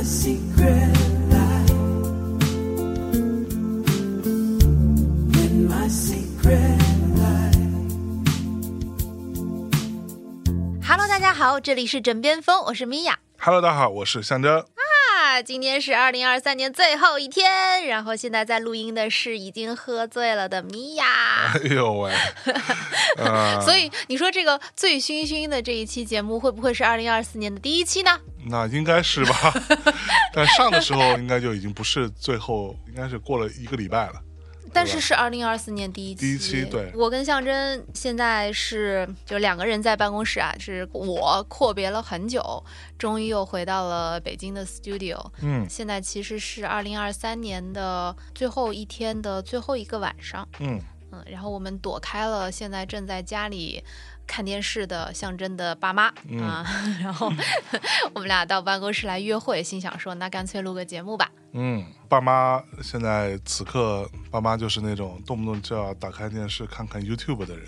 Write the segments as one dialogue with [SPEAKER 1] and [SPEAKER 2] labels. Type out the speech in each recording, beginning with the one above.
[SPEAKER 1] 月来in my secret life.
[SPEAKER 2] Hello，大家好，这里是枕边风，我是米娅。
[SPEAKER 3] Hello，大家好，我是象 征。
[SPEAKER 2] 啊，今天是二零二三年最后一天，然后现在在录音的是已经喝醉了的米娅。
[SPEAKER 3] 哎呦喂，呃、
[SPEAKER 2] 所以你说这个醉醺醺的这一期节目会不会是二零二四年的第一期呢？
[SPEAKER 3] 那应该 是吧？但上的时候应该就已经不是最后，应该是过了一个礼拜了。
[SPEAKER 2] 但是是二零二四年第一期。
[SPEAKER 3] 第一期对
[SPEAKER 2] 我跟象征现在是就两个人在办公室啊，是我阔别了很久，终于又回到了北京的 studio。
[SPEAKER 3] 嗯
[SPEAKER 2] 现在其实是二零二三年的最后一天的最后一个晚上，
[SPEAKER 3] 嗯，
[SPEAKER 2] 嗯，然后我们躲开了现在正在家里看电视的象征的爸妈、
[SPEAKER 3] 嗯
[SPEAKER 2] 啊， 然后我们俩到办公室来约会，心想说那干脆录个节目 吧。
[SPEAKER 3] 嗯，爸妈现在此刻，爸妈就是那种动不动就要打开电视看看 YouTube 的 人，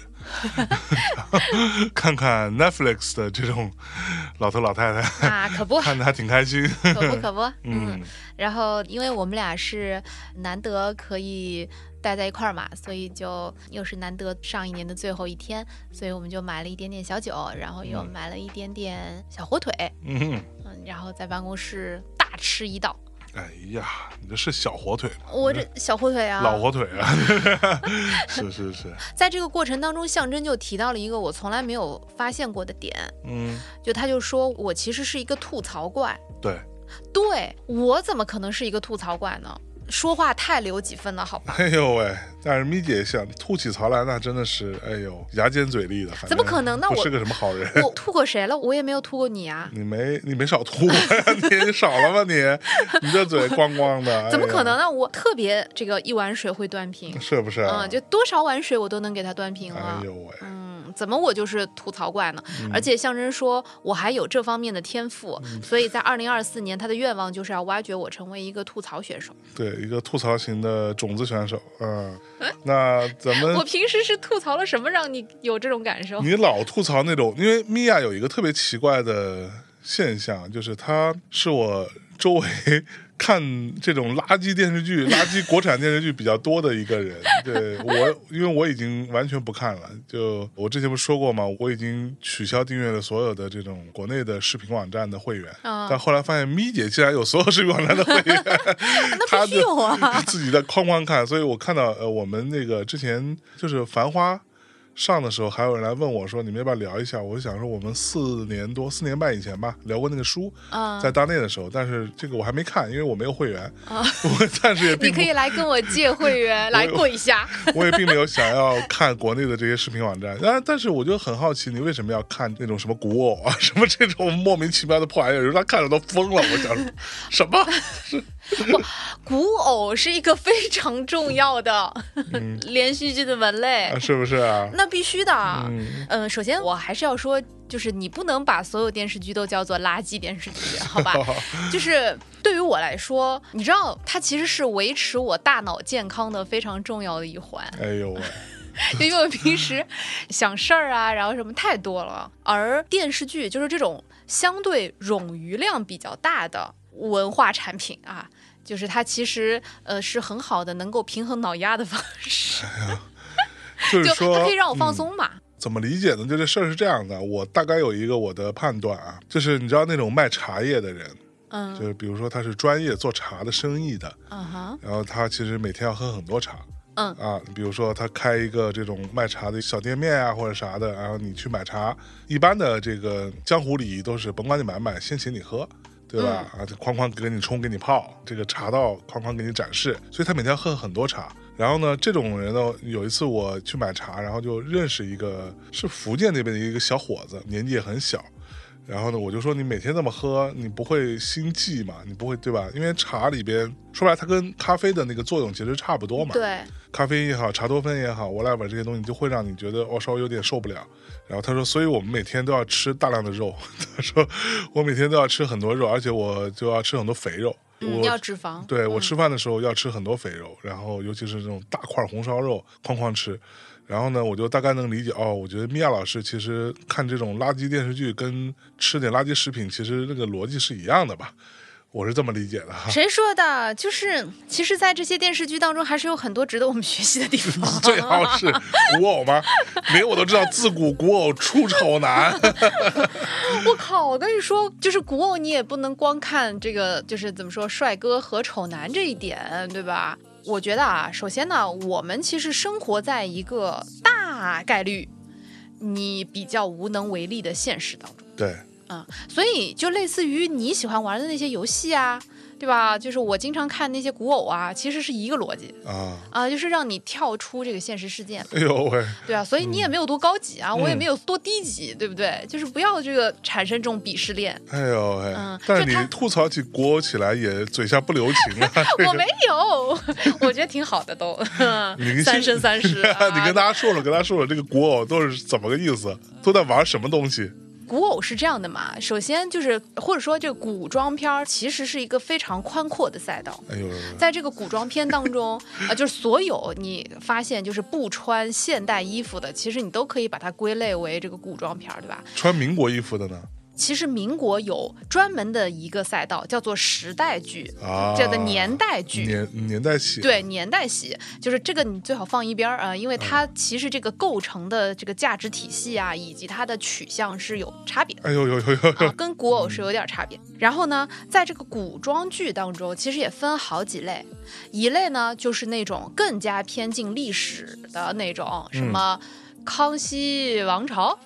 [SPEAKER 3] 看看 Netflix 的这种老头老太 太，
[SPEAKER 2] 那可不，
[SPEAKER 3] 看的还挺开心。
[SPEAKER 2] 可 不可不，
[SPEAKER 3] 嗯，
[SPEAKER 2] 然后，因为我们俩是难得可以待在一块儿嘛，所以就又是难得上一年的最后一天，所以我们就买了一点点小酒，然后又
[SPEAKER 3] 嗯
[SPEAKER 2] 买了一点点小火腿，
[SPEAKER 3] 嗯，
[SPEAKER 2] 嗯，然后在办公室大吃一道。
[SPEAKER 3] 哎呀，你这是小火腿吗？
[SPEAKER 2] 我这小火腿啊，
[SPEAKER 3] 嗯老火腿啊！ 是是是，
[SPEAKER 2] 在这个过程当中，象征就提到了一个我从来没有发现过的点，
[SPEAKER 3] 嗯，
[SPEAKER 2] 就他就说我其实是一个吐槽怪，
[SPEAKER 3] 对。
[SPEAKER 2] 对我怎么可能是一个吐槽怪呢？说话太留几分了，好吧？
[SPEAKER 3] 哎呦喂！但是咪姐想吐起槽来，那真的是哎呦牙尖嘴利的，反正
[SPEAKER 2] 怎么可能呢
[SPEAKER 3] 不
[SPEAKER 2] 我
[SPEAKER 3] 是个什么好人。
[SPEAKER 2] 我吐过谁了？我也没有吐过你啊，
[SPEAKER 3] 你没你没少吐吧， 你少了吧你？你这 嘴光光的，
[SPEAKER 2] 怎么可
[SPEAKER 3] 哎
[SPEAKER 2] 能
[SPEAKER 3] 呀？
[SPEAKER 2] 呢？我特别这个一碗水会端平，
[SPEAKER 3] 是不是啊？
[SPEAKER 2] 嗯，就多少碗水我都能给它端平了
[SPEAKER 3] 哎。嗯呦喂！
[SPEAKER 2] 嗯，怎么我就是吐槽怪呢？而且象征说我还有这方面的天赋，
[SPEAKER 3] 嗯
[SPEAKER 2] 所以在二零二四年他的愿望就是要挖掘我成为一个吐槽选手。
[SPEAKER 3] 对，一个吐槽型的种子选手，嗯，那咱们
[SPEAKER 2] 哎我平时是吐槽了什么让你有这种感受？
[SPEAKER 3] 呃你老吐槽那种，因为米娅有一个特别奇怪的现象，就是她是我周围看这种垃圾电视剧、垃圾国产电视剧比较多的一个 人。对我，因为我已经完全不看了，就我之前不是说过嘛，我已经取消订阅了所有的这种国内的视频网站的会员，
[SPEAKER 2] 啊
[SPEAKER 3] 但后来发现咪姐竟然有所有视频网站的会员，她
[SPEAKER 2] 那必须
[SPEAKER 3] 就
[SPEAKER 2] 有啊！
[SPEAKER 3] 自己在哐哐看，所以我看到呃，我们那个之前就是《繁花》上的时候，还有人来问我说，你们要不要聊一下？我就想说，我们四年多、四年半以前吧，聊过那个书，
[SPEAKER 2] 啊
[SPEAKER 3] 在大内的时候，但是这个我还没看，因为我没有会员， 我暂时也
[SPEAKER 2] 嗯你
[SPEAKER 3] 并不
[SPEAKER 2] 可以来跟我借会 员来跪一下。
[SPEAKER 3] 我也并没有想要看国内的这些视频网站，但但是我就很好奇，你为什么要看那种什么古偶啊，什么这种莫名其妙的破玩意儿？有时候他看着都疯了，我想说 什么？
[SPEAKER 2] 古偶是一个非常重要的 连续剧的文类
[SPEAKER 3] 嗯啊，，是不是啊？
[SPEAKER 2] 那必须的。
[SPEAKER 3] 嗯
[SPEAKER 2] 嗯，首先我还是要说，就是你不能把所有电视剧都叫做垃圾电视剧，好 吧？就是对于我来说，你知道，它其实是维持我大脑健康的非常重要的一环，
[SPEAKER 3] 哎呦喂，
[SPEAKER 2] 因为我平时想事儿啊，然后什么太多了，而电视剧就是这种相对冗余量比较大的文化产品啊。就是它其实呃是很好的，能够平衡脑压的方式，
[SPEAKER 3] 就是
[SPEAKER 2] 就
[SPEAKER 3] 说，
[SPEAKER 2] 它可以让我放
[SPEAKER 3] 嗯
[SPEAKER 2] 松嘛。
[SPEAKER 3] 怎么理解呢？就这事儿是这样的，我大概有一个我的判断啊，就是你知道那种卖茶叶的人，就
[SPEAKER 2] 嗯
[SPEAKER 3] 是比如说他是专业做茶的生意的，
[SPEAKER 2] 嗯哼
[SPEAKER 3] 然后他其实每天要喝很多茶。
[SPEAKER 2] 嗯
[SPEAKER 3] 啊，比如说他开一个这种卖茶的小店面啊，或者啥的，然后你去买茶，一般的这个江湖礼仪都是甭管你买不买，先请你喝，对吧？啊，就哐哐给你冲，给你泡，这个茶道哐哐给你展示，所以他每天喝很多茶。然后呢，这种人呢，有一次我去买茶，然后就认识一个是福建那边的一个小伙子，年纪也很小，然后呢，我就说你每天这么喝，你不会心悸嘛？你不会对吧？因为茶里边说白了，它跟咖啡的那个作用其实差不多嘛。
[SPEAKER 2] 对，
[SPEAKER 3] 咖啡因也好，茶多酚也好，whatever 这些东西就会让你觉得哦，稍微有点受不了。然后他说，所以我们每天都要吃大量的肉。 他说，我每天都要吃很多肉，而且我就要吃很多肥肉。
[SPEAKER 2] 嗯，
[SPEAKER 3] 我
[SPEAKER 2] 要脂肪。
[SPEAKER 3] 对我吃饭的时候要吃很多肥肉，然后尤其是这种大块红烧肉，哐哐吃。然后呢，我就大概能理解哦。我觉得米娅老师其实看这种垃圾电视剧跟吃点垃圾食品，其实那个逻辑是一样的吧？我是这么理解的哈。
[SPEAKER 2] 谁说的？就是其实，在这些电视剧当中，还是有很多值得我们学习的地 方。
[SPEAKER 3] 最好是古 偶吗？连我都知道，自古古偶出丑男。
[SPEAKER 2] 我靠！我跟你说，就是古偶，你也不能光看这个，就是怎么说，帅哥和丑男这一点，对吧？我觉得啊，首先呢，我们其实生活在一个大概率你比较无能为力的现实当中。
[SPEAKER 3] 对，
[SPEAKER 2] 啊、所以就类似于你喜欢玩的那些游戏啊，对吧？就是我经常看那些古偶啊，其实是一个逻辑
[SPEAKER 3] 啊，
[SPEAKER 2] 啊、就是让你跳出这个现实世界嘛，
[SPEAKER 3] 哎呦喂，
[SPEAKER 2] 对啊，所以你也没有多高级啊，我也
[SPEAKER 3] 嗯
[SPEAKER 2] 没有多低级，对不对？就是不要这个产生这种鄙视链，
[SPEAKER 3] 哎呦喂！
[SPEAKER 2] 嗯
[SPEAKER 3] 但是
[SPEAKER 2] 就他
[SPEAKER 3] 你吐槽起古偶起来也嘴下不留 情啊。 这
[SPEAKER 2] 我
[SPEAKER 3] 个
[SPEAKER 2] 没有，我觉得挺好的 都，
[SPEAKER 3] 你跟，
[SPEAKER 2] 三生三世、啊
[SPEAKER 3] 你跟大家说说，跟大家说说这个古偶都是怎么个意思，都在玩什么东西？
[SPEAKER 2] 古偶是这样的嘛，首先就是或者说这个古装片儿其实是一个非常宽阔的赛道。
[SPEAKER 3] 哎呦，
[SPEAKER 2] 在这个古装片当 中，啊，就是所有你发现就是不穿现代衣服的，其实你都可以把它归类为这个古装片儿，对吧？
[SPEAKER 3] 穿民国衣服的呢？
[SPEAKER 2] 其实民国有专门的一个赛道，叫做时代剧，
[SPEAKER 3] 啊，
[SPEAKER 2] 叫做年代剧。
[SPEAKER 3] 年年代戏。
[SPEAKER 2] 对年代戏，就是这个你最好放一边儿啊、因为它其实这个构成的这个价值体系啊，以及它的取向是有差别的。
[SPEAKER 3] 哎呦呦呦呦
[SPEAKER 2] 啊
[SPEAKER 3] 呦，，
[SPEAKER 2] 跟古偶是有点差别。然后呢，在这个古装剧当中，其实也分好几类，一类呢就是那种更加偏近历史的那种，什么康熙王朝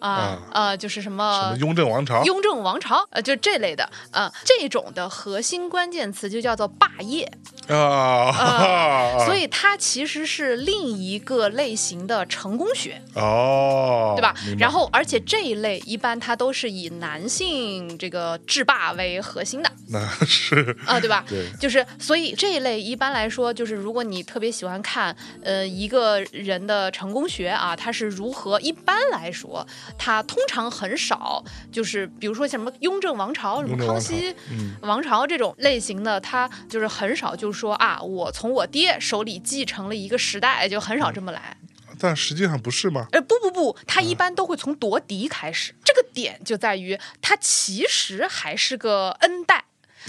[SPEAKER 2] 啊
[SPEAKER 3] 啊，
[SPEAKER 2] 呃，就是什
[SPEAKER 3] 什
[SPEAKER 2] 么
[SPEAKER 3] 么。雍正王朝？
[SPEAKER 2] 雍正王朝，呃，就这类的，呃，这种的核心关键词就叫做霸业，
[SPEAKER 3] 啊，
[SPEAKER 2] 所以它其实是另一个类型的成功学。
[SPEAKER 3] 哦，
[SPEAKER 2] 对吧
[SPEAKER 3] 明？白
[SPEAKER 2] 然后，而且这一类一般它都是以男性这个制霸为核心的
[SPEAKER 3] 那是？
[SPEAKER 2] 啊、对吧
[SPEAKER 3] 对
[SPEAKER 2] 就是，所以这一类一般来说，就是如果你特别喜欢看，呃，一个人的成功学啊，他是如何？一般来说，他通常很少，就是比如说像什么雍正王朝、什
[SPEAKER 3] 雍
[SPEAKER 2] 么
[SPEAKER 3] 正王
[SPEAKER 2] 康
[SPEAKER 3] 朝
[SPEAKER 2] 熙
[SPEAKER 3] 嗯
[SPEAKER 2] 王朝这种类型的，他就是很少就说啊，我从我爹手里继承了一个时代，就很
[SPEAKER 3] 嗯
[SPEAKER 2] 少这么来。
[SPEAKER 3] 但实际上不是吗？
[SPEAKER 2] 呃，不不不，
[SPEAKER 3] 嗯
[SPEAKER 2] 他一般都会从夺嫡开始。这个点就在于，他其实还是个恩代，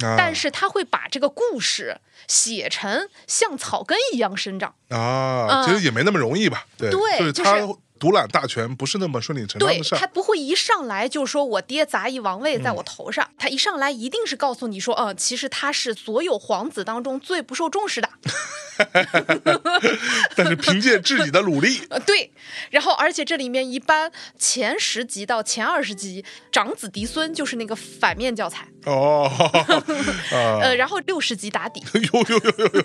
[SPEAKER 3] 啊、
[SPEAKER 2] 但是他会把这个故事写成像草根一样生长。
[SPEAKER 3] 啊，
[SPEAKER 2] 嗯
[SPEAKER 3] 其实也没那么容易吧？对，
[SPEAKER 2] 对
[SPEAKER 3] 就是
[SPEAKER 2] 就
[SPEAKER 3] 他
[SPEAKER 2] 是
[SPEAKER 3] 独揽大权不是嗯那么顺理成章
[SPEAKER 2] 对
[SPEAKER 3] 的事
[SPEAKER 2] 他
[SPEAKER 3] 儿。
[SPEAKER 2] 不会一上来就说我爹砸一王位在我头
[SPEAKER 3] 嗯
[SPEAKER 2] 上，他一上来一定是告诉你说，嗯，其实他是所有皇子当中最不受重视的。，
[SPEAKER 3] 但是凭借自己的努力
[SPEAKER 2] 呃，对，然后而且这里面一般前十集到前二十集，长子嫡孙就是那个反面教材，
[SPEAKER 3] 哦， 啊，
[SPEAKER 2] 呃，然后六十集打 底。
[SPEAKER 3] 呦呦呦 呦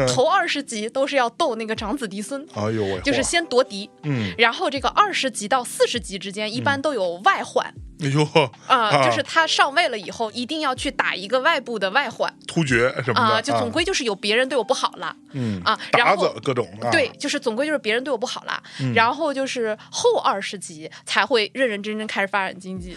[SPEAKER 3] 呦，
[SPEAKER 2] 头二十集都是要斗那个长子嫡孙，
[SPEAKER 3] 嗯哎呦喂，
[SPEAKER 2] 就是
[SPEAKER 3] 哇
[SPEAKER 2] 先夺嫡，
[SPEAKER 3] 嗯，
[SPEAKER 2] 然后这个二十集到四十集之间，一般都有外患
[SPEAKER 3] 哎呦
[SPEAKER 2] 啊、就是他上位了以后，一定要去打一个外部的外患
[SPEAKER 3] 突厥什么的
[SPEAKER 2] 啊、就总归就是有别人对我不好了。
[SPEAKER 3] 嗯
[SPEAKER 2] 啊然
[SPEAKER 3] 打
[SPEAKER 2] 后
[SPEAKER 3] 子各种啊嗯
[SPEAKER 2] 对，就是总归就是别人对我不好了，然后就是后二十集才会认认真真开始发展经 济。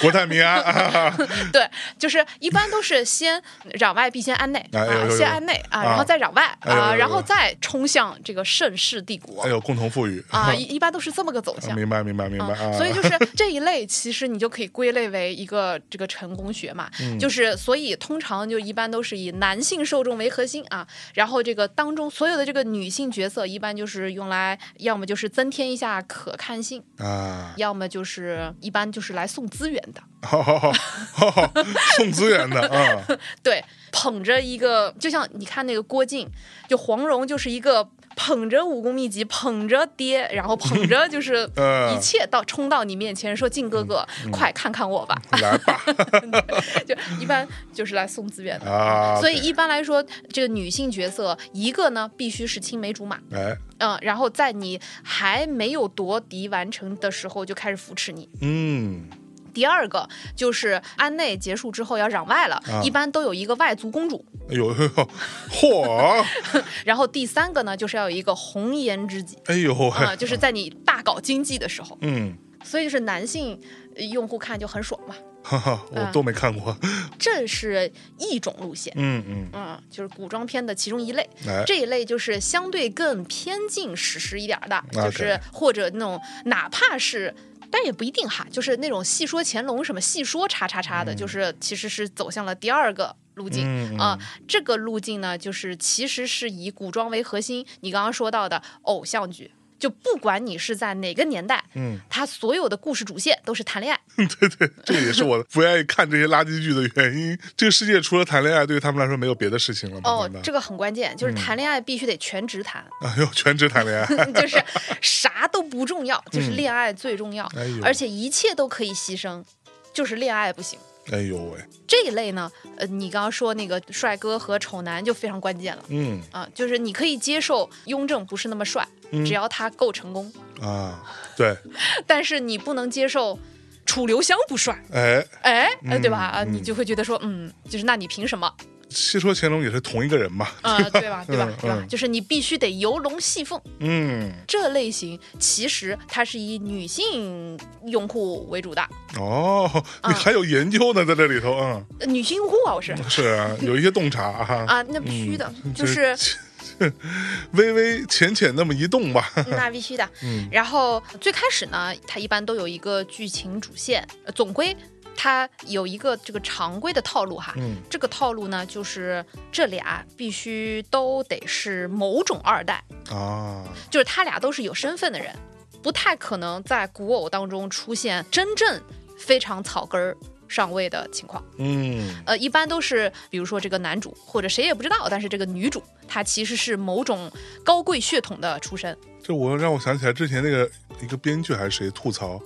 [SPEAKER 3] 国泰民 安啊，
[SPEAKER 2] 对，就是一般都是先攘外必先安内
[SPEAKER 3] 哎呦
[SPEAKER 2] 啊
[SPEAKER 3] 呦，呦
[SPEAKER 2] 先安内啊，然
[SPEAKER 3] 啊
[SPEAKER 2] 后再攘外
[SPEAKER 3] 哎呦呦
[SPEAKER 2] 啊，
[SPEAKER 3] 呦
[SPEAKER 2] 然后再冲向这个盛世帝国
[SPEAKER 3] 哎。呦，共同富裕
[SPEAKER 2] 啊，一一般都是这么个走向。
[SPEAKER 3] 明白明白明白啊，
[SPEAKER 2] 所以就是这一类，其实你就可以归类为一个这个成功学嘛，
[SPEAKER 3] 嗯
[SPEAKER 2] 就是所以通常就一般都是以男性受众为核心啊，然后这个当中所有的这个女性角色，一般就是用来要么就是增添一下可看性，
[SPEAKER 3] 啊，
[SPEAKER 2] 要么就是一般就是来送资源的。
[SPEAKER 3] 好好好好好，送资源的啊，
[SPEAKER 2] 对，捧着一个，就像你看那个郭靖，就黄蓉就是一个捧着武功秘籍，捧着爹，然后捧着就是
[SPEAKER 3] 嗯
[SPEAKER 2] 一切到冲到你面前说：“靖哥哥，快看看我吧！”
[SPEAKER 3] 来吧
[SPEAKER 2] 就一般就是来送资源的。
[SPEAKER 3] 啊，
[SPEAKER 2] 所以一般来说，这个女性角色，一个呢必须是青梅竹马，
[SPEAKER 3] 哎，
[SPEAKER 2] 嗯，然后在你还没有夺嫡完成的时候就开始扶持你。
[SPEAKER 3] 嗯，
[SPEAKER 2] 第二个就是安内结束之后要攘外了，
[SPEAKER 3] 啊
[SPEAKER 2] 一般都有一个外族公主，
[SPEAKER 3] 哎呦 呦，嚯，
[SPEAKER 2] 然后第三个呢，就是要有一个红颜知己
[SPEAKER 3] 哎呦喂，
[SPEAKER 2] 啊、就是在你大搞经济的时候，
[SPEAKER 3] 嗯。
[SPEAKER 2] 所以就是男性呃用户看就很爽嘛，
[SPEAKER 3] 哈哈，我
[SPEAKER 2] 嗯
[SPEAKER 3] 都没看过。
[SPEAKER 2] 这是一种路线。
[SPEAKER 3] 嗯嗯，
[SPEAKER 2] 嗯，就是古装片的其中一类，
[SPEAKER 3] 哎，
[SPEAKER 2] 这一类就是
[SPEAKER 3] 啊
[SPEAKER 2] 相对更偏近史实一点儿的，
[SPEAKER 3] OK
[SPEAKER 2] 就是或者那种哪怕是但也不一定哈，就是那种戏说乾隆什么戏说叉叉叉的，
[SPEAKER 3] 嗯
[SPEAKER 2] 就是其实是走向了第二个路径。
[SPEAKER 3] 嗯嗯
[SPEAKER 2] 啊、这个路径呢，就是其实是以古装为核心，你刚刚说到的偶像剧，就不管你是在哪个年代，
[SPEAKER 3] 嗯，
[SPEAKER 2] 它所有的故事主线都是谈恋爱。
[SPEAKER 3] 这也 是我不愿意看这些垃圾剧的原因。这个世界除了谈恋爱，对于他们来说没有别的事情了吗？
[SPEAKER 2] 哦
[SPEAKER 3] 难道，
[SPEAKER 2] 这个很关键，
[SPEAKER 3] 嗯
[SPEAKER 2] 就是谈恋爱必须得全职谈，
[SPEAKER 3] 哎 呦，全职谈恋爱，
[SPEAKER 2] 就是啥都不重要，就是
[SPEAKER 3] 嗯
[SPEAKER 2] 恋爱最重要，
[SPEAKER 3] 哎呦，
[SPEAKER 2] 而且一切都可以牺牲，就是恋爱不行。
[SPEAKER 3] 哎呦喂，
[SPEAKER 2] 这一类呢，呃，你刚刚说那个帅哥和丑男就非常关键了
[SPEAKER 3] 嗯
[SPEAKER 2] 啊、就是你可以接受雍正不是那么帅，
[SPEAKER 3] 嗯
[SPEAKER 2] 只要他够成功，
[SPEAKER 3] 啊，对，
[SPEAKER 2] 但是你不能接受楚留香不帅，
[SPEAKER 3] 哎，
[SPEAKER 2] 哎，呃
[SPEAKER 3] 嗯
[SPEAKER 2] 对吧？啊，
[SPEAKER 3] 嗯
[SPEAKER 2] 你就会觉得说，嗯，就是那你凭什么？
[SPEAKER 3] 戏说乾隆也是同一个人嘛，
[SPEAKER 2] 啊，对吧？对吧
[SPEAKER 3] 嗯？
[SPEAKER 2] 对吧？
[SPEAKER 3] 嗯
[SPEAKER 2] 就是你必须得游龙戏凤。
[SPEAKER 3] 嗯，
[SPEAKER 2] 这类型其实它是以女性用户为主的，
[SPEAKER 3] 哦，你
[SPEAKER 2] 啊
[SPEAKER 3] 还有研究呢，在这里头，嗯，
[SPEAKER 2] 呃女性用户啊，我是
[SPEAKER 3] 是啊，有一些洞察啊，
[SPEAKER 2] 啊，那必须的，
[SPEAKER 3] 嗯
[SPEAKER 2] 就
[SPEAKER 3] 这
[SPEAKER 2] 是
[SPEAKER 3] 微微浅浅那么一动吧，
[SPEAKER 2] 那必须的。
[SPEAKER 3] 嗯
[SPEAKER 2] 然后最开始呢，它一般都有一个剧情主线，呃总归它有一个这个常规的套路哈。
[SPEAKER 3] 嗯
[SPEAKER 2] 这个套路呢，就是这俩必须都得是某种二代，
[SPEAKER 3] 啊，
[SPEAKER 2] 就是他俩都是有身份的人，不太可能在古偶当中出现真正非常草根儿上位的情况。
[SPEAKER 3] 嗯
[SPEAKER 2] 呃，一般都是比如说这个男主或者谁也不知道，但是这个女主她其实是某种高贵血统的出身。
[SPEAKER 3] 这我让我想起来之前那个一个编剧还是谁吐槽。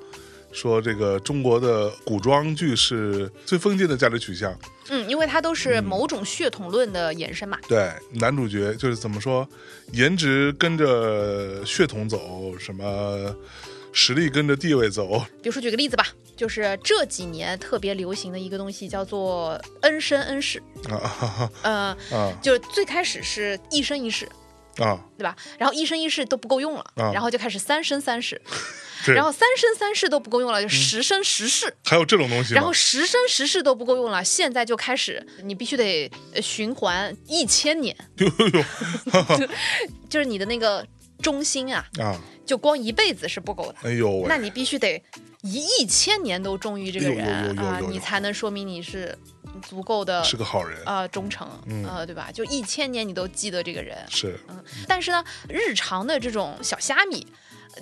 [SPEAKER 3] 说这个中国的古装剧是最封建的价值取向，
[SPEAKER 2] 嗯，因为她都是某种血统论的延伸嘛。
[SPEAKER 3] 对男主角就是怎么说，颜值跟着血统走，什么实力跟着地位走，
[SPEAKER 2] 比如说举个例子吧，就是这几年特别流行的一个东西叫做恩绅恩世，
[SPEAKER 3] 啊啊
[SPEAKER 2] 呃，
[SPEAKER 3] 啊
[SPEAKER 2] 就是最开始是一生一世，
[SPEAKER 3] 啊！
[SPEAKER 2] 对吧？然后一生一世都不够用了，
[SPEAKER 3] 啊
[SPEAKER 2] 然后就开始三生三世，
[SPEAKER 3] 对
[SPEAKER 2] 然后三生三世都不够用了，就十生十世。
[SPEAKER 3] 还有这种东西吗？
[SPEAKER 2] 然后十生十世都不够用了，现在就开始，你必须得呃循环一千年，
[SPEAKER 3] 呦呦
[SPEAKER 2] 就是你的那个中心啊，
[SPEAKER 3] 呦啊！
[SPEAKER 2] 就光一辈子是不够的，
[SPEAKER 3] 哎呦
[SPEAKER 2] 那
[SPEAKER 3] 喂！
[SPEAKER 2] 你必须得一亿千年都忠于这个
[SPEAKER 3] 有有
[SPEAKER 2] 人
[SPEAKER 3] 有有
[SPEAKER 2] 啊
[SPEAKER 3] 有，有
[SPEAKER 2] 你才能说明你是足够的
[SPEAKER 3] 是个好人，
[SPEAKER 2] 呃忠诚，
[SPEAKER 3] 嗯
[SPEAKER 2] 呃对吧？就一千年你都记得这个人，
[SPEAKER 3] 是
[SPEAKER 2] 嗯，但是呢，日常的这种小虾米，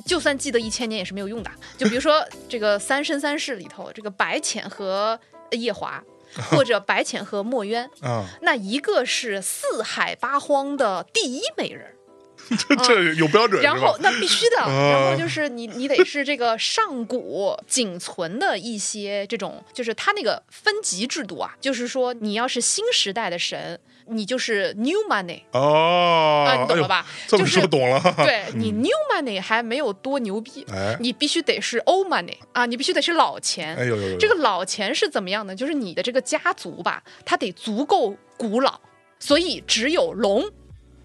[SPEAKER 2] 就算记得一千年也是没有用的。就比如说这个《三生三世》里头，这个白浅和夜华，或者白浅和墨渊，
[SPEAKER 3] 啊，
[SPEAKER 2] 那一个是四海八荒的第一美人，
[SPEAKER 3] 这 这有标准
[SPEAKER 2] 呃然
[SPEAKER 3] 是吧
[SPEAKER 2] 后？那必 须的，
[SPEAKER 3] 啊
[SPEAKER 2] 然后就是你你得是这个上古仅存的一些这种，就是它那个分级制度啊，就是说你要是新时代的神，你就是 new money。
[SPEAKER 3] 哦，
[SPEAKER 2] 啊，你懂
[SPEAKER 3] 哎
[SPEAKER 2] 了
[SPEAKER 3] 呦？
[SPEAKER 2] 吧？
[SPEAKER 3] 这么
[SPEAKER 2] 就
[SPEAKER 3] 一
[SPEAKER 2] 是
[SPEAKER 3] 说懂了，
[SPEAKER 2] 对你 new money 还没有多牛逼，
[SPEAKER 3] 嗯哎
[SPEAKER 2] 你必须得是 old money 啊，你必须得是老钱。
[SPEAKER 3] 哎呦呦呦，
[SPEAKER 2] 这个老钱是怎么样呢？就是你的这个家族吧，它得足够古老，所以只有龙、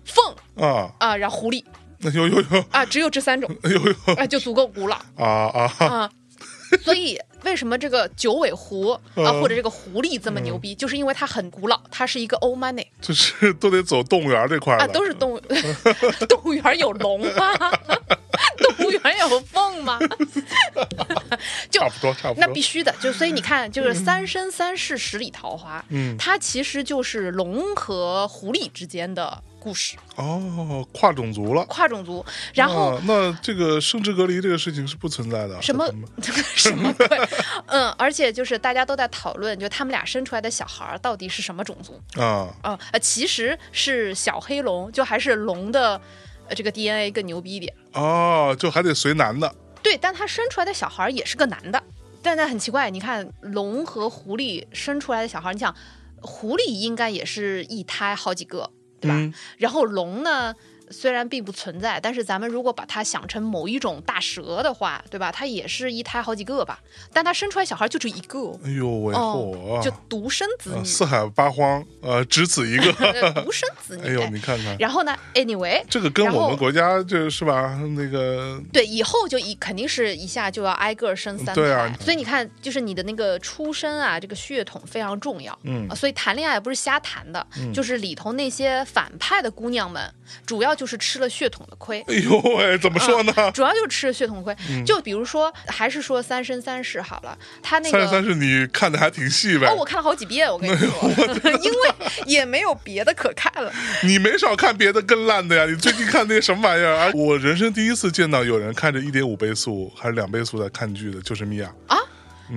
[SPEAKER 2] 凤
[SPEAKER 3] 啊，
[SPEAKER 2] 啊，然后狐狸
[SPEAKER 3] 那呦呦呦，
[SPEAKER 2] 啊，只有这三种
[SPEAKER 3] 哎呦呦
[SPEAKER 2] 啊，就足够古老
[SPEAKER 3] 啊啊
[SPEAKER 2] 啊。所以为什么这个九尾狐啊，
[SPEAKER 3] 嗯
[SPEAKER 2] 或者这个狐狸这么牛逼，就是因为它很古老，它是一个 old money
[SPEAKER 3] 就是 都得走动物园这块儿
[SPEAKER 2] 啊，
[SPEAKER 3] 的
[SPEAKER 2] 都是动物 动物园有龙吗？ 动物园有凤吗？ 就
[SPEAKER 3] 差不多差不多，
[SPEAKER 2] 那必须的，就所以你看，就是《三生三世十里桃花》，
[SPEAKER 3] 嗯
[SPEAKER 2] 它其实就是龙和狐狸之间的故事，
[SPEAKER 3] 哦，跨种族了。
[SPEAKER 2] 跨种族，然后
[SPEAKER 3] 啊那这个生殖隔离这个事情是不存在的，
[SPEAKER 2] 什么
[SPEAKER 3] 和他们
[SPEAKER 2] 什么鬼，嗯，而且就是大家都在讨论，就他们俩生出来的小孩儿到底是什么种族
[SPEAKER 3] 啊？
[SPEAKER 2] 啊？呃，其实是小黑龙，就还是龙的。呃，这个 DNA 更牛逼一点，
[SPEAKER 3] 哦，就还得随男的，
[SPEAKER 2] 对，但他生出来的小孩儿也是个男的，但那很奇怪，你看龙和狐狸生出来的小孩儿，你想，狐狸应该也是一胎好几个，对吧？
[SPEAKER 3] 嗯
[SPEAKER 2] 然后龙呢，虽然并不存在，但是咱们如果把它想成某一种大蛇的话，对吧？它也是一胎好几个吧，但它生出来小孩就只有一个哦，
[SPEAKER 3] 哎呦喂，
[SPEAKER 2] 哦
[SPEAKER 3] 嚯，
[SPEAKER 2] 就独生子
[SPEAKER 3] 啊
[SPEAKER 2] 女，呃
[SPEAKER 3] 四海八荒，呃，只此一个。
[SPEAKER 2] 独生子
[SPEAKER 3] 哎
[SPEAKER 2] 女。
[SPEAKER 3] 呦，
[SPEAKER 2] 哎
[SPEAKER 3] 你看 看，
[SPEAKER 2] 然后呢？Anyway，
[SPEAKER 3] 这个跟
[SPEAKER 2] 然后
[SPEAKER 3] 我们国家这是吧？那个
[SPEAKER 2] 对，以后就一肯定是一下就要挨个儿生三胎，
[SPEAKER 3] 对啊
[SPEAKER 2] 所以你看，就是你的那个出身啊，这个血统非常重要。
[SPEAKER 3] 嗯
[SPEAKER 2] 啊所以谈恋爱不是瞎谈的，就是里头那些反派的姑娘们，主要要就是吃了血统的亏。嗯
[SPEAKER 3] 哎呦喂，怎么 说呢？嗯
[SPEAKER 2] 主要就是吃了血统亏，就比如说，还是说《三生三世》好了，他那
[SPEAKER 3] 三
[SPEAKER 2] 个
[SPEAKER 3] 十三是你看的还挺细呗
[SPEAKER 2] 哦，，我看了好几遍，我跟你说， 因为也没有别的可看了。
[SPEAKER 3] 你没少看别的更烂的呀。你最近看那些什么玩意儿啊？我人生第一次见到有人看着一点五倍速还是两倍速在看剧的，就是米娅，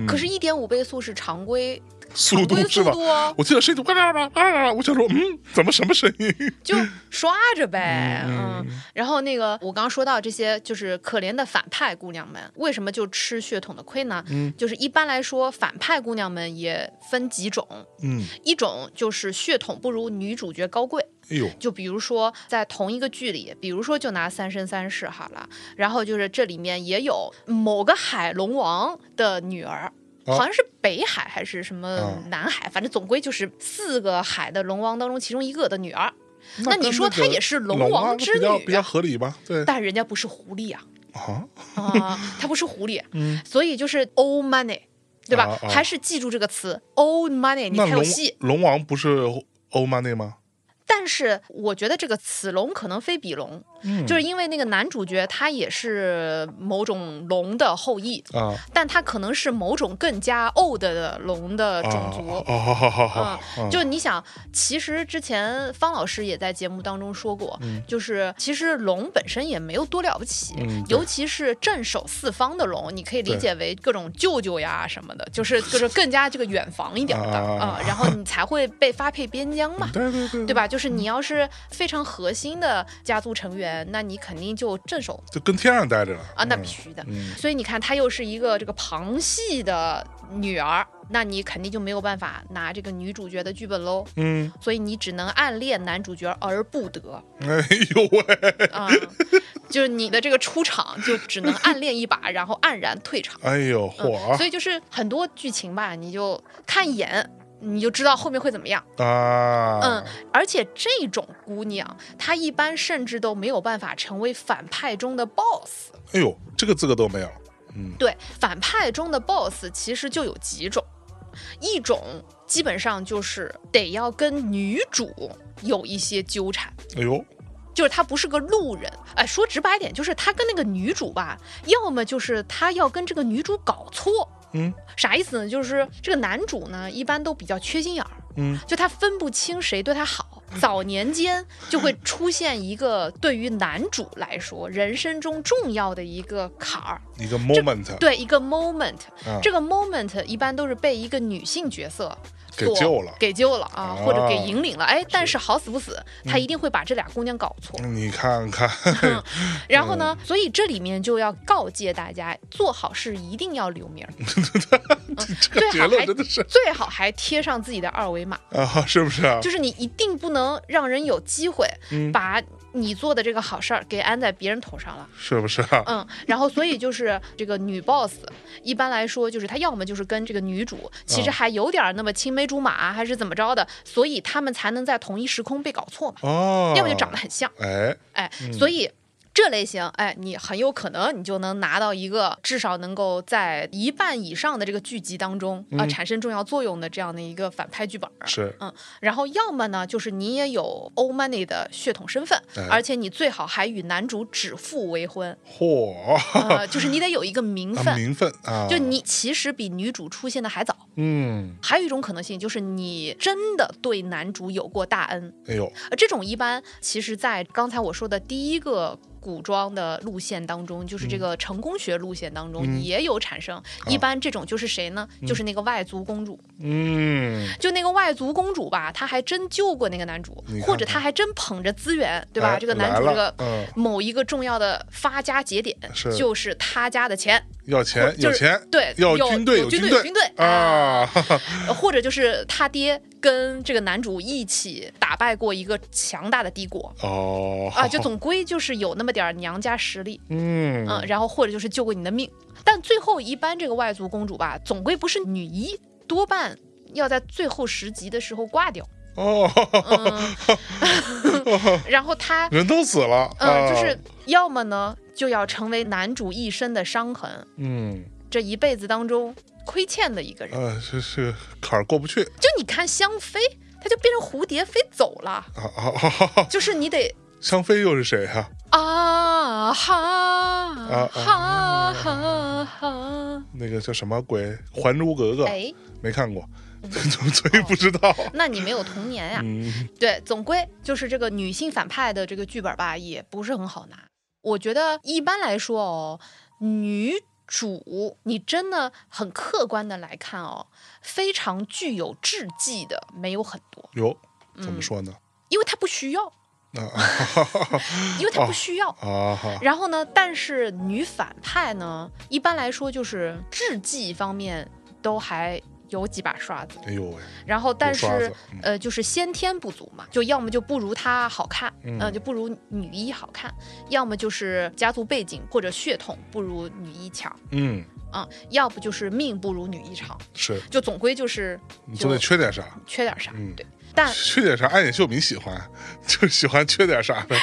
[SPEAKER 2] 可是，一点五倍速是常规，
[SPEAKER 3] 嗯速
[SPEAKER 2] 常
[SPEAKER 3] 度
[SPEAKER 2] 规
[SPEAKER 3] 是
[SPEAKER 2] 速
[SPEAKER 3] 吧
[SPEAKER 2] 度哦？
[SPEAKER 3] 我记得是一种哇啦啦啦啦啦，我想说，嗯，怎么什么声音？
[SPEAKER 2] 就刷着呗，嗯。然后那个我刚刚说到这些，就是可怜的反派姑娘们，为什么就吃血统的亏呢？就是一般来说，反派姑娘们也分几种，
[SPEAKER 3] 嗯，
[SPEAKER 2] 一种就是血统不如女主角高贵，
[SPEAKER 3] 哎呦，
[SPEAKER 2] 就比如说在同一个剧里，比如说就拿《三生三世》好了，然后就是这里面也有某个海龙王的女儿。
[SPEAKER 3] 哦
[SPEAKER 2] 好像是北海还是什么
[SPEAKER 3] 哦
[SPEAKER 2] 南海，反正总归就是四个海的龙王当中其中一个的女儿。那
[SPEAKER 3] 跟
[SPEAKER 2] 你说
[SPEAKER 3] 个
[SPEAKER 2] 她也是
[SPEAKER 3] 龙
[SPEAKER 2] 龙王之
[SPEAKER 3] 比较
[SPEAKER 2] 女
[SPEAKER 3] 比较合理吧？ 对
[SPEAKER 2] 但人家不是狐狸啊，
[SPEAKER 3] 啊，
[SPEAKER 2] 啊，她不是狐狸，
[SPEAKER 3] 嗯
[SPEAKER 2] 所以就是 old money，对吧？
[SPEAKER 3] 啊啊
[SPEAKER 2] 还是记住这个词 old money，你
[SPEAKER 3] 那
[SPEAKER 2] 才有
[SPEAKER 3] 龙
[SPEAKER 2] 戏。
[SPEAKER 3] 龙王不是欧曼内吗？
[SPEAKER 2] 但是我觉得这个此龙可能非彼龙，
[SPEAKER 3] 嗯
[SPEAKER 2] 就是因为那个男主角他也是某种龙的后裔，
[SPEAKER 3] 啊，
[SPEAKER 2] 但他可能是某种更加 old 的龙的种族。
[SPEAKER 3] 啊哦，好好好好，
[SPEAKER 2] 啊
[SPEAKER 3] 啊，
[SPEAKER 2] 就你想，其实之前方老师也在节目当中说过，就是其实龙本身也没有多了不起，
[SPEAKER 3] 嗯对
[SPEAKER 2] 尤其是镇守四方的龙，你可以理
[SPEAKER 3] 对
[SPEAKER 2] 解为各种舅舅呀什么的，就是 就是更加这个远房一点的
[SPEAKER 3] 啊
[SPEAKER 2] 啊、然后你才会被发配边疆嘛。
[SPEAKER 3] 对对对
[SPEAKER 2] 对？吧？就是你要是非常核心的家族成员，那你肯定就镇守
[SPEAKER 3] 就跟天上待着了
[SPEAKER 2] 啊，那
[SPEAKER 3] 嗯
[SPEAKER 2] 必须的。
[SPEAKER 3] 嗯
[SPEAKER 2] 所以你看，她又是一个这个旁系的女儿，那你肯定就没有办法拿这个女主角的剧本喽。
[SPEAKER 3] 嗯，
[SPEAKER 2] 所以你只能暗恋男主角而不得
[SPEAKER 3] 哎呦喂，
[SPEAKER 2] 啊、就是你的这个出场就只能暗恋一把，然后黯然退场。
[SPEAKER 3] 哎呦
[SPEAKER 2] 嗯
[SPEAKER 3] 火啊
[SPEAKER 2] 所以就是很多剧情吧，你就看一眼，你就知道后面会怎么样。
[SPEAKER 3] 啊！
[SPEAKER 2] 嗯，而且这种姑娘，她一般甚至都没有办法成为反派中的 boss。
[SPEAKER 3] 哎呦，这个资格都没有。嗯
[SPEAKER 2] 对，反派中的 boss 其实就有几种，一种基本上就是得要跟女主有一些纠缠。
[SPEAKER 3] 哎呦，
[SPEAKER 2] 就是她不是个路人，哎，说直白点，就是她跟那个女主吧，要么就是她要跟这个女主搞错，
[SPEAKER 3] 嗯
[SPEAKER 2] 啥意思呢？就是这个男主呢，一般都比较缺心眼儿，
[SPEAKER 3] 嗯，
[SPEAKER 2] 就他分不清谁对他好。早年间就会出现一个对于男主来说人生中重要的一个坎儿，
[SPEAKER 3] 一个 moment
[SPEAKER 2] 对一个 moment，、
[SPEAKER 3] 啊
[SPEAKER 2] 这个 moment 一般都是被一个女性角色
[SPEAKER 3] 给
[SPEAKER 2] 所
[SPEAKER 3] 救了
[SPEAKER 2] 给救了啊，
[SPEAKER 3] 啊嗯
[SPEAKER 2] 或者给引领了，哎，但是好死不死，他一定会把这俩姑娘搞错。
[SPEAKER 3] 你看看，
[SPEAKER 2] 然后
[SPEAKER 3] 嗯
[SPEAKER 2] 呢，所以这里面就要告诫大家，做好事一定要留名儿，
[SPEAKER 3] 这
[SPEAKER 2] 最
[SPEAKER 3] 个结
[SPEAKER 2] 好啊
[SPEAKER 3] 论
[SPEAKER 2] 还
[SPEAKER 3] 真的是
[SPEAKER 2] 最好还贴上自己的二维码。
[SPEAKER 3] 啊，是不是啊？
[SPEAKER 2] 就是你一定不能让人有机会
[SPEAKER 3] 嗯
[SPEAKER 2] 把你做的这个好事儿给安在别人头上了。
[SPEAKER 3] 是不是啊？
[SPEAKER 2] 嗯，然后所以就是这个女 boss，一般来说就是她要么就是跟这个女主其
[SPEAKER 3] 嗯
[SPEAKER 2] 实还有点儿那么青梅竹马，啊还是怎么着的，所以他们才能在同一时空被搞错嘛，
[SPEAKER 3] 哦，
[SPEAKER 2] 嗯要么就长得很像，
[SPEAKER 3] 哎，
[SPEAKER 2] 哎，所以。这类型，哎，你很有可能你就能拿到一个至少能够在一半以上的这个剧集当中啊、
[SPEAKER 3] 嗯
[SPEAKER 2] 产生重要作用的这样的一个反派剧本儿。
[SPEAKER 3] 是
[SPEAKER 2] 嗯，然后要么呢，就是你也有欧 money 的血统身份，
[SPEAKER 3] 哎
[SPEAKER 2] 而且你最好还与男主指腹为婚，
[SPEAKER 3] 嚯，
[SPEAKER 2] 呃，就是你得有一个名
[SPEAKER 3] 啊，
[SPEAKER 2] 分，
[SPEAKER 3] 名分啊，
[SPEAKER 2] 就你其实比女主出现的还早。
[SPEAKER 3] 嗯，
[SPEAKER 2] 还有一种可能性就是你真的对男主有过大恩，
[SPEAKER 3] 哎呦，
[SPEAKER 2] 呃，这种一般其实，在刚才我说的第一个古装的路线当中，就是
[SPEAKER 3] 嗯
[SPEAKER 2] 这个成功学路线当中也有产生。一般这种就是谁呢？就是那个外族公主，
[SPEAKER 3] 嗯，
[SPEAKER 2] 就那个外族公主吧，她还真救过那个男主
[SPEAKER 3] 你看，看
[SPEAKER 2] 或者她还真捧着资源，对吧？
[SPEAKER 3] 哎
[SPEAKER 2] 这个男主
[SPEAKER 3] 来
[SPEAKER 2] 这
[SPEAKER 3] 了
[SPEAKER 2] 个
[SPEAKER 3] 嗯
[SPEAKER 2] 某一个重要的发家节点
[SPEAKER 3] 是
[SPEAKER 2] 就是他家的钱，
[SPEAKER 3] 要钱
[SPEAKER 2] 就
[SPEAKER 3] 哎有
[SPEAKER 2] 是
[SPEAKER 3] 钱，
[SPEAKER 2] 对
[SPEAKER 3] 要
[SPEAKER 2] 有
[SPEAKER 3] 军队
[SPEAKER 2] 有军队
[SPEAKER 3] 队
[SPEAKER 2] 有军队
[SPEAKER 3] 啊，哈哈
[SPEAKER 2] 呃或者就是他爹跟这个男主一起打败过一个强大的帝国。
[SPEAKER 3] 哦，
[SPEAKER 2] 啊，就总归就是有那么点儿娘家实力，
[SPEAKER 3] 嗯
[SPEAKER 2] 嗯，然后或者就是救过你的命，但最后一般这个外族公主吧，总归不是女一，多半要在最后十集的时候挂掉，
[SPEAKER 3] 哦，
[SPEAKER 2] 嗯，然后她
[SPEAKER 3] 人都死了，
[SPEAKER 2] 嗯，
[SPEAKER 3] 啊
[SPEAKER 2] 就是要么呢就要成为男主一生的伤痕，
[SPEAKER 3] 嗯
[SPEAKER 2] 这一辈子当中亏欠的一个人。
[SPEAKER 3] 呃，是是坎儿过不去
[SPEAKER 2] 就你看香妃，她就变成蝴蝶飞走了，
[SPEAKER 3] 啊啊啊！啊啊
[SPEAKER 2] 就是你得
[SPEAKER 3] 香妃又是谁啊？
[SPEAKER 2] 啊哈
[SPEAKER 3] 啊
[SPEAKER 2] 哈哈哈！
[SPEAKER 3] 那个叫什么鬼《还珠格格》
[SPEAKER 2] 哎，
[SPEAKER 3] 没看过， 所以不知道。
[SPEAKER 2] 那你没有童年呀？
[SPEAKER 3] 嗯，
[SPEAKER 2] 对，总归就是这个女性反派的这个剧本吧，也不是很好拿。我觉得一般来说哦，女主你真的很客观的来看哦，非常具有智计的没有很多，
[SPEAKER 3] 哟，怎么说呢？
[SPEAKER 2] 因为她不需要，
[SPEAKER 3] 啊啊
[SPEAKER 2] 因为她不需要。
[SPEAKER 3] 啊！哈
[SPEAKER 2] 然后呢，但是女反派呢，一般来说就是智计方面都还有几把刷子，
[SPEAKER 3] 哎呦喂，
[SPEAKER 2] 然后但
[SPEAKER 3] 有刷
[SPEAKER 2] 是
[SPEAKER 3] 子嗯
[SPEAKER 2] 呃，就是先天不足嘛，就要么就不如她好看，
[SPEAKER 3] 嗯
[SPEAKER 2] 嗯、就不如女一好看，要么就是家族背景或者血统不如女一强，
[SPEAKER 3] 嗯，
[SPEAKER 2] 嗯，要不就是命不如女一长，
[SPEAKER 3] 是
[SPEAKER 2] 就总归就是
[SPEAKER 3] 你总得缺点啥，
[SPEAKER 2] 缺点啥，
[SPEAKER 3] 嗯
[SPEAKER 2] 对，但
[SPEAKER 3] 缺点啥？暗野秀明喜欢， 就喜欢缺点啥的。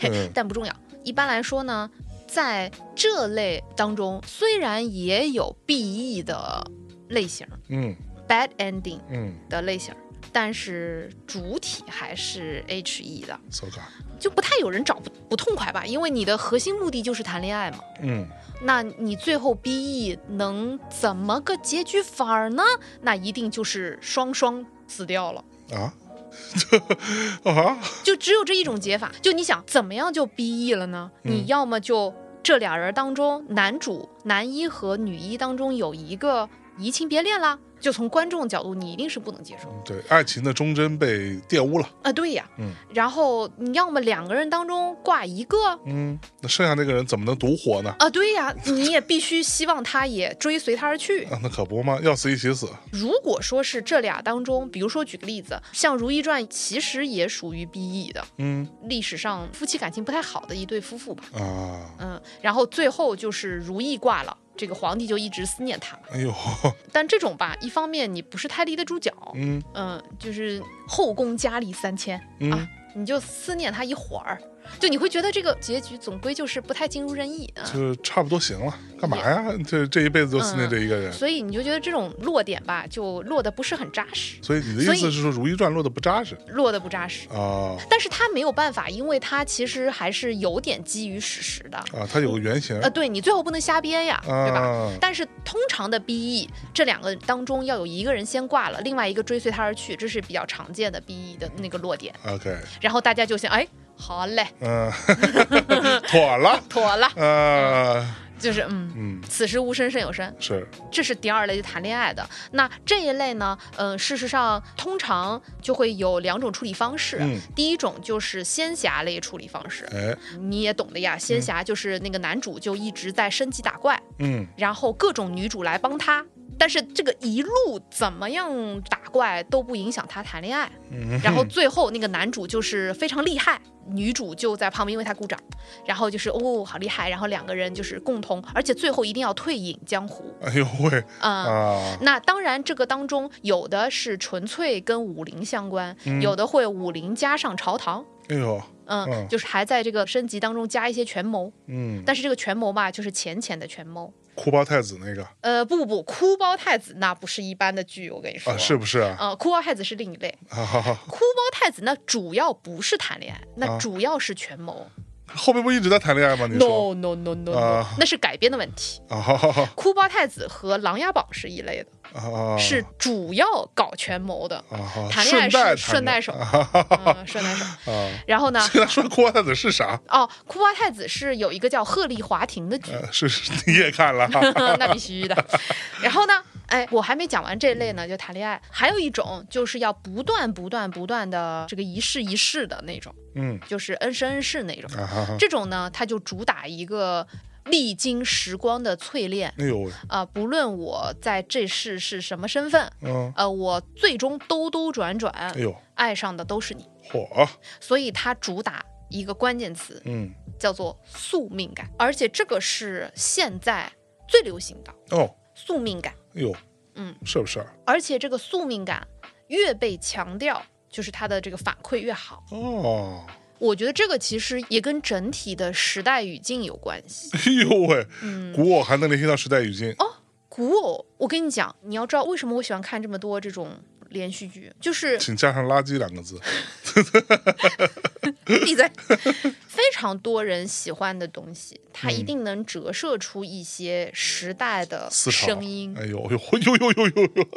[SPEAKER 3] 嗯
[SPEAKER 2] 但不重要。一般来说呢，在这类当中，虽然也有 BE 的类型
[SPEAKER 3] 嗯
[SPEAKER 2] ，bad ending
[SPEAKER 3] 嗯，
[SPEAKER 2] 的类型，但是主体还是 HE 的，
[SPEAKER 3] 搜嘎，
[SPEAKER 2] 就不太有人找不不痛快吧，因为你的核心目的就是谈恋爱嘛。
[SPEAKER 3] 嗯，
[SPEAKER 2] 那你最后 BE 能怎么个结局法儿呢？那一定就是双双死掉了。
[SPEAKER 3] 啊， 啊，
[SPEAKER 2] 就只有这一种解法。就你想怎么样就 BE 了呢？你要么就这俩人当中，男主男一和女一当中有一个移情别恋啦，就从观众角度你一定是不能接受。
[SPEAKER 3] 对，爱情的忠贞被玷污了。
[SPEAKER 2] 啊，对呀，
[SPEAKER 3] 嗯，
[SPEAKER 2] 然后你要么两个人当中挂一个。
[SPEAKER 3] 嗯，那剩下那个人怎么能独活呢？
[SPEAKER 2] 啊，对呀，你也必须希望他也追随他而去。
[SPEAKER 3] 啊，那可不嘛，要死一起死。
[SPEAKER 2] 如果说是这俩当中，比如说举个例子，像《如懿传》其实也属于 BE 的，
[SPEAKER 3] 嗯
[SPEAKER 2] 历史上夫妻感情不太好的一对夫妇吧。
[SPEAKER 3] 啊，
[SPEAKER 2] 嗯，然后最后就是如意挂了，这个皇帝就一直思念他嘛。
[SPEAKER 3] 哎呦，
[SPEAKER 2] 但这种吧，一方面你不是太立得住脚，
[SPEAKER 3] 嗯
[SPEAKER 2] 嗯，就是后宫佳丽三千啊
[SPEAKER 3] 嗯，，
[SPEAKER 2] 你就思念他一会儿，就你会觉得这个结局总归就是不太尽如人意啊。
[SPEAKER 3] 就差不多行了。干嘛呀？这这一辈子就
[SPEAKER 2] 嗯
[SPEAKER 3] 思念这一个人。
[SPEAKER 2] 所以你就觉得这种落点吧，就落得不是很扎实，
[SPEAKER 3] 所以你的意思是说《如懿传》落的不扎实
[SPEAKER 2] 落得不扎实。
[SPEAKER 3] 啊
[SPEAKER 2] 但是他没有办法，因为他其实还是有点基于史实的。
[SPEAKER 3] 啊，它有个原型
[SPEAKER 2] 呃，对你最后不能瞎编呀，对吧？
[SPEAKER 3] 啊
[SPEAKER 2] 但是通常的 BE 这两个当中要有一个人先挂了，另外一个追随他而去，这是比较常见的 BE 的那个落点。
[SPEAKER 3] ，OK，
[SPEAKER 2] 然后大家就想，哎，好嘞，
[SPEAKER 3] 嗯， 妥了，
[SPEAKER 2] 妥了，
[SPEAKER 3] 啊，
[SPEAKER 2] 就是嗯。
[SPEAKER 3] 嗯，
[SPEAKER 2] 此时无声胜有声，
[SPEAKER 3] 是，
[SPEAKER 2] 这是第二类就谈恋爱的。那这一类呢？呃，事实上通常就会有两种处理方式。
[SPEAKER 3] 嗯
[SPEAKER 2] 第一种就是仙侠类处理方式，
[SPEAKER 3] 哎，
[SPEAKER 2] 你也懂的呀。仙侠就是那个男主就一直在升级打怪，
[SPEAKER 3] 嗯，
[SPEAKER 2] 然后各种女主来帮他。但是这个一路怎么样打怪都不影响他谈恋爱，
[SPEAKER 3] 嗯
[SPEAKER 2] 然后最后那个男主就是非常厉害，女主就在旁边为他鼓掌，然后就是哦好厉害，然后两个人就是共同，而且最后一定要退隐江湖，
[SPEAKER 3] 哎呦喂，
[SPEAKER 2] 嗯。
[SPEAKER 3] 啊，
[SPEAKER 2] 那当然，这个当中有的是纯粹跟武林相关，
[SPEAKER 3] 嗯
[SPEAKER 2] 有的会武林加上朝堂，
[SPEAKER 3] 哎呦，
[SPEAKER 2] 嗯，
[SPEAKER 3] 嗯
[SPEAKER 2] 就是还在这个升级当中加一些权谋，
[SPEAKER 3] 嗯，
[SPEAKER 2] 但是这个权谋吧，就是浅浅的权谋，
[SPEAKER 3] 哭包太子那个
[SPEAKER 2] 呃，不不不，哭包太子那不是一般的剧，我跟你说。
[SPEAKER 3] 啊，是。不是啊？
[SPEAKER 2] 呃，哭包太子是另一类，
[SPEAKER 3] 啊哈哈，
[SPEAKER 2] 哭包太子那主要不是谈恋爱，
[SPEAKER 3] 啊
[SPEAKER 2] 那主要是权谋。
[SPEAKER 3] 后面不一直在谈恋爱吗？你说
[SPEAKER 2] no no no no no，、
[SPEAKER 3] 啊
[SPEAKER 2] 那是改编的问题。
[SPEAKER 3] 啊哈哈哈
[SPEAKER 2] 哭包太子和琅琊榜是一类的，
[SPEAKER 3] 啊，
[SPEAKER 2] 是主要搞权谋的，
[SPEAKER 3] 啊哈，
[SPEAKER 2] 谈恋爱
[SPEAKER 3] 顺带
[SPEAKER 2] 是顺带手，
[SPEAKER 3] 啊哈哈
[SPEAKER 2] 嗯，顺带手。
[SPEAKER 3] 啊，，
[SPEAKER 2] 然后呢
[SPEAKER 3] 跟他说哭包太子是啥？
[SPEAKER 2] 哦，哭包太子是有一个叫鹤唳华亭的剧，
[SPEAKER 3] 呃，是是你也看了哈
[SPEAKER 2] 那必须的。然后呢，哎，我还没讲完这类呢，就谈恋爱，还有一种就是要不断、不断、不断的这个一世一世的那种，
[SPEAKER 3] 嗯
[SPEAKER 2] 就是恩生恩世那种。
[SPEAKER 3] 啊哈哈，
[SPEAKER 2] 这种呢，它就主打一个历经时光的淬炼
[SPEAKER 3] 哎 呦喂，
[SPEAKER 2] 啊、不论我在这世是什么身份，
[SPEAKER 3] 嗯，
[SPEAKER 2] 呃，我最终兜兜转转
[SPEAKER 3] 哎呦，
[SPEAKER 2] 爱上的都是你，
[SPEAKER 3] 火，
[SPEAKER 2] 所以它主打。一个关键词
[SPEAKER 3] 嗯，
[SPEAKER 2] 叫做宿命感，而且这个是现在最流行的
[SPEAKER 3] 哦，
[SPEAKER 2] 宿命感。
[SPEAKER 3] 哎呦，
[SPEAKER 2] 嗯，
[SPEAKER 3] 是不是？
[SPEAKER 2] 而且这个宿命感越被强调，就是它的这个反馈越好。
[SPEAKER 3] 哦，
[SPEAKER 2] 我觉得这个其实也跟整体的时代语境有关系。
[SPEAKER 3] 哎呦喂，
[SPEAKER 2] 嗯
[SPEAKER 3] 古偶还能联系到时代语境，
[SPEAKER 2] 哦古偶，我跟你讲，你要知道为什么我喜欢看这么多这种连续剧，就是
[SPEAKER 3] 请加上“垃圾”两个字。
[SPEAKER 2] 闭 嘴！非常多人喜欢的东西，它一
[SPEAKER 3] 嗯
[SPEAKER 2] 定能折射出一些时代的
[SPEAKER 3] 思潮
[SPEAKER 2] 声音
[SPEAKER 3] 哎呦呦呦呦呦呦呦，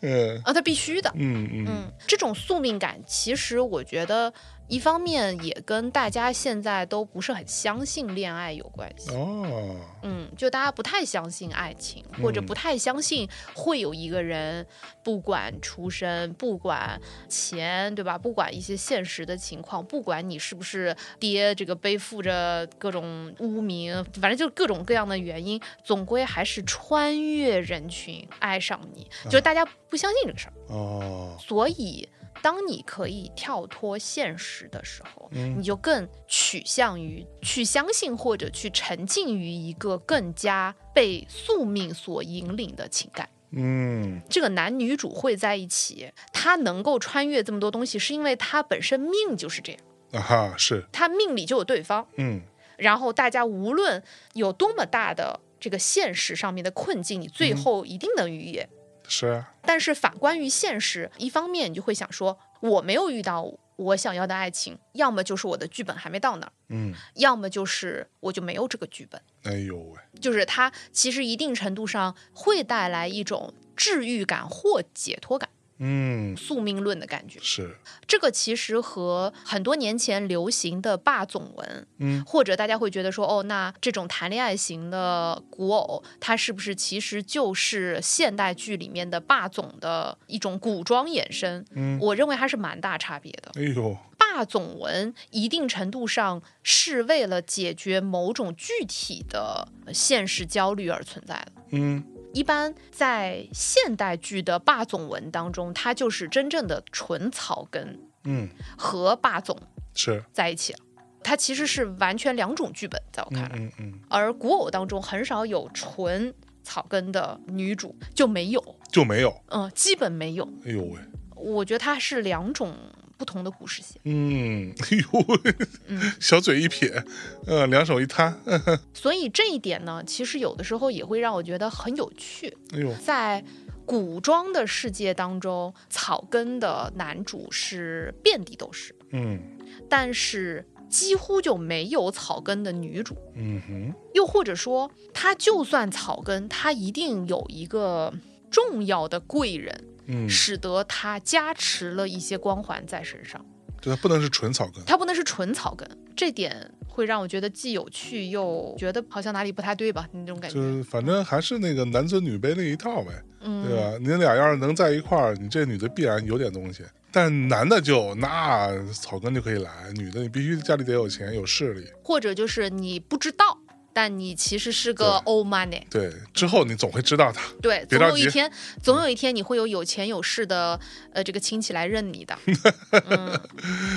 [SPEAKER 3] 嗯
[SPEAKER 2] 啊，它必须的。
[SPEAKER 3] 嗯嗯，
[SPEAKER 2] 嗯，这种宿命感，其实我觉得一方面也跟大家现在都不是很相信恋爱有关系。
[SPEAKER 3] 哦，
[SPEAKER 2] 嗯，就大家不太相信爱情，或者
[SPEAKER 3] 嗯
[SPEAKER 2] 不太相信会有一个人，不管出身，不管钱，对吧？不管一些现实的情况，不管你是不是爹，这个背负着各种污名，反正就各种各样的原因，总归还是穿越人群爱上你，就是
[SPEAKER 3] 啊
[SPEAKER 2] 大家不相信这个事儿。
[SPEAKER 3] 哦，
[SPEAKER 2] 所以，当你可以跳脱现实的时候，
[SPEAKER 3] 嗯
[SPEAKER 2] 你就更取向于去相信或者去沉浸于一个更加被宿命所引领的情感。
[SPEAKER 3] 嗯
[SPEAKER 2] 这个男女主会在一起，他能够穿越这么多东西，是因为他本身命就是这样，
[SPEAKER 3] 啊哈是，
[SPEAKER 2] 他命里就有对方。
[SPEAKER 3] 嗯
[SPEAKER 2] 然后大家无论有多么大的这个现实上面的困境，你最后一定能逾越。
[SPEAKER 3] 是啊，
[SPEAKER 2] 但是反观于现实，一方面你就会想说，我没有遇到我想要的爱情，要么就是我的剧本还没到那儿，
[SPEAKER 3] 嗯，
[SPEAKER 2] 要么就是我就没有这个剧本。
[SPEAKER 3] 哎呦喂，
[SPEAKER 2] 就是它其实一定程度上会带来一种治愈感或解脱感、
[SPEAKER 3] 嗯
[SPEAKER 2] 宿命论的感觉。
[SPEAKER 3] 是，
[SPEAKER 2] 这个其实和很多年前流行的霸总文，
[SPEAKER 3] 嗯
[SPEAKER 2] 或者大家会觉得说，哦，那这种谈恋爱型的古偶，它是不是其实就是现代剧里面的霸总的一种古装衍生？
[SPEAKER 3] 嗯，
[SPEAKER 2] 我认为还是蛮大差别的。
[SPEAKER 3] 哎呦，
[SPEAKER 2] 霸总文一定程度上是为了解决某种具体的现实焦虑而存在的。
[SPEAKER 3] 嗯
[SPEAKER 2] 一般在现代剧的霸总文当中，它就是真正的纯草根
[SPEAKER 3] 嗯
[SPEAKER 2] 和霸总
[SPEAKER 3] 是，
[SPEAKER 2] 在一起了。它其实是完全两种剧本，在我看
[SPEAKER 3] 嗯
[SPEAKER 2] 来。
[SPEAKER 3] 嗯嗯，
[SPEAKER 2] 而古偶当中很少有纯草根的女主，就没有，
[SPEAKER 3] 就没有，
[SPEAKER 2] 嗯、基本没有。
[SPEAKER 3] 哎呦喂，
[SPEAKER 2] 我觉得它是两种不同的故事线，
[SPEAKER 3] 嗯，哎呦喂，
[SPEAKER 2] 嗯
[SPEAKER 3] 小嘴一撇，呃，两手一摊，呵呵
[SPEAKER 2] 所以这一点呢，其实有的时候也会让我觉得很有趣。
[SPEAKER 3] 哎呦，
[SPEAKER 2] 在古装的世界当中，草根的男主是遍地都是，
[SPEAKER 3] 嗯
[SPEAKER 2] 但是几乎就没有草根的女主。
[SPEAKER 3] 嗯哼，
[SPEAKER 2] 又或者说，他就算草根，他一定有一个重要的贵人，
[SPEAKER 3] 嗯，
[SPEAKER 2] 使得他加持了一些光环在身上。
[SPEAKER 3] 对，它不能是纯草根，
[SPEAKER 2] 他不能是纯草根，这点会让我觉得既有趣又觉得好像哪里不太对吧？那种感
[SPEAKER 3] 就
[SPEAKER 2] 觉。
[SPEAKER 3] 是反正还是那个男尊女卑那一套呗，对
[SPEAKER 2] 嗯，
[SPEAKER 3] 吧？你俩要是能在一块儿，你这女的必然有点东西。但男的就那草根就可以来，女的你必须家里得有钱有势力，
[SPEAKER 2] 或者就是你不知道，但你其实是个 old money。
[SPEAKER 3] 对，之后你总会知道他，
[SPEAKER 2] 对，
[SPEAKER 3] 别
[SPEAKER 2] 总
[SPEAKER 3] 着
[SPEAKER 2] 有一
[SPEAKER 3] 急
[SPEAKER 2] 天，总有一天你会有有钱有势的呃这个亲戚来认 你的。嗯，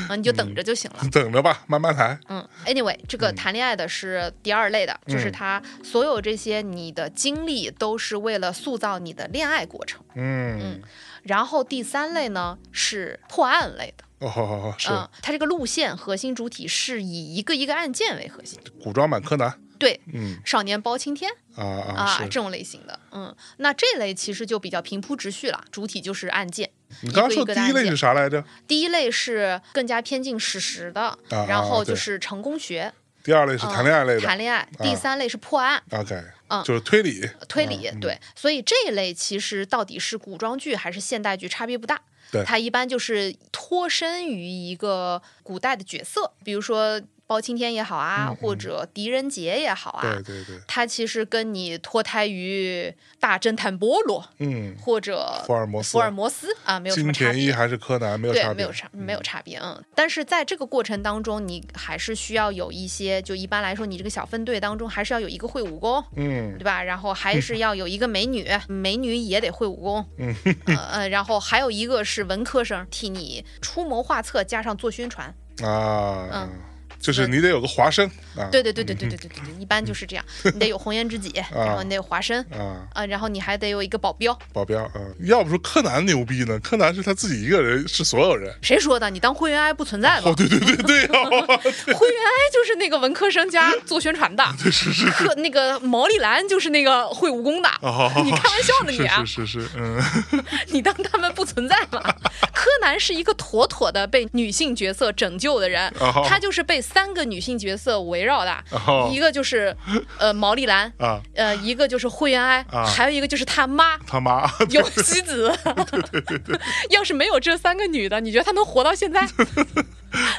[SPEAKER 2] 啊，你就等着就行了。
[SPEAKER 3] 等着吧，慢慢来。
[SPEAKER 2] 嗯，anyway，这个谈恋爱的是第二类的，就是
[SPEAKER 3] 嗯
[SPEAKER 2] 他所有这些你的经历都是为了塑造你的恋爱过程。
[SPEAKER 3] 嗯，
[SPEAKER 2] 然后第三类呢是破案类的，
[SPEAKER 3] 哦，好好好，是
[SPEAKER 2] 嗯，它这个路线核心主体是以一个一个案件为核心，
[SPEAKER 3] 古装版柯南，
[SPEAKER 2] 对，
[SPEAKER 3] 嗯
[SPEAKER 2] 少年包青天
[SPEAKER 3] 啊
[SPEAKER 2] 啊
[SPEAKER 3] 啊
[SPEAKER 2] 这
[SPEAKER 3] 是。
[SPEAKER 2] 种类型的，嗯，那这类其实就比较平铺直叙了，主体就是案件。
[SPEAKER 3] 你刚刚说
[SPEAKER 2] 一个一个的
[SPEAKER 3] 第一类
[SPEAKER 2] 案
[SPEAKER 3] 是
[SPEAKER 2] 件
[SPEAKER 3] 啥来着？
[SPEAKER 2] 第一类是更加偏近史实的，
[SPEAKER 3] 啊
[SPEAKER 2] 然后
[SPEAKER 3] 对
[SPEAKER 2] 就是成功学，
[SPEAKER 3] 第二类是
[SPEAKER 2] 嗯
[SPEAKER 3] 谈恋爱类的。
[SPEAKER 2] 谈恋爱。第
[SPEAKER 3] 啊
[SPEAKER 2] 三类是破案，
[SPEAKER 3] OK，、
[SPEAKER 2] 嗯
[SPEAKER 3] 就是推理，
[SPEAKER 2] 推理，
[SPEAKER 3] 嗯
[SPEAKER 2] 对，所以这一类其实到底是古装剧还是现代剧差别不大。
[SPEAKER 3] 对
[SPEAKER 2] 它一般就是脱身于一个古代的角色，比如说包青天也好啊，或者狄仁杰也好啊
[SPEAKER 3] 嗯对，对对，
[SPEAKER 2] 它其实跟你脱胎于大侦探波罗
[SPEAKER 3] 嗯，
[SPEAKER 2] 或者
[SPEAKER 3] 福尔摩斯
[SPEAKER 2] 呃福尔摩斯啊，没有什
[SPEAKER 3] 金
[SPEAKER 2] 么差
[SPEAKER 3] 田一
[SPEAKER 2] 别。
[SPEAKER 3] 还是柯南没有差
[SPEAKER 2] 对，
[SPEAKER 3] 别，
[SPEAKER 2] 没有差，没有差别，嗯。但是在这个过程当中，你还是需要有一些，就一般来说，你这个小分队当中还是要有一个会武功，
[SPEAKER 3] 嗯
[SPEAKER 2] 对吧？然后还是要有一个美女，美女也得会武功，嗯，呃，然后还有一个是文科生替你出谋划策，加上做宣传，
[SPEAKER 3] 啊，
[SPEAKER 2] 嗯
[SPEAKER 3] 就是你得有个华生啊，
[SPEAKER 2] 对对对对对对对对，对一般就是 这样，你得有红颜知己，然后你得有华生
[SPEAKER 3] 啊，
[SPEAKER 2] 啊，然后你还得有一个保镖。
[SPEAKER 3] 保镖啊，要不说柯南牛逼呢，柯南是他自己一个人，是所有人。
[SPEAKER 2] 谁说的？你当灰原哀不存在吗？
[SPEAKER 3] 哦，对对对对哦，
[SPEAKER 2] 灰原哀就是那个文科生家做宣传的，
[SPEAKER 3] 是 是是，
[SPEAKER 2] 克那个毛利兰就是那个会武功的。
[SPEAKER 3] 哦，
[SPEAKER 2] 你开玩笑呢你啊！
[SPEAKER 3] 是是是是，嗯，
[SPEAKER 2] 你当他们不存在 吗？柯南是一个妥妥的被女性角色拯救的人
[SPEAKER 3] 哦，
[SPEAKER 2] 他就是被三个女性角色围绕的，
[SPEAKER 3] 哦
[SPEAKER 2] 一个就是呃毛利兰，
[SPEAKER 3] 啊，
[SPEAKER 2] 呃一个就是灰原哀，
[SPEAKER 3] 啊
[SPEAKER 2] 还有一个就是他 妈。
[SPEAKER 3] 他妈，
[SPEAKER 2] 有希子，要是没有这三个女的，你觉得她能活到现在？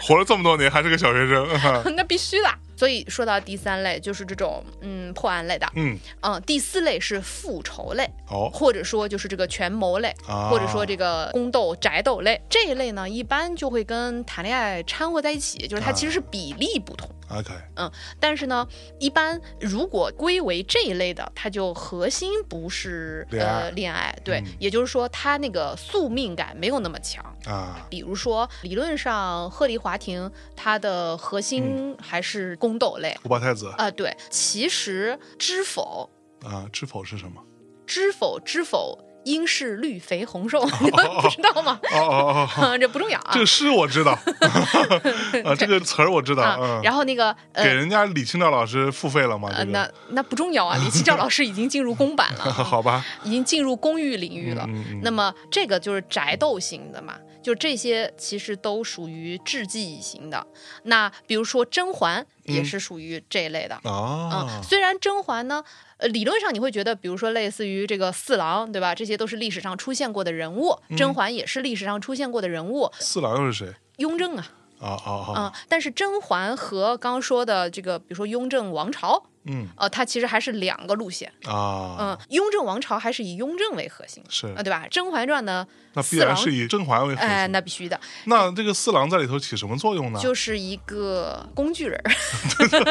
[SPEAKER 3] 活了这么多年还是个小学生，啊
[SPEAKER 2] 那必须的。所以说到第三类，就是这种嗯破案类的，
[SPEAKER 3] 嗯，
[SPEAKER 2] 嗯，第四类是复仇类，
[SPEAKER 3] 好
[SPEAKER 2] 或者说就是这个权谋类，
[SPEAKER 3] 啊
[SPEAKER 2] 或者说这个宫斗、宅斗类这一类呢，一般就会跟谈恋爱掺和在一起，就是它
[SPEAKER 3] 啊
[SPEAKER 2] 其实是比例不同。
[SPEAKER 3] ，OK，
[SPEAKER 2] 但是呢，一般如果归为这一类的，它就核心不是
[SPEAKER 3] 恋爱
[SPEAKER 2] 呃恋爱，对，
[SPEAKER 3] 嗯
[SPEAKER 2] 也就是说它那个宿命感没有那么强。
[SPEAKER 3] 啊，
[SPEAKER 2] 比如说，理论上鹤立华庭它的核
[SPEAKER 3] 嗯
[SPEAKER 2] 心还是宫斗类。
[SPEAKER 3] 胡八太子
[SPEAKER 2] 啊、对，其实知否
[SPEAKER 3] 啊，知否是什么？
[SPEAKER 2] 知否知否，应是绿肥红 瘦， 你们不知道吗？
[SPEAKER 3] 哦哦哦，
[SPEAKER 2] 这不重要啊。
[SPEAKER 3] 这个诗我知道， 啊，这个词儿我知道，
[SPEAKER 2] 啊
[SPEAKER 3] 嗯，，
[SPEAKER 2] 然后那个
[SPEAKER 3] 给
[SPEAKER 2] 呃
[SPEAKER 3] 人家李清照老师付费了吗？
[SPEAKER 2] 呃，
[SPEAKER 3] 这
[SPEAKER 2] 那
[SPEAKER 3] 个，
[SPEAKER 2] 那不重要啊。李清照老师已经进入公版了，
[SPEAKER 3] 好吧，
[SPEAKER 2] 已经进入公寓领域了
[SPEAKER 3] 嗯嗯嗯。
[SPEAKER 2] 那么这个就是宅斗型的嘛，就这些其实都属于智计型的。那比如说甄嬛
[SPEAKER 3] 嗯
[SPEAKER 2] 也是属于这一类的。嗯，
[SPEAKER 3] 啊，
[SPEAKER 2] 虽然甄嬛呢，呃，理论上你会觉得，比如说类似于这个四郎，对吧？这些都是历史上出现过的人物，
[SPEAKER 3] 嗯
[SPEAKER 2] 甄嬛也是历史上出现过的人物，
[SPEAKER 3] 四郎又是谁？
[SPEAKER 2] 雍正啊，
[SPEAKER 3] 啊啊
[SPEAKER 2] 嗯
[SPEAKER 3] 啊，，
[SPEAKER 2] 但是甄嬛和刚刚说的这个，比如说雍正王朝，
[SPEAKER 3] 嗯
[SPEAKER 2] 呃，它其实还是两个路线，
[SPEAKER 3] 啊，
[SPEAKER 2] 嗯，雍正王朝还是以雍正为核心，
[SPEAKER 3] 是
[SPEAKER 2] 啊，对吧？《甄嬛传》呢，
[SPEAKER 3] 那必
[SPEAKER 2] 四
[SPEAKER 3] 然
[SPEAKER 2] 郎，
[SPEAKER 3] 是以甄嬛为核
[SPEAKER 2] 哎，
[SPEAKER 3] 心。啊
[SPEAKER 2] 那必须的，
[SPEAKER 3] 那这个四郎在里头起什么作用呢？
[SPEAKER 2] 就是一个工具人儿，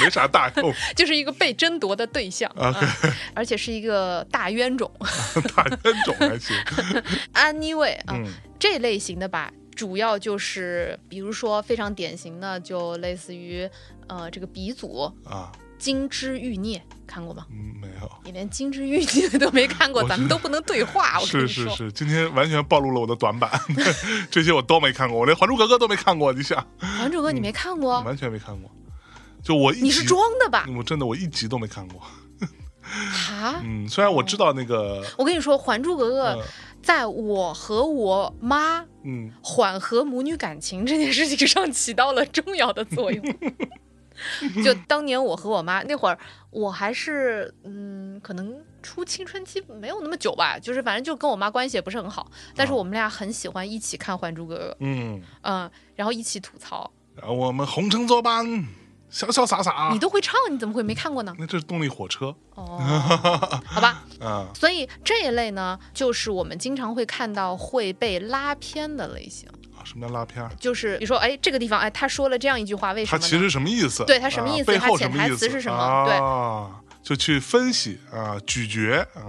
[SPEAKER 3] 没啥大用，
[SPEAKER 2] 就是一个被争夺的对象，
[SPEAKER 3] 啊
[SPEAKER 2] 嗯而且是一个大冤种。
[SPEAKER 3] 大冤种 还行。
[SPEAKER 2] anyway 啊、
[SPEAKER 3] 嗯
[SPEAKER 2] 这类型的吧，主要就是比如说非常典型的，就类似于呃这个鼻祖
[SPEAKER 3] 啊，
[SPEAKER 2] 金枝欲孽，看过吗？
[SPEAKER 3] 嗯，没有。
[SPEAKER 2] 你连《金枝欲孽》都没看过，
[SPEAKER 3] 我
[SPEAKER 2] 咱们都不能对话。啊我跟
[SPEAKER 3] 是
[SPEAKER 2] 你
[SPEAKER 3] 是
[SPEAKER 2] 说，
[SPEAKER 3] 是，今天完全暴露了我的短板， 这些我都没看过，我连《还珠格格》都没看过，你想，
[SPEAKER 2] 还珠格格》你没
[SPEAKER 3] 嗯
[SPEAKER 2] 看过？
[SPEAKER 3] 完全没看过。就我一集，
[SPEAKER 2] 哦你是装的吧？
[SPEAKER 3] 我真的我一集都没看过。
[SPEAKER 2] 啊！
[SPEAKER 3] 嗯，虽然我知道那个，
[SPEAKER 2] 我跟你说，《还珠格格》
[SPEAKER 3] 呃
[SPEAKER 2] 在我和我妈
[SPEAKER 3] 嗯，
[SPEAKER 2] 缓和母女感情这件事情上起到了重要的作 用。就当年我和我妈那会儿，我还是嗯，可能出青春期没有那么久吧，就是反正就跟我妈关系也不是很好，但是
[SPEAKER 3] 啊
[SPEAKER 2] 我们俩很喜欢一起看《还珠格格》，
[SPEAKER 3] 嗯，
[SPEAKER 2] 嗯，然后一起吐槽。
[SPEAKER 3] 然呃后我们红尘作伴，潇潇洒洒。
[SPEAKER 2] 你都会唱，你怎么会没看过呢？
[SPEAKER 3] 那这是动力火车
[SPEAKER 2] 哦，好吧，
[SPEAKER 3] 啊，
[SPEAKER 2] 所以这一类呢，就是我们经常会看到会被拉偏的类型，
[SPEAKER 3] 啊什么叫拉片儿？
[SPEAKER 2] 就是你说，哎，这个地方，哎，他说了这样一句话，为什
[SPEAKER 3] 它
[SPEAKER 2] 么
[SPEAKER 3] 其
[SPEAKER 2] 呢？
[SPEAKER 3] 实什么意思？
[SPEAKER 2] 对它什么
[SPEAKER 3] 啊
[SPEAKER 2] 意思
[SPEAKER 3] 背
[SPEAKER 2] 它
[SPEAKER 3] 后
[SPEAKER 2] 潜
[SPEAKER 3] 什么
[SPEAKER 2] 台
[SPEAKER 3] 意
[SPEAKER 2] 词
[SPEAKER 3] 思
[SPEAKER 2] 是什么
[SPEAKER 3] 啊，就去分析啊，咀嚼啊，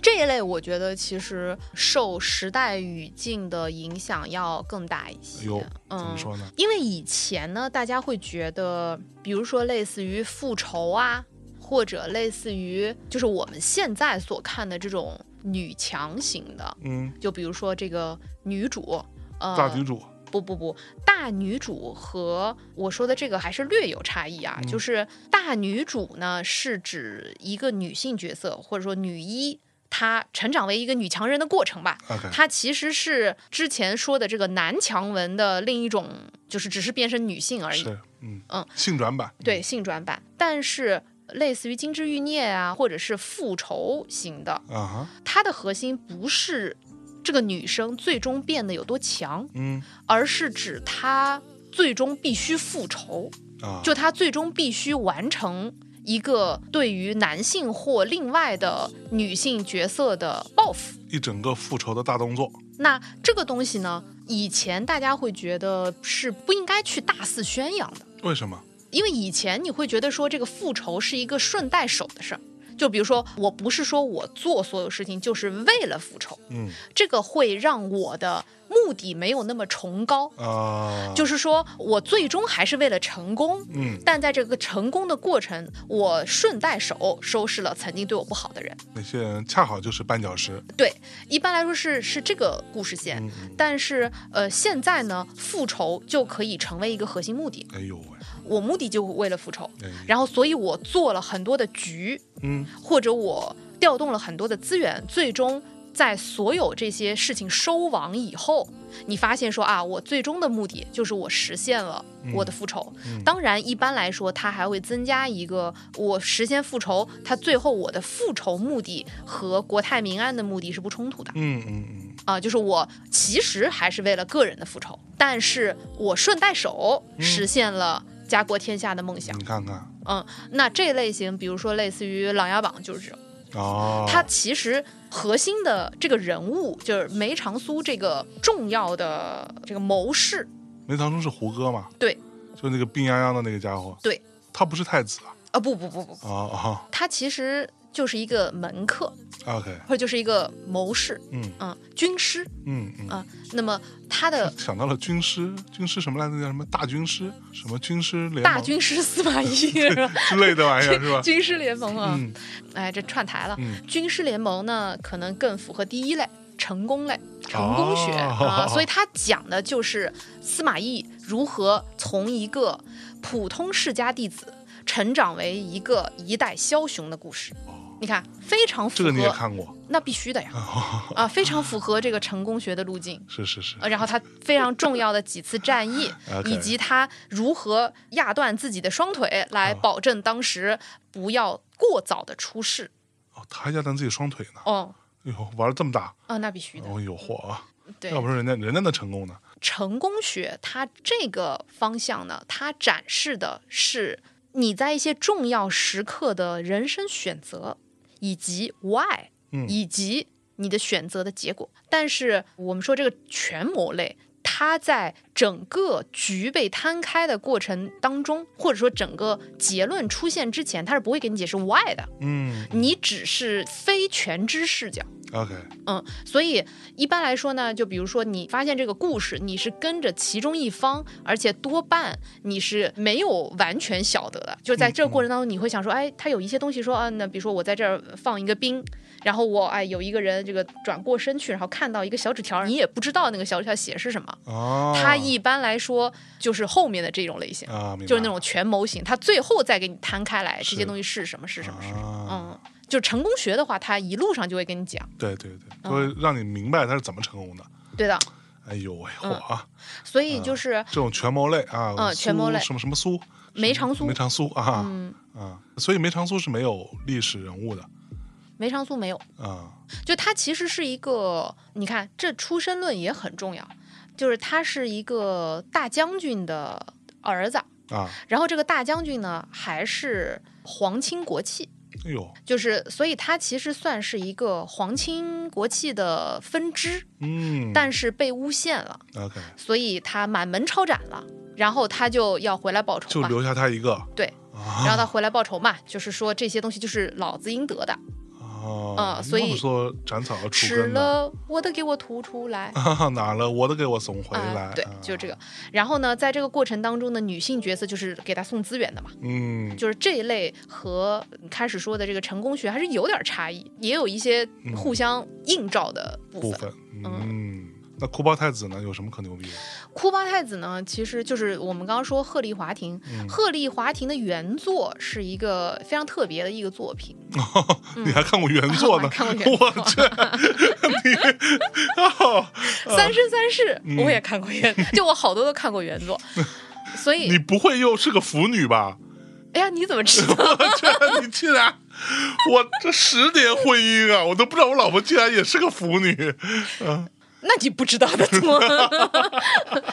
[SPEAKER 2] 这一类我觉得其实受时代语境的影响要更大一
[SPEAKER 3] 哎
[SPEAKER 2] 些
[SPEAKER 3] 呦，，怎么
[SPEAKER 2] 嗯。
[SPEAKER 3] 说呢？
[SPEAKER 2] 因为以前呢，大家会觉得，比如说类似于复仇啊，或者类似于就是我们现在所看的这种女强型的，
[SPEAKER 3] 嗯，
[SPEAKER 2] 就比如说这个女主，呃，
[SPEAKER 3] 大女主
[SPEAKER 2] 不不不，大女主和我说的这个还是略有差异啊。
[SPEAKER 3] 嗯
[SPEAKER 2] 就是大女主呢，是指一个女性角色或者说女一，她成长为一个女强人的过程吧。
[SPEAKER 3] ，OK，
[SPEAKER 2] 它其实是之前说的这个男强文的另一种，就是只是变身女性而已。
[SPEAKER 3] 是，嗯
[SPEAKER 2] 嗯，
[SPEAKER 3] 性转版，
[SPEAKER 2] 对性转版，但是类似于金枝欲孽啊，或者是复仇型的，
[SPEAKER 3] 啊哈，
[SPEAKER 2] 它的核心不是这个女生最终变得有多强，
[SPEAKER 3] 嗯
[SPEAKER 2] 而是指她最终必须复仇，
[SPEAKER 3] 啊，
[SPEAKER 2] 就她最终必须完成一个对于男性或另外的女性角色的报复。
[SPEAKER 3] 一整个复仇的大动作，
[SPEAKER 2] 那这个东西呢，以前大家会觉得是不应该去大肆宣扬的。
[SPEAKER 3] 为什么？
[SPEAKER 2] 因为以前你会觉得说这个复仇是一个顺带手的事儿，就比如说我不是说我做所有事情就是为了复仇，
[SPEAKER 3] 嗯
[SPEAKER 2] 这个会让我的目的没有那么崇高，
[SPEAKER 3] 啊，
[SPEAKER 2] 就是说我最终还是为了成功，
[SPEAKER 3] 嗯，
[SPEAKER 2] 但在这个成功的过程，我顺带手收拾了曾经对我不好的人。
[SPEAKER 3] 那些人恰好就是绊脚石，
[SPEAKER 2] 对，一般来说是是这个故事
[SPEAKER 3] 嗯
[SPEAKER 2] 线，但是呃，现在呢，复仇就可以成为一个核心目的。
[SPEAKER 3] 哎呦喂，
[SPEAKER 2] 我目的就为了复仇，
[SPEAKER 3] 哎
[SPEAKER 2] 然后所以我做了很多的局，
[SPEAKER 3] 嗯，
[SPEAKER 2] 或者我调动了很多的资源，最终在所有这些事情收网以后，你发现说啊，我最终的目的就是我实现了我的复仇。当然，一般来说，它还会增加一个我实现复仇，它最后我的复仇目的和国泰民安的目的是不冲突的
[SPEAKER 3] 嗯嗯嗯，
[SPEAKER 2] 啊、就是我其实还是为了个人的复仇，但是我顺带手实现了家国天下的梦想。
[SPEAKER 3] 你看看，
[SPEAKER 2] 嗯，那这类型，比如说类似于《琅琊榜》就是这种，
[SPEAKER 3] 哦，
[SPEAKER 2] 它其实核心的这个人物就是梅长苏这个重要的这个谋士，
[SPEAKER 3] 梅长苏是胡歌嘛？
[SPEAKER 2] 对，
[SPEAKER 3] 就那个病殃殃的那个家伙，
[SPEAKER 2] 对，
[SPEAKER 3] 他不是太子啊，
[SPEAKER 2] 啊不不不不不，
[SPEAKER 3] 啊啊
[SPEAKER 2] 他其实就是一个门客，
[SPEAKER 3] 哦，OK，
[SPEAKER 2] 或者就是一个谋士，
[SPEAKER 3] 嗯
[SPEAKER 2] 嗯，军师
[SPEAKER 3] 嗯嗯，
[SPEAKER 2] 啊、那么他的
[SPEAKER 3] 想到了军师，军师什么来着？叫什么大军师，什么军师联盟
[SPEAKER 2] 大军师司马懿 是吧？
[SPEAKER 3] 之类的玩意儿是吧？
[SPEAKER 2] 军师联盟啊，
[SPEAKER 3] 嗯
[SPEAKER 2] 哎，这串台了。
[SPEAKER 3] 嗯
[SPEAKER 2] 军师联盟呢，可能更符合第一类成功类成功学、
[SPEAKER 3] 哦
[SPEAKER 2] 啊，所以他讲的就是司马懿如何从一个普通世家弟子成长为一个一代枭雄的故事。你看，非常符
[SPEAKER 3] 哦这
[SPEAKER 2] 合，
[SPEAKER 3] 个你也看过，
[SPEAKER 2] 那必须 的呀，啊，非常符合这个成功学的路径。
[SPEAKER 3] 是是是，
[SPEAKER 2] 呃然后他非常重要的几次战役
[SPEAKER 3] OK
[SPEAKER 2] 以及他如何压断自己的双腿，来保证当时不要过早的出事。
[SPEAKER 3] 哦，他还压断自己双腿呢，
[SPEAKER 2] 哦，
[SPEAKER 3] 哎呦，玩的这么大，
[SPEAKER 2] 啊，那必须的。
[SPEAKER 3] 哦有货啊，
[SPEAKER 2] 对，
[SPEAKER 3] 要不说人家人家能成功呢，
[SPEAKER 2] 成功学它这个方向呢，它展示的是你在一些重要时刻的人生选择，以及 why，、
[SPEAKER 3] 嗯
[SPEAKER 2] 以及你的选择的结果。但是我们说这个权谋类。它在整个局被摊开的过程当中，或者说整个结论出现之前，它是不会给你解释 why 的，
[SPEAKER 3] 嗯
[SPEAKER 2] 你只是非全知视角。
[SPEAKER 3] ，OK，
[SPEAKER 2] 嗯，所以一般来说呢，就比如说你发现这个故事，你是跟着其中一方，而且多半你是没有完全晓得的。就在这个
[SPEAKER 3] 嗯
[SPEAKER 2] 过程当中，你会想说，哎，他有一些东西说，啊，那比如说我在这儿放一个兵，然后我哎有一个人这个转过身去，然后看到一个小纸条，你也不知道那个小纸条写是什么。
[SPEAKER 3] 哦，
[SPEAKER 2] 它一般来说就是后面的这种类型，
[SPEAKER 3] 啊，明白
[SPEAKER 2] 就是那种权谋型，它最后再给你摊开来这
[SPEAKER 3] 是
[SPEAKER 2] 些东西是什么是什么是什么。
[SPEAKER 3] 啊，
[SPEAKER 2] 嗯，就成功学的话，它一路上就会跟你讲，
[SPEAKER 3] 对对对，
[SPEAKER 2] 嗯
[SPEAKER 3] 他会让你明白他是怎么成功的。
[SPEAKER 2] 对的。
[SPEAKER 3] 哎呦喂，
[SPEAKER 2] 嗯
[SPEAKER 3] 嚯啊！
[SPEAKER 2] 所以就是
[SPEAKER 3] 这种权谋类啊，
[SPEAKER 2] 嗯
[SPEAKER 3] 苏
[SPEAKER 2] 权谋类
[SPEAKER 3] 什么什么苏，
[SPEAKER 2] 梅长苏
[SPEAKER 3] 梅，长苏啊，嗯啊，所以梅长苏是没有历史人物的
[SPEAKER 2] 梅长苏没有，
[SPEAKER 3] 啊，
[SPEAKER 2] 就他其实是一个，你看这出身论也很重要，就是他是一个大将军的儿子，
[SPEAKER 3] 啊，
[SPEAKER 2] 然后这个大将军呢还是皇亲国戚，
[SPEAKER 3] 哎呦，
[SPEAKER 2] 就是所以他其实算是一个皇亲国戚的分支，
[SPEAKER 3] 嗯，
[SPEAKER 2] 但是被诬陷了，
[SPEAKER 3] OK，
[SPEAKER 2] 所以他满门抄斩了，然后他就要回来报仇
[SPEAKER 3] 就
[SPEAKER 2] 嘛，
[SPEAKER 3] 留下啊他一个
[SPEAKER 2] 对。然后他回来报仇嘛，就是说这些东西就是老子应得的，
[SPEAKER 3] 啊，
[SPEAKER 2] 嗯所以
[SPEAKER 3] 那么说斩草除
[SPEAKER 2] 吃
[SPEAKER 3] 根呢，
[SPEAKER 2] 了我得给我吐出来，
[SPEAKER 3] 哪了我都给我怂回
[SPEAKER 2] 啊，
[SPEAKER 3] 来，
[SPEAKER 2] 对
[SPEAKER 3] 啊，
[SPEAKER 2] 就这个。然后呢，在这个过程当中呢，女性角色就是给他送资源的嘛，
[SPEAKER 3] 嗯，
[SPEAKER 2] 就是这一类和开始说的这个成功学还是有点差异，也有一些互相映照的部
[SPEAKER 3] 嗯部
[SPEAKER 2] 分。
[SPEAKER 3] 分，嗯，那哭包太子呢，有什么可牛逼的？
[SPEAKER 2] 库巴太子呢，其实就是我们刚刚说鹤唳华亭，
[SPEAKER 3] 嗯
[SPEAKER 2] 鹤唳华亭的原作是一个非常特别的一个作品，
[SPEAKER 3] 你还看过原作
[SPEAKER 2] 我
[SPEAKER 3] 呢？
[SPEAKER 2] 还嗯 看过原作
[SPEAKER 3] 我去， 你 哦，
[SPEAKER 2] 三生三世》
[SPEAKER 3] 嗯
[SPEAKER 2] 我也看过原，就我好多都看过原 作，所以
[SPEAKER 3] 你不会又是个腐女吧？
[SPEAKER 2] 哎呀，你怎么 知道？
[SPEAKER 3] 我去，你竟然，我这十年婚姻啊，我都不知道我老婆竟然也是个腐女。
[SPEAKER 2] 那你不知道的多。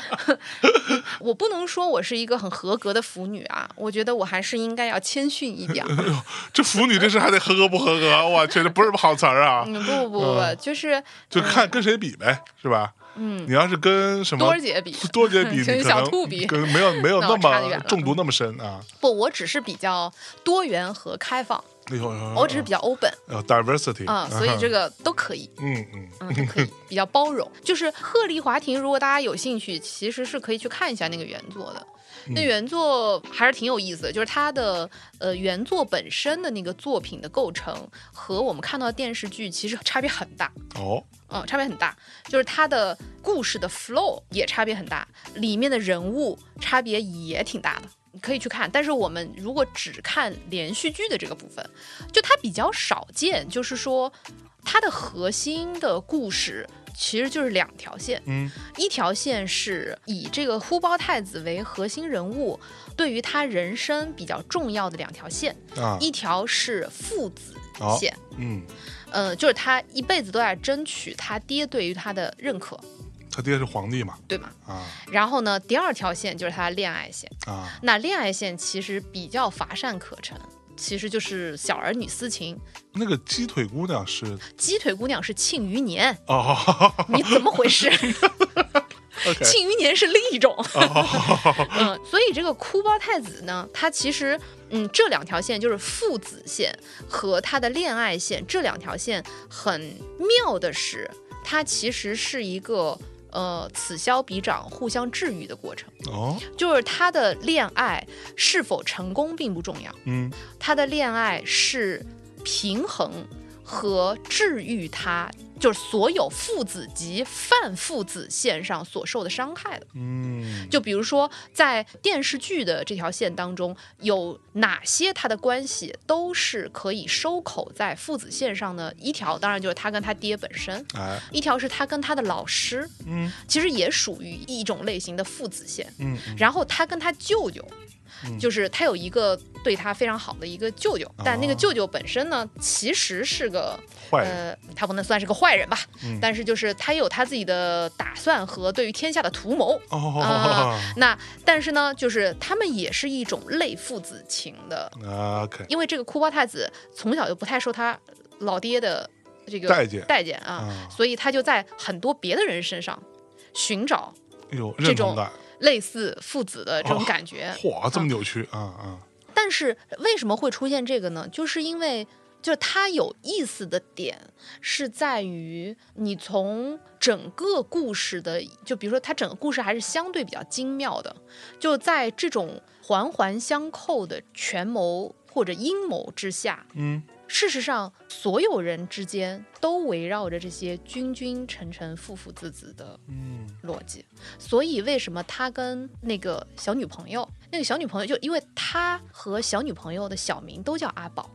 [SPEAKER 2] 我不能说我是一个很合格的腐女啊，我觉得我还是应该要谦逊一 点儿。
[SPEAKER 3] 哎呦，这腐女这事还得合格不合格？我去，这不是好词儿啊！
[SPEAKER 2] 嗯，不不不不不，就是
[SPEAKER 3] 就看跟谁比呗，是吧？嗯，你要是跟什么
[SPEAKER 2] 多儿姐比
[SPEAKER 3] 多儿姐 比，你可
[SPEAKER 2] 跟
[SPEAKER 3] 能
[SPEAKER 2] 小兔比
[SPEAKER 3] 跟没有没有
[SPEAKER 2] 那
[SPEAKER 3] 那
[SPEAKER 2] 我差得远
[SPEAKER 3] 么
[SPEAKER 2] 了
[SPEAKER 3] 中毒那么深啊。
[SPEAKER 2] 不，我只是比较多元和开放。
[SPEAKER 3] 哎呦，哎呦
[SPEAKER 2] 我只是比较 open
[SPEAKER 3] 哎呦 diversity
[SPEAKER 2] 啊、所以这
[SPEAKER 3] 个
[SPEAKER 2] 个都可以。
[SPEAKER 3] 嗯嗯
[SPEAKER 2] 嗯，都可以比较包容。就是《鹤唳华亭》，如果大家有兴趣，其实是可以去看一下那个原作的。那原作还是挺有意思的，就是它的呃原作本身的那个作品的构成和我们看到的电视剧其实差别很大，
[SPEAKER 3] 哦
[SPEAKER 2] 嗯，差别很大。就是它的故事的 flow 也差别很大，里面的人物差别也挺大的。你可以去看，但是我们如果只看连续剧的这个部分，就它比较少见，就是说它的核心的故事其实就是两条线，
[SPEAKER 3] 嗯
[SPEAKER 2] 一条线是以这个呼包太子为核心人物，对于他人生比较重要的两条线，
[SPEAKER 3] 啊
[SPEAKER 2] 一条是父子
[SPEAKER 3] 好
[SPEAKER 2] 线，
[SPEAKER 3] 嗯，
[SPEAKER 2] 呃，就是他一辈子都在争取他爹对于他的认可，
[SPEAKER 3] 他爹是皇帝嘛
[SPEAKER 2] 对吗？
[SPEAKER 3] 啊
[SPEAKER 2] 然后呢，第二条线就是他的恋爱线，
[SPEAKER 3] 啊
[SPEAKER 2] 那恋爱线其实比较乏善可陈。其实就是小儿女私情，
[SPEAKER 3] 那个鸡腿姑娘是
[SPEAKER 2] 鸡腿姑娘是庆余年，
[SPEAKER 3] 哦
[SPEAKER 2] 你怎么回事？
[SPEAKER 3] ，OK
[SPEAKER 2] 庆余年是另一种。
[SPEAKER 3] 哦
[SPEAKER 2] 嗯，所以这个哭包太子呢，他其实，嗯，这两条线就是父子线和他的恋爱线，这两条线很妙的是，它其实是一个呃此消彼长、互相治愈的过程。
[SPEAKER 3] 哦
[SPEAKER 2] 就是他的恋爱是否成功并不重要，
[SPEAKER 3] 嗯
[SPEAKER 2] 他的恋爱是平衡和治愈他。就是所有父子及泛父子线上所受的伤害的，
[SPEAKER 3] 嗯
[SPEAKER 2] 就比如说，在电视剧的这条线当中，有哪些他的关系都是可以收口在父子线上的？一条当然就是他跟他爹本身，
[SPEAKER 3] 哎
[SPEAKER 2] 一条是他跟他的老师，
[SPEAKER 3] 嗯
[SPEAKER 2] 其实也属于一种类型的父子线。
[SPEAKER 3] 嗯
[SPEAKER 2] 然后他跟他舅舅，就是他有一个对他非常好的一个舅舅，
[SPEAKER 3] 哦
[SPEAKER 2] 但那个舅舅本身呢，其实是个
[SPEAKER 3] 坏人嗯
[SPEAKER 2] 呃，他不能算是个坏人吧，但是就是他也有他自己的打算和对于天下的图谋。
[SPEAKER 3] 哦
[SPEAKER 2] 啊那但是呢，就是他们也是一种类父子情的，
[SPEAKER 3] OK
[SPEAKER 2] 因为这个哭包太子从小就不太受他老爹的这个
[SPEAKER 3] 待见
[SPEAKER 2] 待见啊，
[SPEAKER 3] 啊
[SPEAKER 2] 所以他就在很多别的人身上寻找
[SPEAKER 3] 有
[SPEAKER 2] 这
[SPEAKER 3] 认同
[SPEAKER 2] 种
[SPEAKER 3] 感
[SPEAKER 2] 类似父子的这种
[SPEAKER 3] 哦
[SPEAKER 2] 感觉。
[SPEAKER 3] 嚯这么扭曲啊啊
[SPEAKER 2] 但是为什么会出现这个呢？就是因为就是它有意思的点是在于你从整个故事的，就比如说它整个故事还是相对比较精妙的，就在这种环环相扣的权谋或者阴谋之下，
[SPEAKER 3] 嗯
[SPEAKER 2] 事实上所有人之间都围绕着这些君君臣臣、父父子子的
[SPEAKER 3] 嗯
[SPEAKER 2] 逻辑。所以为什么他跟那个小女朋友，那个小女朋友就因为他和小女朋友的小名都叫阿宝，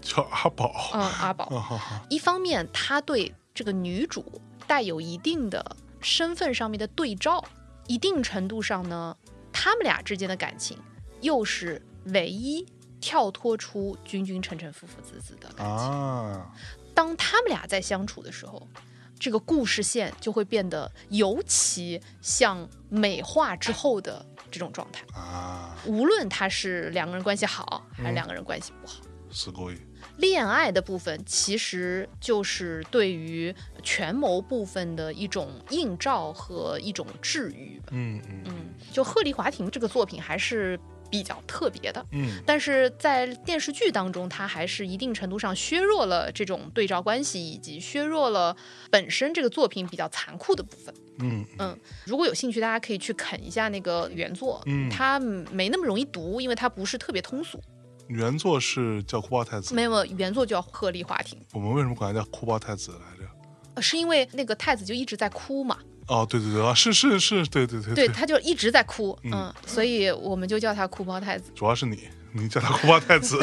[SPEAKER 3] 叫阿宝
[SPEAKER 2] 嗯，阿
[SPEAKER 3] 啊
[SPEAKER 2] 宝。
[SPEAKER 3] 哈哈
[SPEAKER 2] 一方面，他对这个女主带有一定的身份上面的对照，一定程度上呢，他们俩之间的感情又是唯一跳脱出君君臣臣父父子子的感情。
[SPEAKER 3] 啊
[SPEAKER 2] 当他们俩在相处的时候，这个故事线就会变得尤其像美化之后的这种状态。
[SPEAKER 3] 啊
[SPEAKER 2] 无论他是两个人关系好，还是两个人关系不好，
[SPEAKER 3] すごい
[SPEAKER 2] 恋爱的部分其实就是对于权谋部分的一种映照和一种治愈吧。
[SPEAKER 3] 嗯嗯
[SPEAKER 2] 嗯，就《鹤唳华亭》这个作品还是比较特别的。
[SPEAKER 3] 嗯
[SPEAKER 2] 但是在电视剧当中，它还是一定程度上削弱了这种对照关系，以及削弱了本身这个作品比较残酷的部分。
[SPEAKER 3] 嗯
[SPEAKER 2] 嗯，如果有兴趣，大家可以去啃一下那个原作，
[SPEAKER 3] 嗯
[SPEAKER 2] 它没那么容易读，因为它不是特别通俗。
[SPEAKER 3] 原作是叫哭包太子
[SPEAKER 2] 没有原作叫《鹤唳华亭
[SPEAKER 3] 我们为什么管它叫哭包太子来着？》
[SPEAKER 2] 呃，是因为那个太子就一直在哭嘛，
[SPEAKER 3] 哦，对对对啊，是是是，对对对
[SPEAKER 2] 对，他就一直在哭，
[SPEAKER 3] 嗯
[SPEAKER 2] 嗯，所以我们就叫他哭包太子。
[SPEAKER 3] 主要是你，你叫他哭包太子，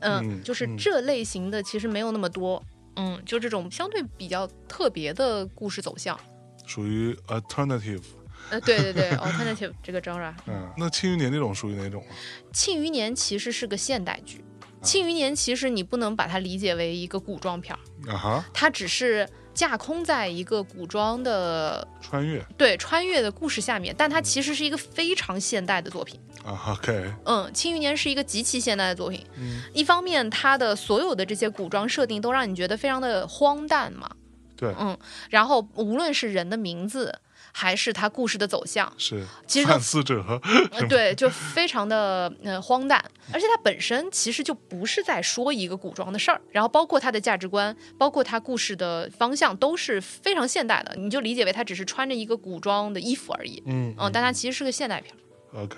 [SPEAKER 2] 嗯，就是这类型的其实没有那么多。嗯，就这种相对比较特别的故事走向，
[SPEAKER 3] 属于 alternative。
[SPEAKER 2] 呃，对对对 ，alternative 这个 genre。
[SPEAKER 3] 嗯，那《庆余年》这种属于哪种啊？
[SPEAKER 2] 庆余年其实是个现代剧，庆余年其实你不能把它理解为一个古装片儿，
[SPEAKER 3] 啊哈，
[SPEAKER 2] 它只是架空在一个古装的
[SPEAKER 3] 穿越
[SPEAKER 2] 对穿越的故事下面，但它其实是一个非常现代的作品。
[SPEAKER 3] 啊，OK，
[SPEAKER 2] 嗯，庆余年是一个极其现代的作品。
[SPEAKER 3] 嗯
[SPEAKER 2] 一方面，它的所有的这些古装设定都让你觉得非常的荒诞嘛，
[SPEAKER 3] 对，
[SPEAKER 2] 嗯，然后无论是人的名字，还是它故事的走向，
[SPEAKER 3] 是
[SPEAKER 2] 其实
[SPEAKER 3] 汉思者，
[SPEAKER 2] 呃对，就非常的呃荒诞，而且它本身其实就不是在说一个古装的事儿，然后包括它的价值观，包括它故事的方向都是非常现代的，你就理解为它只是穿着一个古装的衣服而已，
[SPEAKER 3] 嗯
[SPEAKER 2] 嗯，但它其实是个现代片儿。
[SPEAKER 3] OK，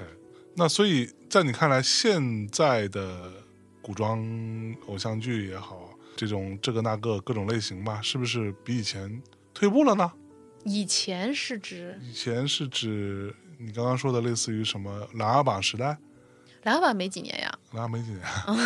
[SPEAKER 3] 那所以在你看来，现在的古装偶像剧也好，这种这个那个各种类型吧，是不是比以前退步了呢？
[SPEAKER 2] 以前是指
[SPEAKER 3] 以前是指你刚刚说的类似于什么琅琊榜时代，
[SPEAKER 2] 两百没几年呀，
[SPEAKER 3] 琅琊没几年，哎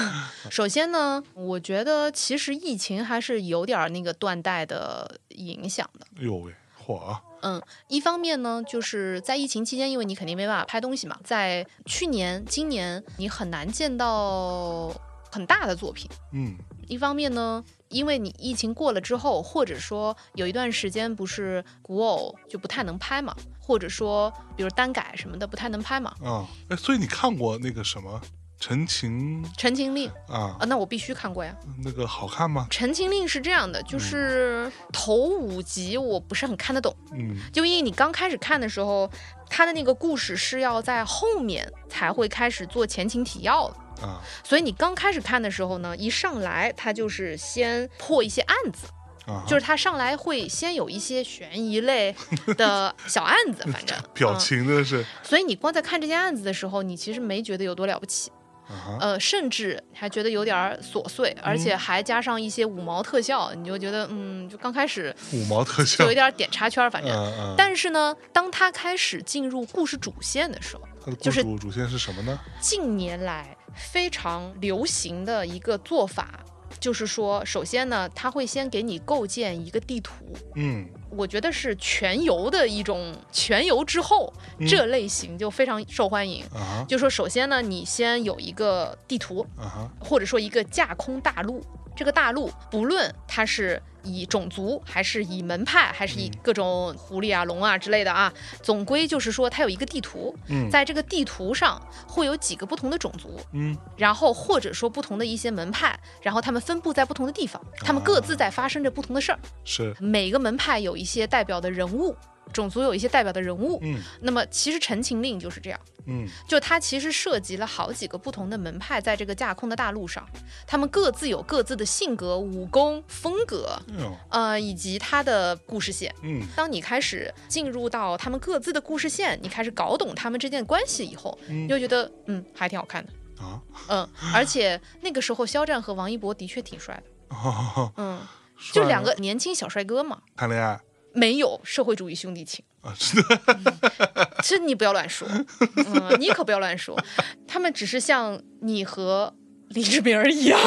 [SPEAKER 2] 首先呢，我觉得其实疫情还是有点儿那个断代的影响的。
[SPEAKER 3] 哎呦喂，嚯啊！
[SPEAKER 2] 嗯，一方面呢，就是在疫情期间，因为你肯定没办法拍东西嘛，在去年、今年你很难见到很大的作品。
[SPEAKER 3] 嗯，
[SPEAKER 2] 一方面呢，因为你疫情过了之后，或者说有一段时间不是古偶就不太能拍嘛，或者说比如单改什么的不太能拍嘛，
[SPEAKER 3] 啊，哎，所以你看过那个什么《陈情》
[SPEAKER 2] 《陈情令》
[SPEAKER 3] 啊
[SPEAKER 2] 啊，？那我必须看过呀。
[SPEAKER 3] 那个好看吗？
[SPEAKER 2] 《陈情令》是这样的，就是头五集我不是很看得懂，
[SPEAKER 3] 嗯
[SPEAKER 2] 就因为你刚开始看的时候，它的那个故事是要在后面才会开始做前情提要的，
[SPEAKER 3] 啊
[SPEAKER 2] 所以你刚开始看的时候呢，一上来它就是先破一些案子，
[SPEAKER 3] 啊，
[SPEAKER 2] 就是它上来会先有一些悬疑类的小案子，反正
[SPEAKER 3] 表、情真的是
[SPEAKER 2] 嗯所以你光在看这些案子的时候，你其实没觉得有多了不起，
[SPEAKER 3] 啊哈，
[SPEAKER 2] 呃，甚至还觉得有点儿琐碎，而且还加上一些五毛特效，你就觉得嗯，就刚开始
[SPEAKER 3] 五毛特
[SPEAKER 2] 就
[SPEAKER 3] 效
[SPEAKER 2] 有，点儿点插圈儿，反正。
[SPEAKER 3] 嗯嗯，
[SPEAKER 2] 但是呢，当他开始进入故事主线的时候，
[SPEAKER 3] 它的故
[SPEAKER 2] 就是
[SPEAKER 3] 主主线是什么呢？
[SPEAKER 2] 近年来非常流行的一个做法，就是说，首先呢，他会先给你构建一个地图。
[SPEAKER 3] 嗯，
[SPEAKER 2] 我觉得是全游的一种全游之后，
[SPEAKER 3] 嗯
[SPEAKER 2] 这类型就非常受欢迎。
[SPEAKER 3] 啊
[SPEAKER 2] 就说首先呢，你先有一个地图，
[SPEAKER 3] 哈啊哈，
[SPEAKER 2] 或者说一个架空大陆。这个大陆不论它是以种族，还是以门派，还是以各种狐狸啊、龙啊之类的啊，总归就是说它有一个地图，
[SPEAKER 3] 嗯
[SPEAKER 2] 在这个地图上会有几个不同的种族，
[SPEAKER 3] 嗯
[SPEAKER 2] 然后或者说不同的一些门派，然后他们分布在不同的地
[SPEAKER 3] 哦
[SPEAKER 2] 方，他们各自在发生着不同的事儿。
[SPEAKER 3] 是，
[SPEAKER 2] 每个门派有一些代表的人物，种族有一些代表的人物。
[SPEAKER 3] 嗯
[SPEAKER 2] 那么其实《陈情令》就是这样。
[SPEAKER 3] 嗯
[SPEAKER 2] 就它其实涉及了好几个不同的门派，在这个架空的大陆上，他们各自有各自的性格、武功、风格，
[SPEAKER 3] 哎呦
[SPEAKER 2] 呃，以及它的故事线。
[SPEAKER 3] 嗯
[SPEAKER 2] 当你开始进入到他们各自的故事线，你开始搞懂他们之间的关系以后，
[SPEAKER 3] 嗯
[SPEAKER 2] 你就觉得嗯还挺好看的，
[SPEAKER 3] 啊，
[SPEAKER 2] 嗯，而且那个时候肖战和王一博的确挺帅的，
[SPEAKER 3] 哈哈哈
[SPEAKER 2] 嗯，
[SPEAKER 3] 帅
[SPEAKER 2] 就
[SPEAKER 3] 啊
[SPEAKER 2] 两个年轻小帅哥嘛，
[SPEAKER 3] 谈恋爱
[SPEAKER 2] 没有社会主义兄弟情。
[SPEAKER 3] 啊，真的
[SPEAKER 2] 这你不要乱说，嗯，你可不要乱说，他们只是像你和李志明儿一样，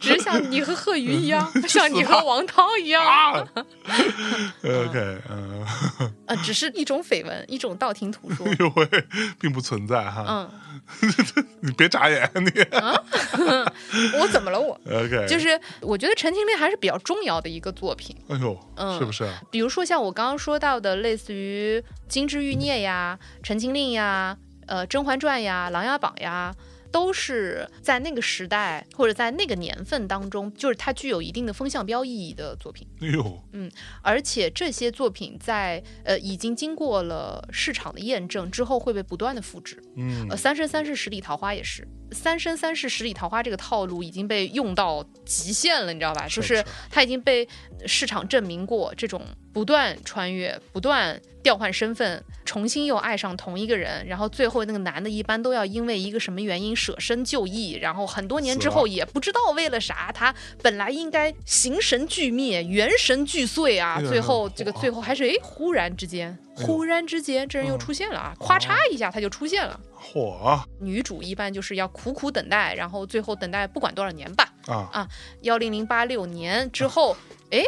[SPEAKER 2] 只是像你和贺云一 样，像你和王涛一样，
[SPEAKER 3] 啊，OK，嗯，
[SPEAKER 2] 呃，只是一种绯闻，一种道听途说
[SPEAKER 3] 哎。呦喂，并不存在哈，
[SPEAKER 2] 嗯，
[SPEAKER 3] 你别眨眼你
[SPEAKER 2] 我怎么了我？
[SPEAKER 3] ，OK，
[SPEAKER 2] 就是我觉得《陈情令》还是比较重要的一个作品，
[SPEAKER 3] 哎呦，
[SPEAKER 2] 嗯
[SPEAKER 3] 是不是啊？
[SPEAKER 2] 比如说像我刚刚说到的，类似于《金枝欲孽》呀、《陈情令》呀、呃《甄嬛传》呀、《琅琊榜》呀，都是在那个时代或者在那个年份当中，就是它具有一定的风向标意义的作品。
[SPEAKER 3] 哎呦，
[SPEAKER 2] 而且这些作品在呃已经经过了市场的验证之后，会被不断的复制。
[SPEAKER 3] 嗯
[SPEAKER 2] 呃，《三生三世十里桃花》也是，《三生三世十里桃花》这个套路已经被用到极限了，你知道吧？就是是它已经被市场证明过，这种不断穿越、不断调换身份，重新又爱上同一个人，然后最后那个男的一般都要因为一个什么原因舍身就义，然后很多年
[SPEAKER 3] 死
[SPEAKER 2] 之后
[SPEAKER 3] 了
[SPEAKER 2] 也不知道为了啥，他本来应该形神俱灭、元神俱碎啊，
[SPEAKER 3] 哎呀
[SPEAKER 2] 最后这个
[SPEAKER 3] 哇
[SPEAKER 2] 最后还是哎，忽然之间，
[SPEAKER 3] 哎呦嗯
[SPEAKER 2] 忽然之间这人又出现了啊，咵嚓一下他就出现了。
[SPEAKER 3] 嚯啊
[SPEAKER 2] 女主一般就是要苦苦等待，然后最后等待不管多少年吧，
[SPEAKER 3] 啊，
[SPEAKER 2] 幺零零八六年之后，哎，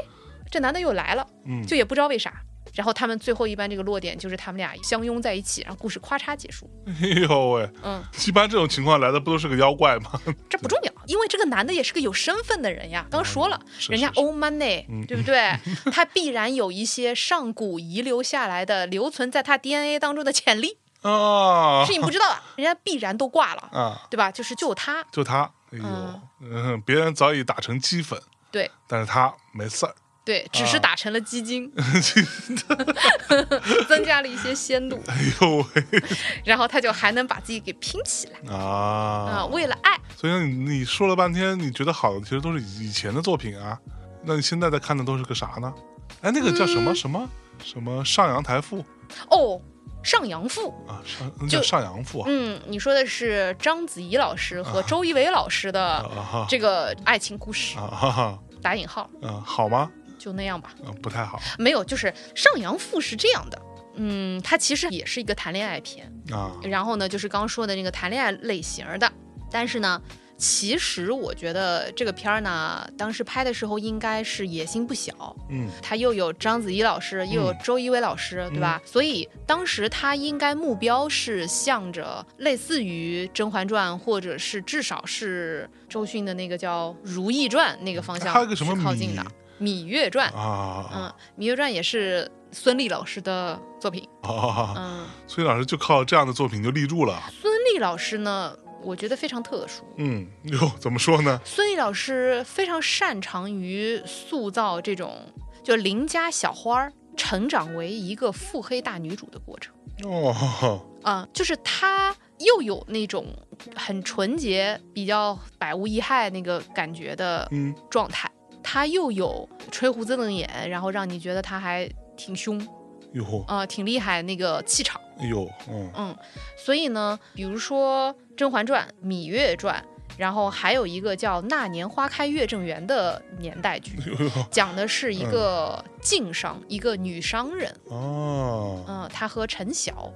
[SPEAKER 2] 这男的又来了，
[SPEAKER 3] 嗯，
[SPEAKER 2] 就也不知道为啥。然后他们最后一般这个落点就是他们俩相拥在一起，然后故事咔嚓结束。
[SPEAKER 3] 哎呦喂，
[SPEAKER 2] 嗯，
[SPEAKER 3] 一般这种情况来的不都是个妖怪吗？
[SPEAKER 2] 这不重要，因为这个男的也是个有身份的人呀。刚说了，
[SPEAKER 3] 嗯是
[SPEAKER 2] 人家
[SPEAKER 3] 是是
[SPEAKER 2] own money，、
[SPEAKER 3] 嗯
[SPEAKER 2] 对不 对？他必然有一些上古遗留下来的、留存在他 DNA 当中的潜力，
[SPEAKER 3] 啊
[SPEAKER 2] 是你不知道的。人家必然都挂了，
[SPEAKER 3] 啊，
[SPEAKER 2] 对吧？就是就他，
[SPEAKER 3] 就他，哎呦
[SPEAKER 2] 嗯，
[SPEAKER 3] 嗯，别人早已打成鸡粉，
[SPEAKER 2] 对，
[SPEAKER 3] 但是他没事儿，
[SPEAKER 2] 对，只
[SPEAKER 3] 啊
[SPEAKER 2] 是打成了鸡精， 增加了一些鲜 度，
[SPEAKER 3] 哎呦喂
[SPEAKER 2] 然后他就还能把自己给拼起来啊、
[SPEAKER 3] 啊！
[SPEAKER 2] 为了爱，
[SPEAKER 3] 所以说你你说了半天，你觉得好的其实都是以前的作品啊，那你现在在看的都是个啥呢？哎，那个叫什么、
[SPEAKER 2] 嗯
[SPEAKER 3] 什么什么上阳台赋
[SPEAKER 2] 哦，《上阳赋》
[SPEAKER 3] 啊，上那叫
[SPEAKER 2] 就
[SPEAKER 3] 上阳赋啊，
[SPEAKER 2] 嗯，你说的是章子怡老师和周一围老师的
[SPEAKER 3] 啊哈
[SPEAKER 2] 这个爱情故事，
[SPEAKER 3] 啊哈哈，
[SPEAKER 2] 打引号，
[SPEAKER 3] 嗯、好吗？
[SPEAKER 2] 就那样吧。
[SPEAKER 3] 嗯、不太好
[SPEAKER 2] 没有，就是《上阳赋》是这样的，嗯，它其实也是一个谈恋爱片，
[SPEAKER 3] 啊
[SPEAKER 2] 然后呢，就是刚说的那个谈恋爱类型的，但是呢。其实我觉得这个片儿呢，当时拍的时候应该是野心不小，
[SPEAKER 3] 嗯
[SPEAKER 2] 他又有章子怡老师，又有周一围老师，对
[SPEAKER 3] 嗯
[SPEAKER 2] 吧？所以当时他应该目标是向着类似于《甄嬛传》，或者是至少是周迅的那个叫《如懿传》那个方向
[SPEAKER 3] 还有个什么
[SPEAKER 2] 去靠
[SPEAKER 3] 芈
[SPEAKER 2] 近的《芈月传》
[SPEAKER 3] 啊
[SPEAKER 2] 嗯，《芈月传》也是孙俪老师的作品。
[SPEAKER 3] 啊啊！
[SPEAKER 2] 嗯，
[SPEAKER 3] 所以老师就靠这样的作品就立住了。
[SPEAKER 2] 孙俪老师呢，我觉得非常特殊。
[SPEAKER 3] 嗯，哟，怎么说呢？
[SPEAKER 2] 孙俪老师非常擅长于塑造这种就邻家小花儿成长为一个腹黑大女主的过程。
[SPEAKER 3] 哦，
[SPEAKER 2] 啊、就是她又有那种很纯洁、比较百无一害那个感觉的
[SPEAKER 3] 嗯
[SPEAKER 2] 状态，她又有吹胡子瞪眼，然后让你觉得她还挺凶
[SPEAKER 3] 哟
[SPEAKER 2] 啊、呃挺厉害那个气场。
[SPEAKER 3] 哟，嗯
[SPEAKER 2] 嗯，所以呢，比如说《甄嬛传》《芈月传》，然后还有一个叫《那年花开月正圆》的年代剧，
[SPEAKER 3] 哟哟，
[SPEAKER 2] 讲的是一个晋商，一个女商人，
[SPEAKER 3] 哦，
[SPEAKER 2] 嗯、她和陈晓。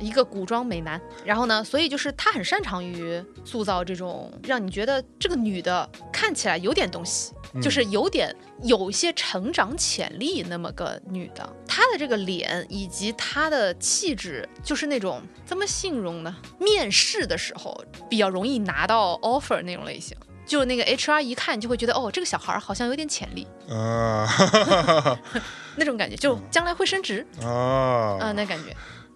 [SPEAKER 2] 一个古装美男，然后呢，所以就是她很擅长于塑造这种让你觉得这个女的看起来有点东西，就是有点有一些成长潜力那么个女的，她的这个脸以及她的气质，就是那种怎么形容呢？面试的时候比较容易拿到 offer 那种类型，就是那个 HR 一看就会觉得哦，这个小孩儿好像有点潜力，
[SPEAKER 3] 啊哈
[SPEAKER 2] 那种感觉，就将来会升职，嗯、
[SPEAKER 3] 啊，
[SPEAKER 2] 那感觉。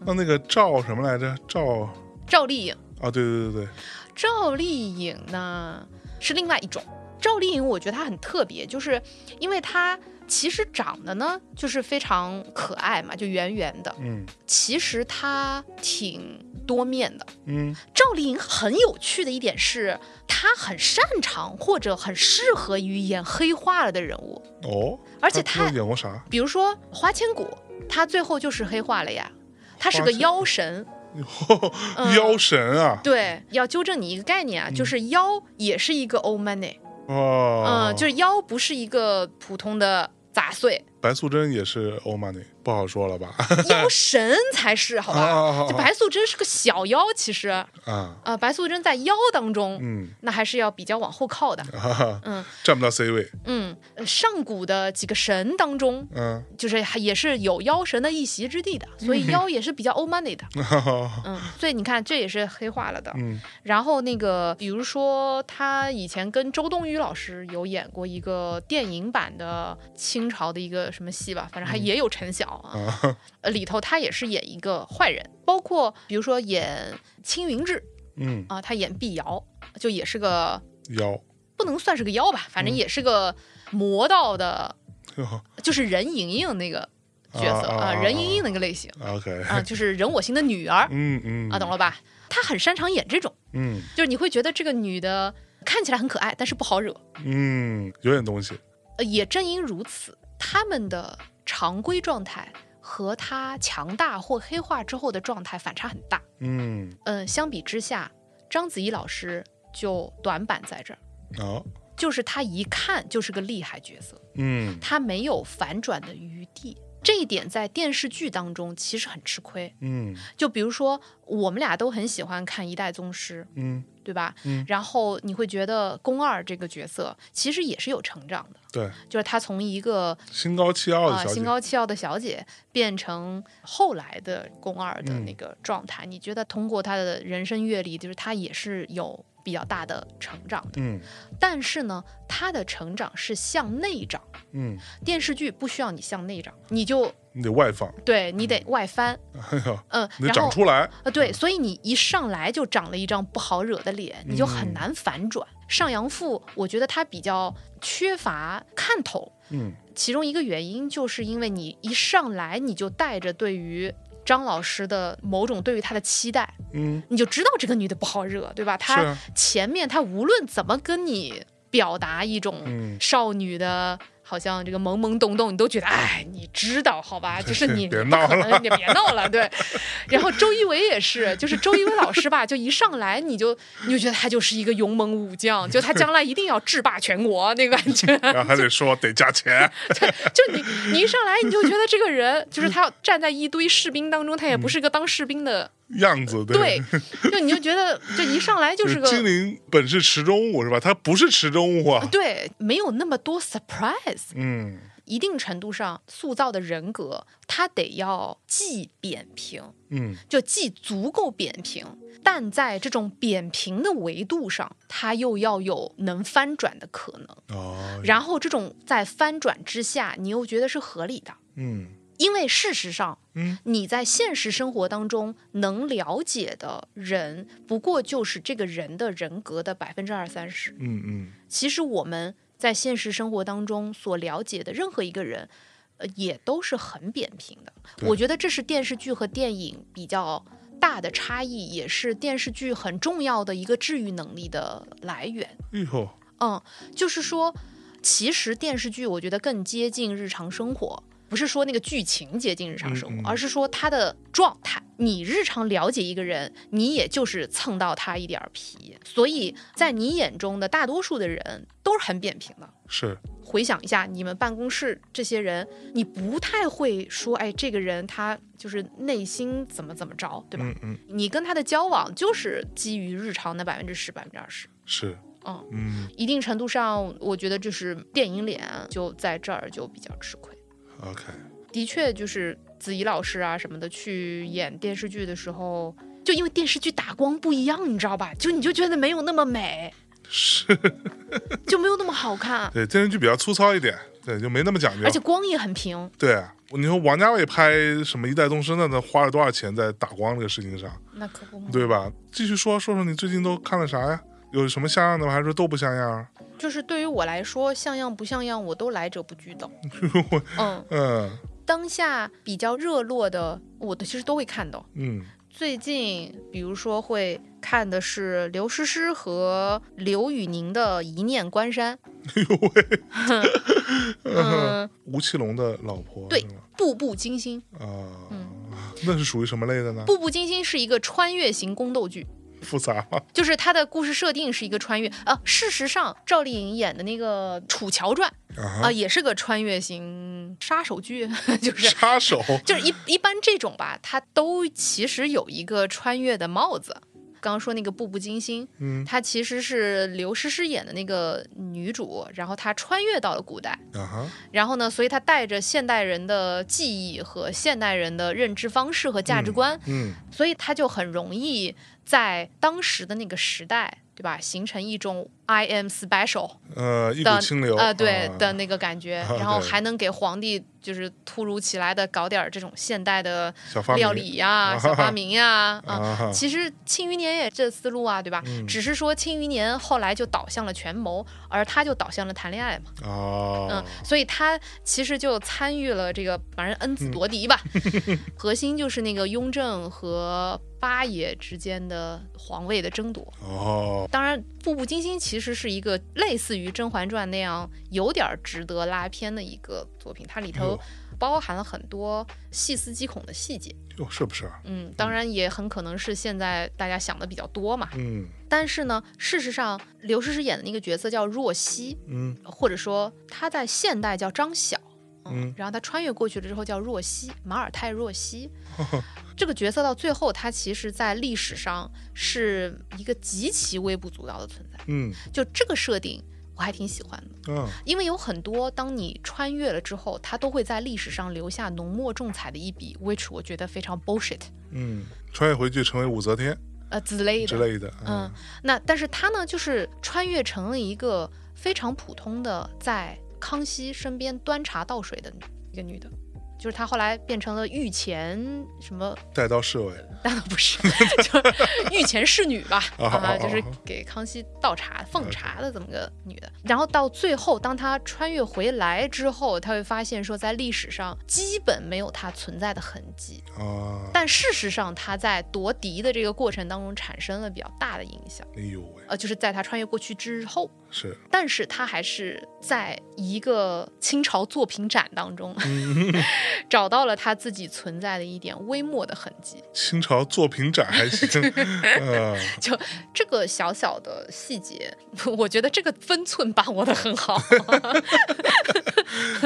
[SPEAKER 3] 那那个赵什么来着？赵
[SPEAKER 2] 赵丽颖，
[SPEAKER 3] 啊，对对对对，
[SPEAKER 2] 赵丽颖呢是另外一种。赵丽颖，我觉得她很特别，就是因为她其实长得呢就是非常可爱嘛，就圆圆的，
[SPEAKER 3] 嗯
[SPEAKER 2] 其实她挺多面的。
[SPEAKER 3] 嗯
[SPEAKER 2] 赵丽颖很有趣的一点是，她很擅长或者很适合于演黑化了的人物，
[SPEAKER 3] 哦，
[SPEAKER 2] 而且
[SPEAKER 3] 他
[SPEAKER 2] 她
[SPEAKER 3] 演过啥？
[SPEAKER 2] 比如说花千骨，她最后就是黑化了呀，她是
[SPEAKER 3] 花
[SPEAKER 2] 个
[SPEAKER 3] 千
[SPEAKER 2] 妖神，嗯
[SPEAKER 3] 妖神啊，
[SPEAKER 2] 对，要纠正你一个概念啊，
[SPEAKER 3] 嗯
[SPEAKER 2] 就是妖也是一个 o money，嗯、
[SPEAKER 3] 哦，
[SPEAKER 2] 就是妖不是一个普通的杂 碎，
[SPEAKER 3] 白素贞也是欧曼尼，不好说了吧？
[SPEAKER 2] 妖神才是，好吧？
[SPEAKER 3] 啊
[SPEAKER 2] 这白素贞是个小妖，其实啊、
[SPEAKER 3] 啊，
[SPEAKER 2] 呃白素贞在妖当中，
[SPEAKER 3] 嗯
[SPEAKER 2] 那还是要比较往后靠的。
[SPEAKER 3] 啊，
[SPEAKER 2] 嗯
[SPEAKER 3] 站不到 C 位，
[SPEAKER 2] 嗯，呃上古的几个神当中，
[SPEAKER 3] 嗯，
[SPEAKER 2] 就是还也是有妖神的一席之地的，所以妖也是比较 o money 的。嗯，所以你看，这也是黑化了的。
[SPEAKER 3] 嗯
[SPEAKER 2] 然后那个，比如说他以前跟周冬雨老师有演过一个电影版的清朝的一个什么戏吧，反正还也有陈晓啊，
[SPEAKER 3] 嗯啊，
[SPEAKER 2] 呃里头他也是演一个坏人，包括比如说演青云志
[SPEAKER 3] 嗯，
[SPEAKER 2] 啊，他演碧瑶，就也是个
[SPEAKER 3] 妖，
[SPEAKER 2] 不能算是个妖吧，反
[SPEAKER 3] 嗯
[SPEAKER 2] 正也是个魔道的，
[SPEAKER 3] 哟
[SPEAKER 2] 就是任盈盈那个角色
[SPEAKER 3] 啊啊
[SPEAKER 2] 啊，
[SPEAKER 3] 啊
[SPEAKER 2] 任盈盈那个类型
[SPEAKER 3] ，OK，
[SPEAKER 2] 啊，就是任我行的女儿
[SPEAKER 3] 嗯嗯
[SPEAKER 2] 啊，懂了吧？他很擅长演这种。
[SPEAKER 3] 嗯
[SPEAKER 2] 就是你会觉得这个女的看起来很可爱，但是不好惹。
[SPEAKER 3] 嗯，有点东西，
[SPEAKER 2] 呃，也正因如此，她们的常规状态和她强大或黑化之后的状态反差很大。
[SPEAKER 3] 嗯，
[SPEAKER 2] 嗯，相比之下，章子怡老师就短板在这儿，
[SPEAKER 3] 啊，
[SPEAKER 2] 就是她一看就是个厉害角色，
[SPEAKER 3] 嗯
[SPEAKER 2] 她没有反转的余地。这一点在电视剧当中其实很吃亏。
[SPEAKER 3] 嗯
[SPEAKER 2] 就比如说，我们俩都很喜欢看《一代宗师》，
[SPEAKER 3] 嗯，
[SPEAKER 2] 对吧？
[SPEAKER 3] 嗯
[SPEAKER 2] 然后你会觉得宫二这个角色其实也是有成长的，
[SPEAKER 3] 对，
[SPEAKER 2] 就是她从一个
[SPEAKER 3] 心高气傲的
[SPEAKER 2] 啊、
[SPEAKER 3] 小姐
[SPEAKER 2] 心，高气傲的小姐变成后来的宫二的
[SPEAKER 3] 嗯
[SPEAKER 2] 那个状态，你觉得通过她的人生阅历，就是她也是有比较大的成长的。
[SPEAKER 3] 嗯
[SPEAKER 2] 但是呢，她的成长是向内长，
[SPEAKER 3] 嗯，
[SPEAKER 2] 电视剧不需要你向内长，你就
[SPEAKER 3] 你得外放，
[SPEAKER 2] 对你得外翻，
[SPEAKER 3] 哎呦，
[SPEAKER 2] 嗯，
[SPEAKER 3] 你得
[SPEAKER 2] 然
[SPEAKER 3] 长
[SPEAKER 2] 后。
[SPEAKER 3] 出 来，
[SPEAKER 2] 呃，对，所以你一上来就长了一张不好惹的脸，
[SPEAKER 3] 嗯
[SPEAKER 2] 你就很难反转。上阳赋，我觉得它比较缺乏看头，
[SPEAKER 3] 嗯
[SPEAKER 2] 其中一个原因就是因为你一上来你就带着对于张老师的某种对于他的期待，
[SPEAKER 3] 嗯，
[SPEAKER 2] 你就知道这个女的不好惹，对吧？
[SPEAKER 3] 是
[SPEAKER 2] 她
[SPEAKER 3] 啊，
[SPEAKER 2] 前面她无论怎么跟你表达一种
[SPEAKER 3] 嗯
[SPEAKER 2] 少女的。好像这个懵懵懂懂，你都觉得，哎，你知道好吧？就是你
[SPEAKER 3] 别
[SPEAKER 2] 你不
[SPEAKER 3] 闹
[SPEAKER 2] 可能
[SPEAKER 3] 了
[SPEAKER 2] 你别闹了，对。然后周一围也是，就是周一围老师吧，就一上来你就你就觉得他就是一个勇猛武将，就他将来一定要制霸全国那个感觉。
[SPEAKER 3] 然后还得说得加钱，
[SPEAKER 2] 就你你一上来你就觉得这个人就是他要站在一堆士兵当中，他
[SPEAKER 3] 嗯
[SPEAKER 2] 也不是个当士兵 的，
[SPEAKER 3] 样子
[SPEAKER 2] 对，就你就觉得就一上来就是个
[SPEAKER 3] 精灵本是池中物是吧？它不是池中物啊。
[SPEAKER 2] 对，没有那么多 surprise。
[SPEAKER 3] 嗯，
[SPEAKER 2] 一定程度上塑造的人格，他得要既扁平，
[SPEAKER 3] 嗯，
[SPEAKER 2] 就既足够扁平，但在这种扁平的维度上，他又要有能翻转的可能。
[SPEAKER 3] 哦，
[SPEAKER 2] 然后这种在翻转之下，你又觉得是合理的，
[SPEAKER 3] 嗯
[SPEAKER 2] 因为事实上，
[SPEAKER 3] 嗯，
[SPEAKER 2] 你在现实生活当中能了解的人，不过就是这个人的人格的百分之二三十。
[SPEAKER 3] 嗯嗯，
[SPEAKER 2] 其实我们在现实生活当中所了解的任何一个人，呃，也都是很扁平的。
[SPEAKER 3] 对
[SPEAKER 2] 我觉得这是电视剧和电影比较大的差异，也是电视剧很重要的一个治愈能力的来源。
[SPEAKER 3] 哎呦，
[SPEAKER 2] 嗯，就是说，其实电视剧我觉得更接近日常生活，不是说那个剧情接近日常生活，
[SPEAKER 3] 嗯嗯
[SPEAKER 2] 而是说它的状态。你日常了解一个人，你也就是蹭到他一点儿皮，所以在你眼中的大多数的人都是很扁平的。
[SPEAKER 3] 是
[SPEAKER 2] 回想一下，你们办公室这些人，你不太会说，哎，这个人他就是内心怎么怎么着，对吧？
[SPEAKER 3] 嗯嗯
[SPEAKER 2] 你跟他的交往就是基于日常的百分之十、百分之二十。
[SPEAKER 3] 是，
[SPEAKER 2] 嗯
[SPEAKER 3] 嗯
[SPEAKER 2] 一定程度上，我觉得就是电影脸就在这儿就比较吃亏。
[SPEAKER 3] ，OK，
[SPEAKER 2] 的确，就是子怡老师啊什么的去演电视剧的时候，就因为电视剧打光不一样，你知道吧？就你就觉得没有那么美，
[SPEAKER 3] 是
[SPEAKER 2] 就没有那么好看，
[SPEAKER 3] 对电视剧比较粗糙一点，对，啊就没那么讲究
[SPEAKER 2] 而。且光也很平。
[SPEAKER 3] 对啊，你说王家卫拍什么《一代宗师》，那他花了多少钱在打光这个事情上，
[SPEAKER 2] 那可不嘛，
[SPEAKER 3] 对啊吧？继续说，说说你最近都看了啥呀？有什么像样的吗？还是说都不像样啊？
[SPEAKER 2] 就是对于我来说，像样不像样，我都来者不拒 的。嗯，
[SPEAKER 3] 嗯
[SPEAKER 2] 当下比较热络的，我的其实都会看到。
[SPEAKER 3] 嗯
[SPEAKER 2] 最近，比如说会看的是刘诗诗和刘宇宁的《一念关山》。 哎呦喂！ 嗯，
[SPEAKER 3] 吴奇隆的老婆
[SPEAKER 2] 对嗯
[SPEAKER 3] 是吗？
[SPEAKER 2] 步步惊心，
[SPEAKER 3] 啊、那是属于什么类的呢？
[SPEAKER 2] 步步惊心是一个穿越型宫斗剧，
[SPEAKER 3] 复杂吗？
[SPEAKER 2] 就是它的故事设定是一个穿越。啊，事实上，赵丽颖演的那个《楚乔传》
[SPEAKER 3] 啊哈
[SPEAKER 2] 啊、也是个穿越型杀手剧， 就是。
[SPEAKER 3] 杀手
[SPEAKER 2] 就是一一般这种吧，它都其实有一个穿越的帽子。刚刚说那个《步步惊心》，
[SPEAKER 3] 嗯
[SPEAKER 2] 她其实是刘诗诗演的那个女主，然后她穿越到了古代，
[SPEAKER 3] 啊哈，
[SPEAKER 2] 然后呢，所以她带着现代人的记忆和现代人的认知方式和价值观，
[SPEAKER 3] 嗯
[SPEAKER 2] 所以她就很容易在当时的那个时代，对吧，形成一种 I am special
[SPEAKER 3] 呃，一股
[SPEAKER 2] 的
[SPEAKER 3] 清流
[SPEAKER 2] 呃，对
[SPEAKER 3] 啊
[SPEAKER 2] 的那个感觉，
[SPEAKER 3] 啊
[SPEAKER 2] 然后
[SPEAKER 3] 对
[SPEAKER 2] 还能给皇帝就是突如其来的搞点儿这种现代的
[SPEAKER 3] 小发明
[SPEAKER 2] 料理呀、
[SPEAKER 3] 啊
[SPEAKER 2] 小发明呀啊。
[SPEAKER 3] 啊哈，
[SPEAKER 2] 其实庆余年也这思路啊，对吧？
[SPEAKER 3] 嗯
[SPEAKER 2] 只是说庆余年后来就导向了权谋，而他就导向了谈恋爱嘛，
[SPEAKER 3] 哦
[SPEAKER 2] 嗯，，所以他其实就参与了这个反正
[SPEAKER 3] 嗯
[SPEAKER 2] 恩子夺嫡吧。 核心就是那个雍正和八爷之间的皇位的争夺。
[SPEAKER 3] 哦，
[SPEAKER 2] 当然，《步步惊心》其实是一个类似于《甄嬛传》那样有点儿值得拉片的一个作品，它里头
[SPEAKER 3] 哟
[SPEAKER 2] 包含了很多细思极恐的细节。
[SPEAKER 3] 哟，是不是？啊
[SPEAKER 2] 嗯，当然也很可能是现在大家想的比较多嘛。
[SPEAKER 3] 嗯
[SPEAKER 2] 但是呢，事实上，刘诗诗演的那个角色叫若曦，
[SPEAKER 3] 嗯
[SPEAKER 2] 或者说她在现代叫张晓。
[SPEAKER 3] 嗯，
[SPEAKER 2] 然后她穿越过去了之后叫若曦，马尔泰若曦。这个角色到最后，她其实在历史上是一个极其微不足道的存在。
[SPEAKER 3] 嗯
[SPEAKER 2] 就这个设定，我还挺喜欢的，
[SPEAKER 3] 嗯，
[SPEAKER 2] 因为有很多当你穿越了之后，它都会在历史上留下浓墨重彩的一笔，which 我觉得非常 bullshit，
[SPEAKER 3] 嗯，穿越回去成为武则天
[SPEAKER 2] 呃之类的。
[SPEAKER 3] 之类的，
[SPEAKER 2] 嗯，那但是他呢，就是穿越成了一个非常普通的在康熙身边端茶倒水的一个女的，就是他后来变成了御前什么，
[SPEAKER 3] 带刀侍卫，
[SPEAKER 2] 那倒不是， 就是御前侍女吧，
[SPEAKER 3] 哦
[SPEAKER 2] 啊，
[SPEAKER 3] 哦
[SPEAKER 2] 就是
[SPEAKER 3] 哦
[SPEAKER 2] 给康熙倒茶、奉茶的这么个女的。然后到最后，当他穿越回来之后，他会发现说，在历史上基本没有他存在的痕迹，
[SPEAKER 3] 啊，
[SPEAKER 2] 但事实上他在夺嫡的这个过程当中产生了比较大的影响，
[SPEAKER 3] 哎呦喂，
[SPEAKER 2] 呃，就是在他穿越过去之后。
[SPEAKER 3] 是
[SPEAKER 2] 但是他还是在一个清朝作品展当中， 找到了他自己存在的一点微末的痕迹。
[SPEAKER 3] 清朝作品展还行，呃，
[SPEAKER 2] 就这个小小的细节， 我觉得这个分寸把握的很好。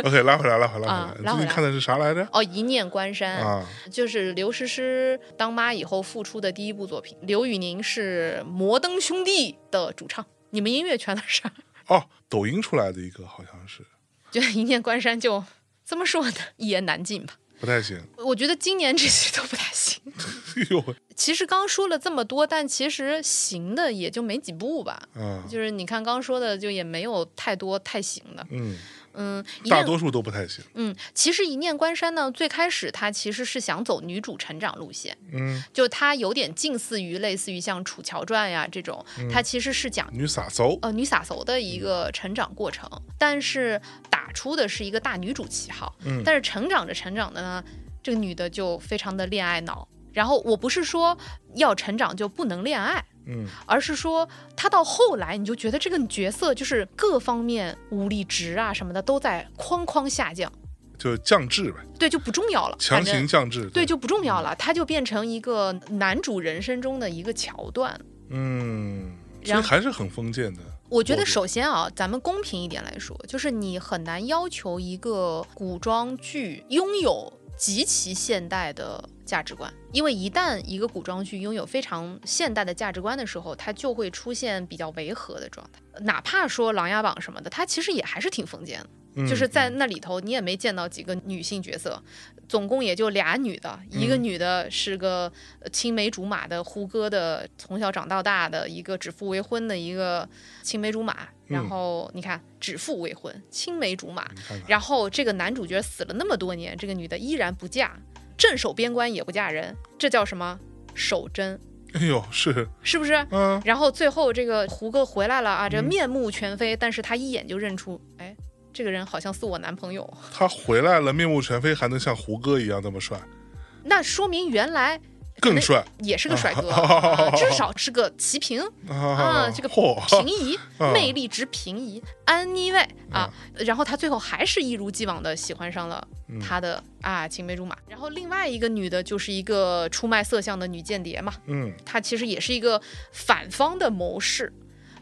[SPEAKER 3] OK，拉回来，拉回来，
[SPEAKER 2] 啊拉回
[SPEAKER 3] 回来。最近
[SPEAKER 2] 来
[SPEAKER 3] 看的是啥来着？
[SPEAKER 2] 哦，一念关山，
[SPEAKER 3] 啊，
[SPEAKER 2] 就是刘诗诗当妈以后复出的第一部作品。刘宇宁是摩登兄弟的主唱，你们音乐圈的事儿，
[SPEAKER 3] 哦，抖音出来的一个好像是
[SPEAKER 2] 觉得一念关山就这么说的，一言难尽吧。
[SPEAKER 3] 不太行。
[SPEAKER 2] 我觉得今年这些都不太行。
[SPEAKER 3] 哎呦喂，
[SPEAKER 2] 其实刚说了这么多，但其实行的也就没几部吧。
[SPEAKER 3] 啊，
[SPEAKER 2] 就是你看刚说的，就也没有太多太行的。
[SPEAKER 3] 嗯，
[SPEAKER 2] 嗯，一
[SPEAKER 3] 大
[SPEAKER 2] 念
[SPEAKER 3] 多数都不太行。
[SPEAKER 2] 嗯，其实一念关山呢，最开始它其实是想走女主成长路线，
[SPEAKER 3] 嗯，
[SPEAKER 2] 就它有点近似于类似于像《楚乔传》呀这种，
[SPEAKER 3] 嗯
[SPEAKER 2] 它其实是讲。
[SPEAKER 3] 女撒走，
[SPEAKER 2] 呃，女撒叟的
[SPEAKER 3] 嗯
[SPEAKER 2] 一个成长过程，但是打出的是一个大女主旗号，
[SPEAKER 3] 嗯
[SPEAKER 2] 但是成长着成长的呢，这个女的就非常的恋爱脑。然后我不是说要成长就不能恋爱，
[SPEAKER 3] 嗯，
[SPEAKER 2] 而是说她到后来你就觉得这个角色就是各方面武力值啊什么的都在哐哐下降，
[SPEAKER 3] 就降智呗，
[SPEAKER 2] 对，就不重要了，
[SPEAKER 3] 强
[SPEAKER 2] 反正
[SPEAKER 3] 行嗯降智。
[SPEAKER 2] 对，就不重要了，它就变成一个男主人生中的一个桥段。
[SPEAKER 3] 嗯，所
[SPEAKER 2] 然后
[SPEAKER 3] 以还是很封建的。
[SPEAKER 2] 我觉得
[SPEAKER 3] 我觉得
[SPEAKER 2] 首先啊，咱们公平一点来说，就是你很难要求一个古装剧拥有极其现代的价值观，因为一旦一个古装剧拥有非常现代的价值观的时候，它就会出现比较违和的状态。哪怕说《琅琊榜》什么的，它其实也还是挺封建的。
[SPEAKER 3] 嗯
[SPEAKER 2] 就是在那里头，你也没见到几个女性角色，总共也就俩女的，一
[SPEAKER 3] 嗯
[SPEAKER 2] 个女的是个呃青梅竹马的胡歌的，从小长到大的一个指腹为婚的一个青梅竹马，然
[SPEAKER 3] 嗯
[SPEAKER 2] 后你看指腹为婚，青梅竹马，
[SPEAKER 3] 你看看，
[SPEAKER 2] 然后这个男主角死了那么多年，这个女的依然不嫁，镇守边关也不嫁人，这叫什么守贞？
[SPEAKER 3] 哎呦，是，
[SPEAKER 2] 是不是？
[SPEAKER 3] 嗯，
[SPEAKER 2] 然后最后这个胡歌回来了啊，这个面目全非，但是他一眼就认出，哎，这个人好像是我男朋友。
[SPEAKER 3] 他回来了，面目全非，还能像胡歌一样那么帅，
[SPEAKER 2] 那说明原来
[SPEAKER 3] 更帅
[SPEAKER 2] 也是个帅哥，
[SPEAKER 3] 啊
[SPEAKER 2] 啊 至少是个齐平啊，这个
[SPEAKER 3] 嚯，
[SPEAKER 2] 平移
[SPEAKER 3] 啊，
[SPEAKER 2] 魅力值平移，anyway
[SPEAKER 3] 嗯
[SPEAKER 2] 啊，然后他最后还是一如既往的喜欢上了
[SPEAKER 3] 嗯
[SPEAKER 2] 他的啊青梅竹马。然后另外一个女的就是一个出卖色相的女间谍嘛，
[SPEAKER 3] 嗯，
[SPEAKER 2] 她其实也是一个反方的谋士，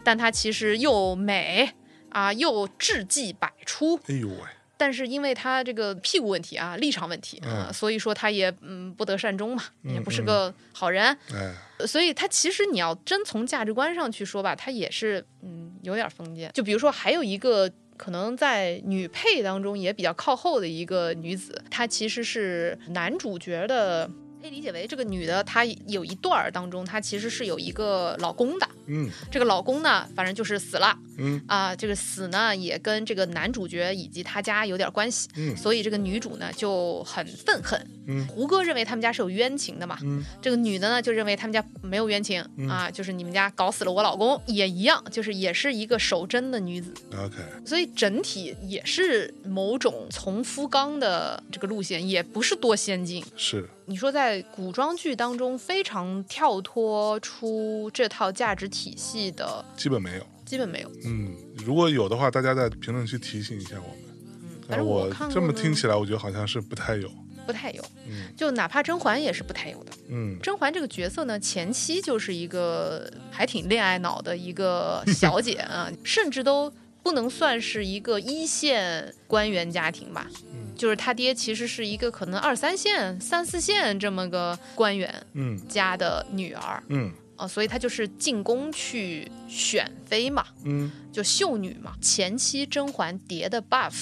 [SPEAKER 2] 但她其实又美啊又智计百出，
[SPEAKER 3] 哎呦喂，
[SPEAKER 2] 但是因为他这个屁股问题啊，立场问题啊，
[SPEAKER 3] 嗯
[SPEAKER 2] 所以说他也嗯不得善终嘛，也不是
[SPEAKER 3] 嗯
[SPEAKER 2] 个好人，
[SPEAKER 3] 哎，
[SPEAKER 2] 所以他其实你要真从价值观上去说吧，他也是嗯有点封建。就比如说还有一个。可能在女配当中也比较靠后的一个女子，她其实是男主角的，可以理解为这个女的，她有一段儿当中，她其实是有一个老公的，
[SPEAKER 3] 嗯
[SPEAKER 2] 这个老公呢，反正就是死了，
[SPEAKER 3] 嗯
[SPEAKER 2] 啊，这个死呢也跟这个男主角以及他家有点关系，
[SPEAKER 3] 嗯
[SPEAKER 2] 所以这个女主呢就很愤恨。
[SPEAKER 3] 嗯
[SPEAKER 2] 胡歌认为他们家是有冤情的嘛，
[SPEAKER 3] 嗯
[SPEAKER 2] 这个女的呢就认为他们家没有冤情、啊，就是你们家搞死了我老公也一样，就是也是一个守贞的女子，
[SPEAKER 3] ，OK，
[SPEAKER 2] 所以整体也是某种从夫纲的这个路线，也不是多先进。
[SPEAKER 3] 是，
[SPEAKER 2] 你说在古装剧当中非常跳脱出这套价值体系的，
[SPEAKER 3] 基本没有。
[SPEAKER 2] 基本没有。
[SPEAKER 3] 嗯，如果有的话，大家在评论区提醒一下我们。
[SPEAKER 2] 嗯反正
[SPEAKER 3] 我
[SPEAKER 2] 看过
[SPEAKER 3] 这么
[SPEAKER 2] 呢
[SPEAKER 3] 听起来，我觉得好像是不太有。
[SPEAKER 2] 不太有，
[SPEAKER 3] 嗯
[SPEAKER 2] 就哪怕甄嬛也是不太有的。
[SPEAKER 3] 嗯，
[SPEAKER 2] 甄嬛这个角色呢，前期就是一个还挺恋爱脑的一个小姐啊，甚至都不能算是一个一线官员家庭吧。
[SPEAKER 3] 嗯
[SPEAKER 2] 就是她爹其实是一个可能二三线、三四线这么个官员
[SPEAKER 3] 嗯
[SPEAKER 2] 家的女儿
[SPEAKER 3] 嗯
[SPEAKER 2] 啊，所以她就是进宫去选妃嘛。
[SPEAKER 3] 嗯
[SPEAKER 2] 就秀女嘛，前期甄嬛叠的 buff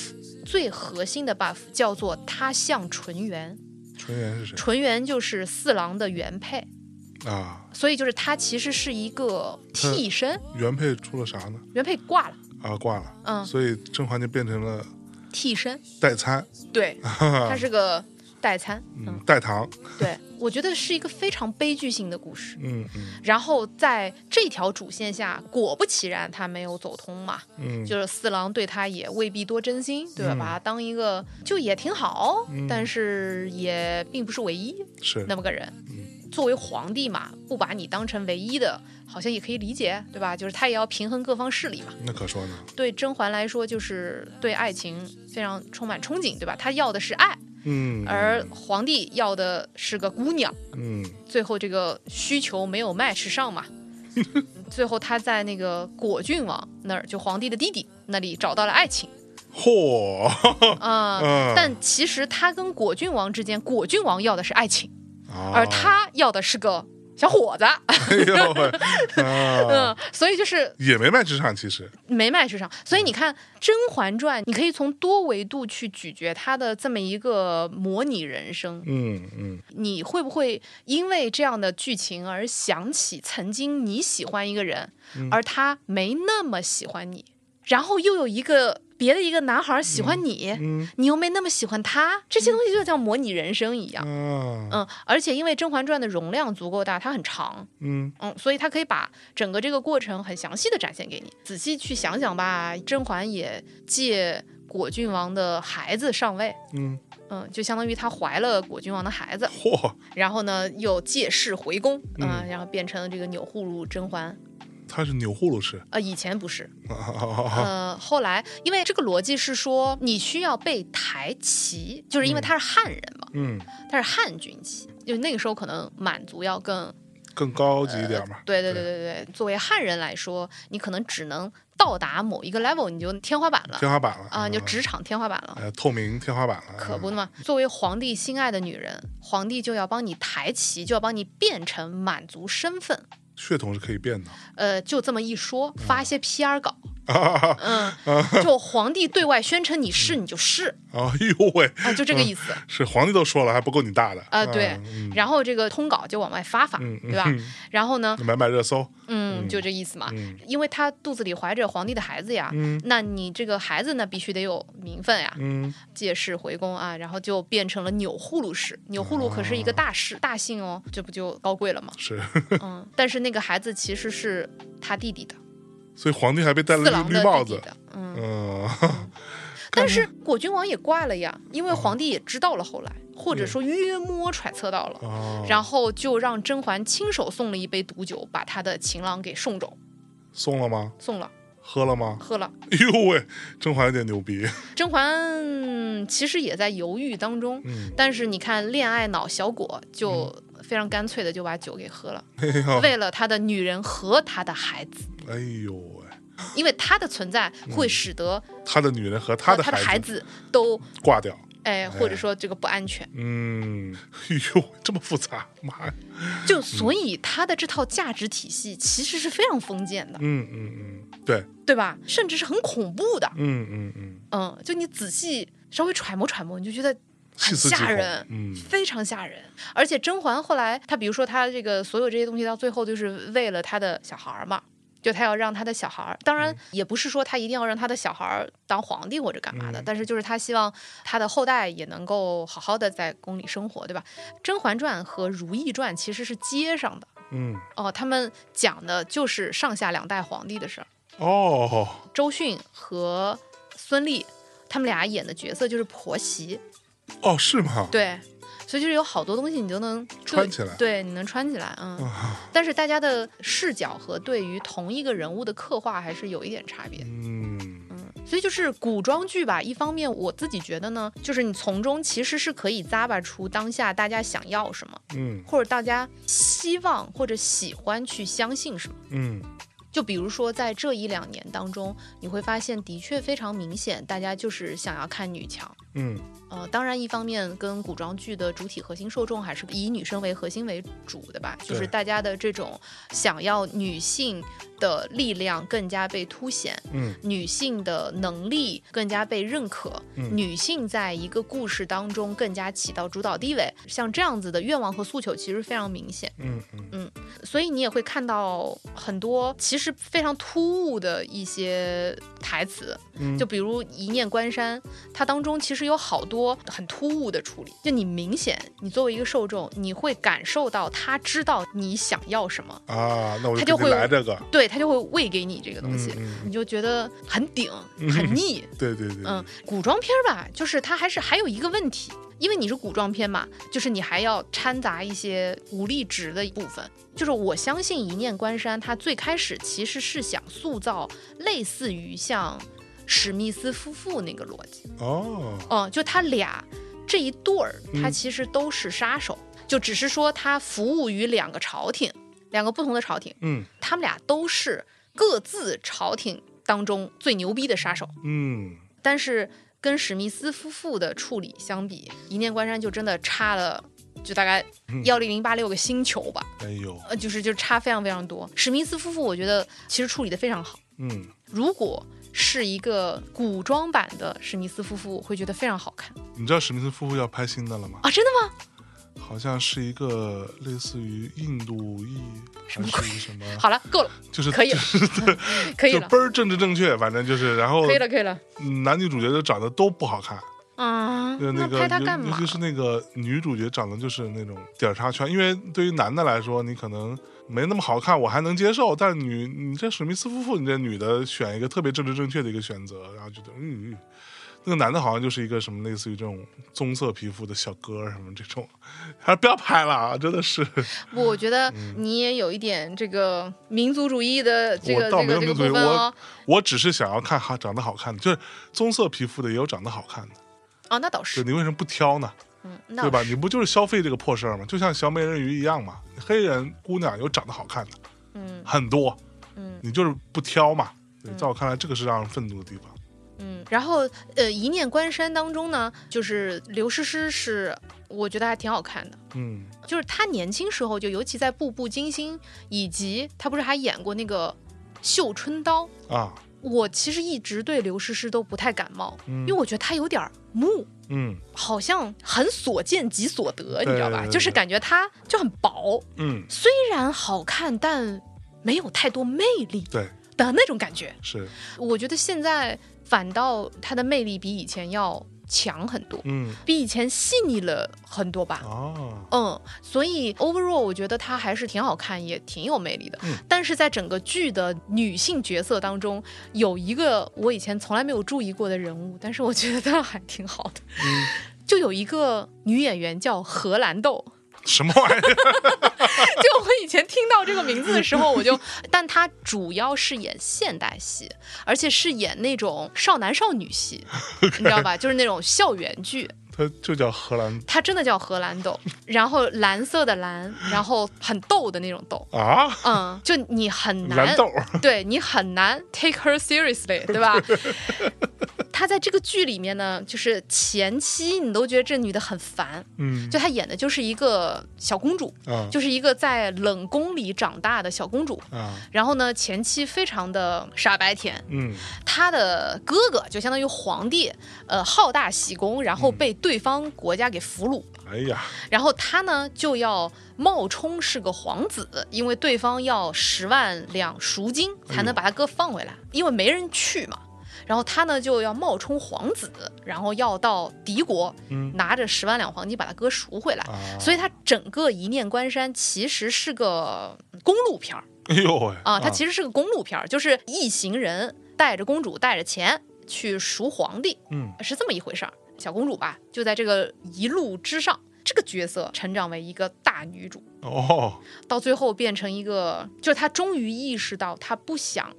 [SPEAKER 2] 最核心的 buff 叫做她像纯元，
[SPEAKER 3] 纯元是谁
[SPEAKER 2] 纯元就是四郎的原配，
[SPEAKER 3] 啊？
[SPEAKER 2] 所以就是他其实是一个
[SPEAKER 3] 嗯
[SPEAKER 2] 替身，
[SPEAKER 3] 原配出了啥呢？
[SPEAKER 2] 原配挂了，
[SPEAKER 3] 啊，挂了，
[SPEAKER 2] 嗯，
[SPEAKER 3] 所以甄嬛就变成了
[SPEAKER 2] 替身，
[SPEAKER 3] 代餐，
[SPEAKER 2] 对，它是个代餐，
[SPEAKER 3] 嗯，代糖，
[SPEAKER 2] 对，我觉得是一个非常悲剧性的故事。
[SPEAKER 3] 嗯嗯
[SPEAKER 2] 然后在这条主线下，果不其然，他没有走通嘛，
[SPEAKER 3] 嗯，
[SPEAKER 2] 就是四郎对他也未必多真心，对吧？把他当一个就也挺好，
[SPEAKER 3] 嗯
[SPEAKER 2] 但是也并不是唯一
[SPEAKER 3] 是
[SPEAKER 2] 那么个人。
[SPEAKER 3] 嗯
[SPEAKER 2] 作为皇帝嘛，不把你当成唯一的，好像也可以理解，对吧？就是他也要平衡各方势力嘛。
[SPEAKER 3] 那可说呢，
[SPEAKER 2] 对甄嬛来说，就是对爱情非常充满憧憬，对吧？她要的是爱，
[SPEAKER 3] 嗯，
[SPEAKER 2] 而皇帝要的是个姑娘。
[SPEAKER 3] 嗯
[SPEAKER 2] 最后这个需求没有 match 上 嘛。最后他在那个果郡王那儿，就皇帝的弟弟那里找到了爱情
[SPEAKER 3] 嚯，
[SPEAKER 2] 啊、
[SPEAKER 3] 嗯
[SPEAKER 2] 但其实他跟果郡王之间，果郡王要的是爱情，而
[SPEAKER 3] 哦，
[SPEAKER 2] 他要的是个小伙子，
[SPEAKER 3] 哎呦喂，啊，
[SPEAKER 2] 嗯，所以就是
[SPEAKER 3] 也没卖职场，其实，
[SPEAKER 2] 没 match 上。所以你看《甄嬛传》，你可以从多维度去咀嚼他的这么一个模拟人生，
[SPEAKER 3] 嗯嗯
[SPEAKER 2] 你会不会因为这样的剧情而想起曾经你喜欢一个人，而他没那么喜欢你，然后又有一个别的一个男孩喜欢你，
[SPEAKER 3] 嗯
[SPEAKER 2] 你又没那么喜欢他，这些东西就像模拟人生一样。
[SPEAKER 3] 啊，
[SPEAKER 2] 嗯，而且因为《甄嬛传》的容量足够大，它很长，
[SPEAKER 3] 嗯
[SPEAKER 2] 嗯，所以它可以把整个这个过程很详细的展现给你。仔细去想想吧，甄嬛也借果郡王的孩子上位，
[SPEAKER 3] 嗯，
[SPEAKER 2] 嗯，就相当于她怀了果郡王的孩子，
[SPEAKER 3] 嚯，
[SPEAKER 2] 然后呢又借势回宫，
[SPEAKER 3] 嗯
[SPEAKER 2] 啊，然后变成了这个钮祜禄甄嬛。
[SPEAKER 3] 他是钮祜禄氏，
[SPEAKER 2] 呃，以前不是，
[SPEAKER 3] 啊啊啊，
[SPEAKER 2] 呃，后来因为这个逻辑是说，你需要被抬旗，就是因为他是汉人嘛，
[SPEAKER 3] 嗯，
[SPEAKER 2] 他是汉军旗，就那个时候可能满族要更，
[SPEAKER 3] 更高级一点嘛，
[SPEAKER 2] 对对对对对，作为汉人来说，你可能只能到达某一个 level，你就天花板了
[SPEAKER 3] 天花板了哎
[SPEAKER 2] 啊、你就职场天花板了。
[SPEAKER 3] 呃，透明天花板了，嗯
[SPEAKER 2] 可不嘛！作为皇帝心爱的女人，皇帝就要帮你抬旗，就要帮你变成满族身份。
[SPEAKER 3] 血统是可以变的，
[SPEAKER 2] 呃，就这么一说，发一些 PR 稿，
[SPEAKER 3] 啊，
[SPEAKER 2] 嗯， 就皇帝对外宣称你是你就是
[SPEAKER 3] 哎呦喂，
[SPEAKER 2] 啊，就这个意思
[SPEAKER 3] 是皇帝都说了还不够你大的
[SPEAKER 2] 啊，对
[SPEAKER 3] 嗯。
[SPEAKER 2] 然后这个通稿就往外发发，
[SPEAKER 3] 嗯
[SPEAKER 2] 对吧？然后呢，
[SPEAKER 3] 买买热搜，
[SPEAKER 2] 嗯，就这意思嘛。因为他肚子里怀着皇帝的孩子呀，那你这个孩子呢，必须得有名分呀。
[SPEAKER 3] 嗯，？
[SPEAKER 2] 借势回宫啊，然后就变成了钮祜禄氏。钮祜禄可是一个大氏、大姓哦，这不就高贵了吗
[SPEAKER 3] 是，
[SPEAKER 2] 嗯，但是那个孩子其实是他弟弟的，
[SPEAKER 3] 所以皇帝还被戴
[SPEAKER 2] 四
[SPEAKER 3] 了
[SPEAKER 2] 郎
[SPEAKER 3] 绿
[SPEAKER 2] 的
[SPEAKER 3] 绿帽
[SPEAKER 2] 弟
[SPEAKER 3] 子
[SPEAKER 2] 弟，的。嗯。
[SPEAKER 3] 嗯，
[SPEAKER 2] 但是果郡王也怪了呀，因
[SPEAKER 3] 哦
[SPEAKER 2] 为皇帝也知道了后来，或者说约摸揣测到了，
[SPEAKER 3] 嗯哦，
[SPEAKER 2] 然后就让甄嬛亲手送了一杯毒酒，把她的情郎给送走，
[SPEAKER 3] 送了吗？
[SPEAKER 2] 送了，
[SPEAKER 3] 喝了吗？
[SPEAKER 2] 喝了。
[SPEAKER 3] 哎呦喂，甄嬛有点牛逼，
[SPEAKER 2] 甄嬛其实也在犹豫当中，
[SPEAKER 3] 嗯，
[SPEAKER 2] 但是你看恋爱脑小果就非常干脆的就把酒给喝了，
[SPEAKER 3] 哎呦，
[SPEAKER 2] 为了他的女人和他的孩子，
[SPEAKER 3] 哎呦喂，
[SPEAKER 2] 因为他的存在会使得
[SPEAKER 3] 他的女人和他
[SPEAKER 2] 和
[SPEAKER 3] 嗯的
[SPEAKER 2] 他的孩
[SPEAKER 3] 孩子
[SPEAKER 2] 子都
[SPEAKER 3] 挂掉，
[SPEAKER 2] 哎，或者说这个不安全。
[SPEAKER 3] 嗯， 哎呦，这么复杂，妈呀，
[SPEAKER 2] 就所以他的这套价值体系其实是非常封建的，
[SPEAKER 3] 嗯嗯嗯，对，
[SPEAKER 2] 对吧？甚至是很恐怖的。
[SPEAKER 3] 嗯嗯嗯，
[SPEAKER 2] 嗯，就你仔细稍微揣摩揣摩，你就觉得
[SPEAKER 3] 细
[SPEAKER 2] 很
[SPEAKER 3] 思极
[SPEAKER 2] 吓
[SPEAKER 3] 恐
[SPEAKER 2] 人，
[SPEAKER 3] 嗯
[SPEAKER 2] 非常吓人。而且甄嬛后来，她比如说她这个所有这些东西，到最后就是为了她的小孩儿嘛。就她要让她的小孩儿，当然也不是说她一定要让她的小孩儿当皇帝或者干嘛的，但是就是她希望她的后代也能够好好的在宫里生活，对吧？《甄嬛传》和《如懿传》其实是接上的，
[SPEAKER 3] 嗯，
[SPEAKER 2] 哦，他们讲的就是上下两代皇帝的事儿。
[SPEAKER 3] 哦，
[SPEAKER 2] 周迅和孙俪，他们俩演的角色就是婆媳，
[SPEAKER 3] 哦，是吗？
[SPEAKER 2] 对，所以就是有好多东西你都能对
[SPEAKER 3] 穿起来
[SPEAKER 2] 对，你能穿起来，嗯。
[SPEAKER 3] 啊，
[SPEAKER 2] 但是大家的视角和对于同一个人物的刻画还是有一点差别，
[SPEAKER 3] 嗯，
[SPEAKER 2] 所以就是古装剧吧，一方面我自己觉得呢，就是你从中其实是可以咂巴出当下大家想要什么，
[SPEAKER 3] 嗯
[SPEAKER 2] 或者大家希望或者喜欢去相信什么。
[SPEAKER 3] 嗯，
[SPEAKER 2] 就比如说，在这一两年当中，你会发现的确非常明显，大家就是想要看女强。
[SPEAKER 3] 嗯，
[SPEAKER 2] 呃，当然，一方面跟古装剧的主体核心受众还是以女生为核心为主的吧，就是大家的这种想要女性的力量更加被凸显，
[SPEAKER 3] 嗯，
[SPEAKER 2] 女性的能力更加被认可，
[SPEAKER 3] 嗯
[SPEAKER 2] 女性在一个故事当中更加起到主导地位，像这样子的愿望和诉求其实非常明显。
[SPEAKER 3] 嗯嗯
[SPEAKER 2] 所以你也会看到很多其实非常突兀的一些台词，
[SPEAKER 3] 嗯，
[SPEAKER 2] 就比如《一念关山》，它当中其实有好多很突兀的处理，就你明显你作为一个受众，你会感受到他知道你想要什么，
[SPEAKER 3] 啊，那我
[SPEAKER 2] 他
[SPEAKER 3] 就
[SPEAKER 2] 就
[SPEAKER 3] 给你
[SPEAKER 2] 会
[SPEAKER 3] 来这个，
[SPEAKER 2] 对他就会喂给你这个东西，
[SPEAKER 3] 嗯嗯
[SPEAKER 2] 你就觉得很顶、 很腻。
[SPEAKER 3] 对对对，
[SPEAKER 2] 嗯，古装片儿吧，就是它还是还有一个问题，因为你是古装片嘛，就是你还要掺杂一些武力值的部分。就是我相信《一念关山》，它最开始其实是想塑造类似于像史密斯夫妇那个逻辑，
[SPEAKER 3] 哦，
[SPEAKER 2] 嗯，就他俩这一对儿，他
[SPEAKER 3] 嗯
[SPEAKER 2] 其实都是杀手，就只是说他服务于两个朝廷，两个不同的朝廷，
[SPEAKER 3] 嗯
[SPEAKER 2] 他们俩都是各自朝廷当中最牛逼的杀手。
[SPEAKER 3] 嗯
[SPEAKER 2] 但是跟史密斯夫妇的处理相比，《一念关山》就真的差了，就大概
[SPEAKER 3] 嗯
[SPEAKER 2] 幺零零八六个星球吧，
[SPEAKER 3] 哎呦，
[SPEAKER 2] 呃，就是就差非常非常多。史密斯夫妇我觉得其实处理的非常好，
[SPEAKER 3] 嗯
[SPEAKER 2] 如果是一个古装版的史密斯夫妇，会觉得非常好看
[SPEAKER 3] 你知道史密斯夫妇要拍新的了吗？
[SPEAKER 2] 啊！真的吗？
[SPEAKER 3] 好像是一个类似于印度裔还是一个什么，
[SPEAKER 2] 好了，够了，
[SPEAKER 3] 就是
[SPEAKER 2] 可以了
[SPEAKER 3] 就是对
[SPEAKER 2] 可以
[SPEAKER 3] 就
[SPEAKER 2] 了
[SPEAKER 3] 倍，儿政治正确，反正就是，然后
[SPEAKER 2] 可以了，可以了。
[SPEAKER 3] 嗯男女主角都长得都不好看，
[SPEAKER 2] 啊，
[SPEAKER 3] 就那个
[SPEAKER 2] 拍他
[SPEAKER 3] 尤
[SPEAKER 2] 干
[SPEAKER 3] 尤
[SPEAKER 2] 嘛
[SPEAKER 3] 其？是那个女主角长得就是那种点儿叉圈，因为对于男的来说，你可能没那么好看，我还能接受，但是女你这史密斯夫妇，你这女的选一个特别政治正确的一个选择，然后觉得嗯。嗯那个男的好像就是一个什么类似于这种棕色皮肤的小哥儿什么这种，还是不要拍了啊！真的是，
[SPEAKER 2] 不，我觉得
[SPEAKER 3] 嗯
[SPEAKER 2] 你也有一点这个民族主义的 这
[SPEAKER 3] 我
[SPEAKER 2] 个
[SPEAKER 3] 倒
[SPEAKER 2] 这
[SPEAKER 3] 没有
[SPEAKER 2] 个这
[SPEAKER 3] 民
[SPEAKER 2] 个
[SPEAKER 3] 族
[SPEAKER 2] 部
[SPEAKER 3] 主义，
[SPEAKER 2] 分哦
[SPEAKER 3] 我。我只是想要看哈长得好看的，就是棕色皮肤的也有长得好看的，
[SPEAKER 2] 啊，那倒
[SPEAKER 3] 对
[SPEAKER 2] 是，
[SPEAKER 3] 你为什么不挑呢？
[SPEAKER 2] 嗯，那
[SPEAKER 3] 对吧？
[SPEAKER 2] 倒是
[SPEAKER 3] 你不就是消费这个破事儿吗？就像小美人鱼一样嘛，黑人姑娘有长得好看的
[SPEAKER 2] 嗯
[SPEAKER 3] 很多，
[SPEAKER 2] 嗯。
[SPEAKER 3] 你就是不挑嘛。对在我看来，这个是让人愤怒的地方。
[SPEAKER 2] 嗯，然后呃，《一念关山》当中呢，就是刘诗诗是我觉得还挺好看的，
[SPEAKER 3] 嗯，
[SPEAKER 2] 就是她年轻时候就尤其在《步步惊心》，以及她不是还演过那个《绣春刀》。
[SPEAKER 3] 啊，
[SPEAKER 2] 我其实一直对刘诗诗都不太感冒，
[SPEAKER 3] 嗯
[SPEAKER 2] 因为我觉得她有点儿木，
[SPEAKER 3] 嗯
[SPEAKER 2] 好像很所见即所得，你知道吧？
[SPEAKER 3] 对
[SPEAKER 2] 就是感觉她就很薄，
[SPEAKER 3] 嗯，
[SPEAKER 2] 虽然好看，但没有太多魅力
[SPEAKER 3] 对，
[SPEAKER 2] 的那种感觉。
[SPEAKER 3] 是，
[SPEAKER 2] 我觉得现在反倒她的魅力比以前要强很多，
[SPEAKER 3] 嗯
[SPEAKER 2] 比以前细腻了很多吧。
[SPEAKER 3] 啊，
[SPEAKER 2] 嗯，所以 overall 我觉得她还是挺好看，也挺有魅力的。
[SPEAKER 3] 嗯
[SPEAKER 2] 但是在整个剧的女性角色当中，有一个我以前从来没有注意过的人物，但是我觉得她还挺好的。
[SPEAKER 3] 嗯
[SPEAKER 2] 就有一个女演员叫荷兰豆，
[SPEAKER 3] 什么玩意儿？
[SPEAKER 2] 就我以前听到这个名字的时候，我就，但她主要是演现代戏，而且是演那种少男少女戏，你知道吧？就是那种校园剧。
[SPEAKER 3] 它就叫荷兰
[SPEAKER 2] 她真的叫荷兰豆，然后蓝色的蓝，然后很逗的那种逗。
[SPEAKER 3] 啊，
[SPEAKER 2] 嗯，就你很
[SPEAKER 3] 蓝
[SPEAKER 2] 难，
[SPEAKER 3] 豆。
[SPEAKER 2] 对你很难 take her seriously，对吧？ 她在这个剧里面呢，就是前期你都觉得这女的很烦，
[SPEAKER 3] 嗯
[SPEAKER 2] 就她演的就是一个小公主，
[SPEAKER 3] 啊
[SPEAKER 2] 就是一个在冷宫里长大的小公主。
[SPEAKER 3] 啊，
[SPEAKER 2] 然后呢，前期非常的傻白甜，
[SPEAKER 3] 嗯
[SPEAKER 2] 她的哥哥就相当于皇帝，呃，好大喜功，然后被对方国家给俘虏，
[SPEAKER 3] 哎呀，
[SPEAKER 2] 然后她呢就要冒充是个皇子，因为对方要十万两赎金才能把她哥放回来，因为没人去嘛。然后她呢就要冒充皇子，然后要到敌国
[SPEAKER 3] 嗯
[SPEAKER 2] 拿着十万两黄金把她哥赎回来。
[SPEAKER 3] 啊，
[SPEAKER 2] 所以她整个《一念关山》其实是个公路片儿
[SPEAKER 3] 哎呦喂
[SPEAKER 2] 啊，它其实是个公路片儿，就是一行人带着公主带着钱去赎皇帝。
[SPEAKER 3] 嗯
[SPEAKER 2] 是这么一回事儿。小公主吧，就在这个一路之上，这个角色成长为一个大女主，
[SPEAKER 3] 哦，
[SPEAKER 2] 到最后变成一个，就是她终于意识到她不想，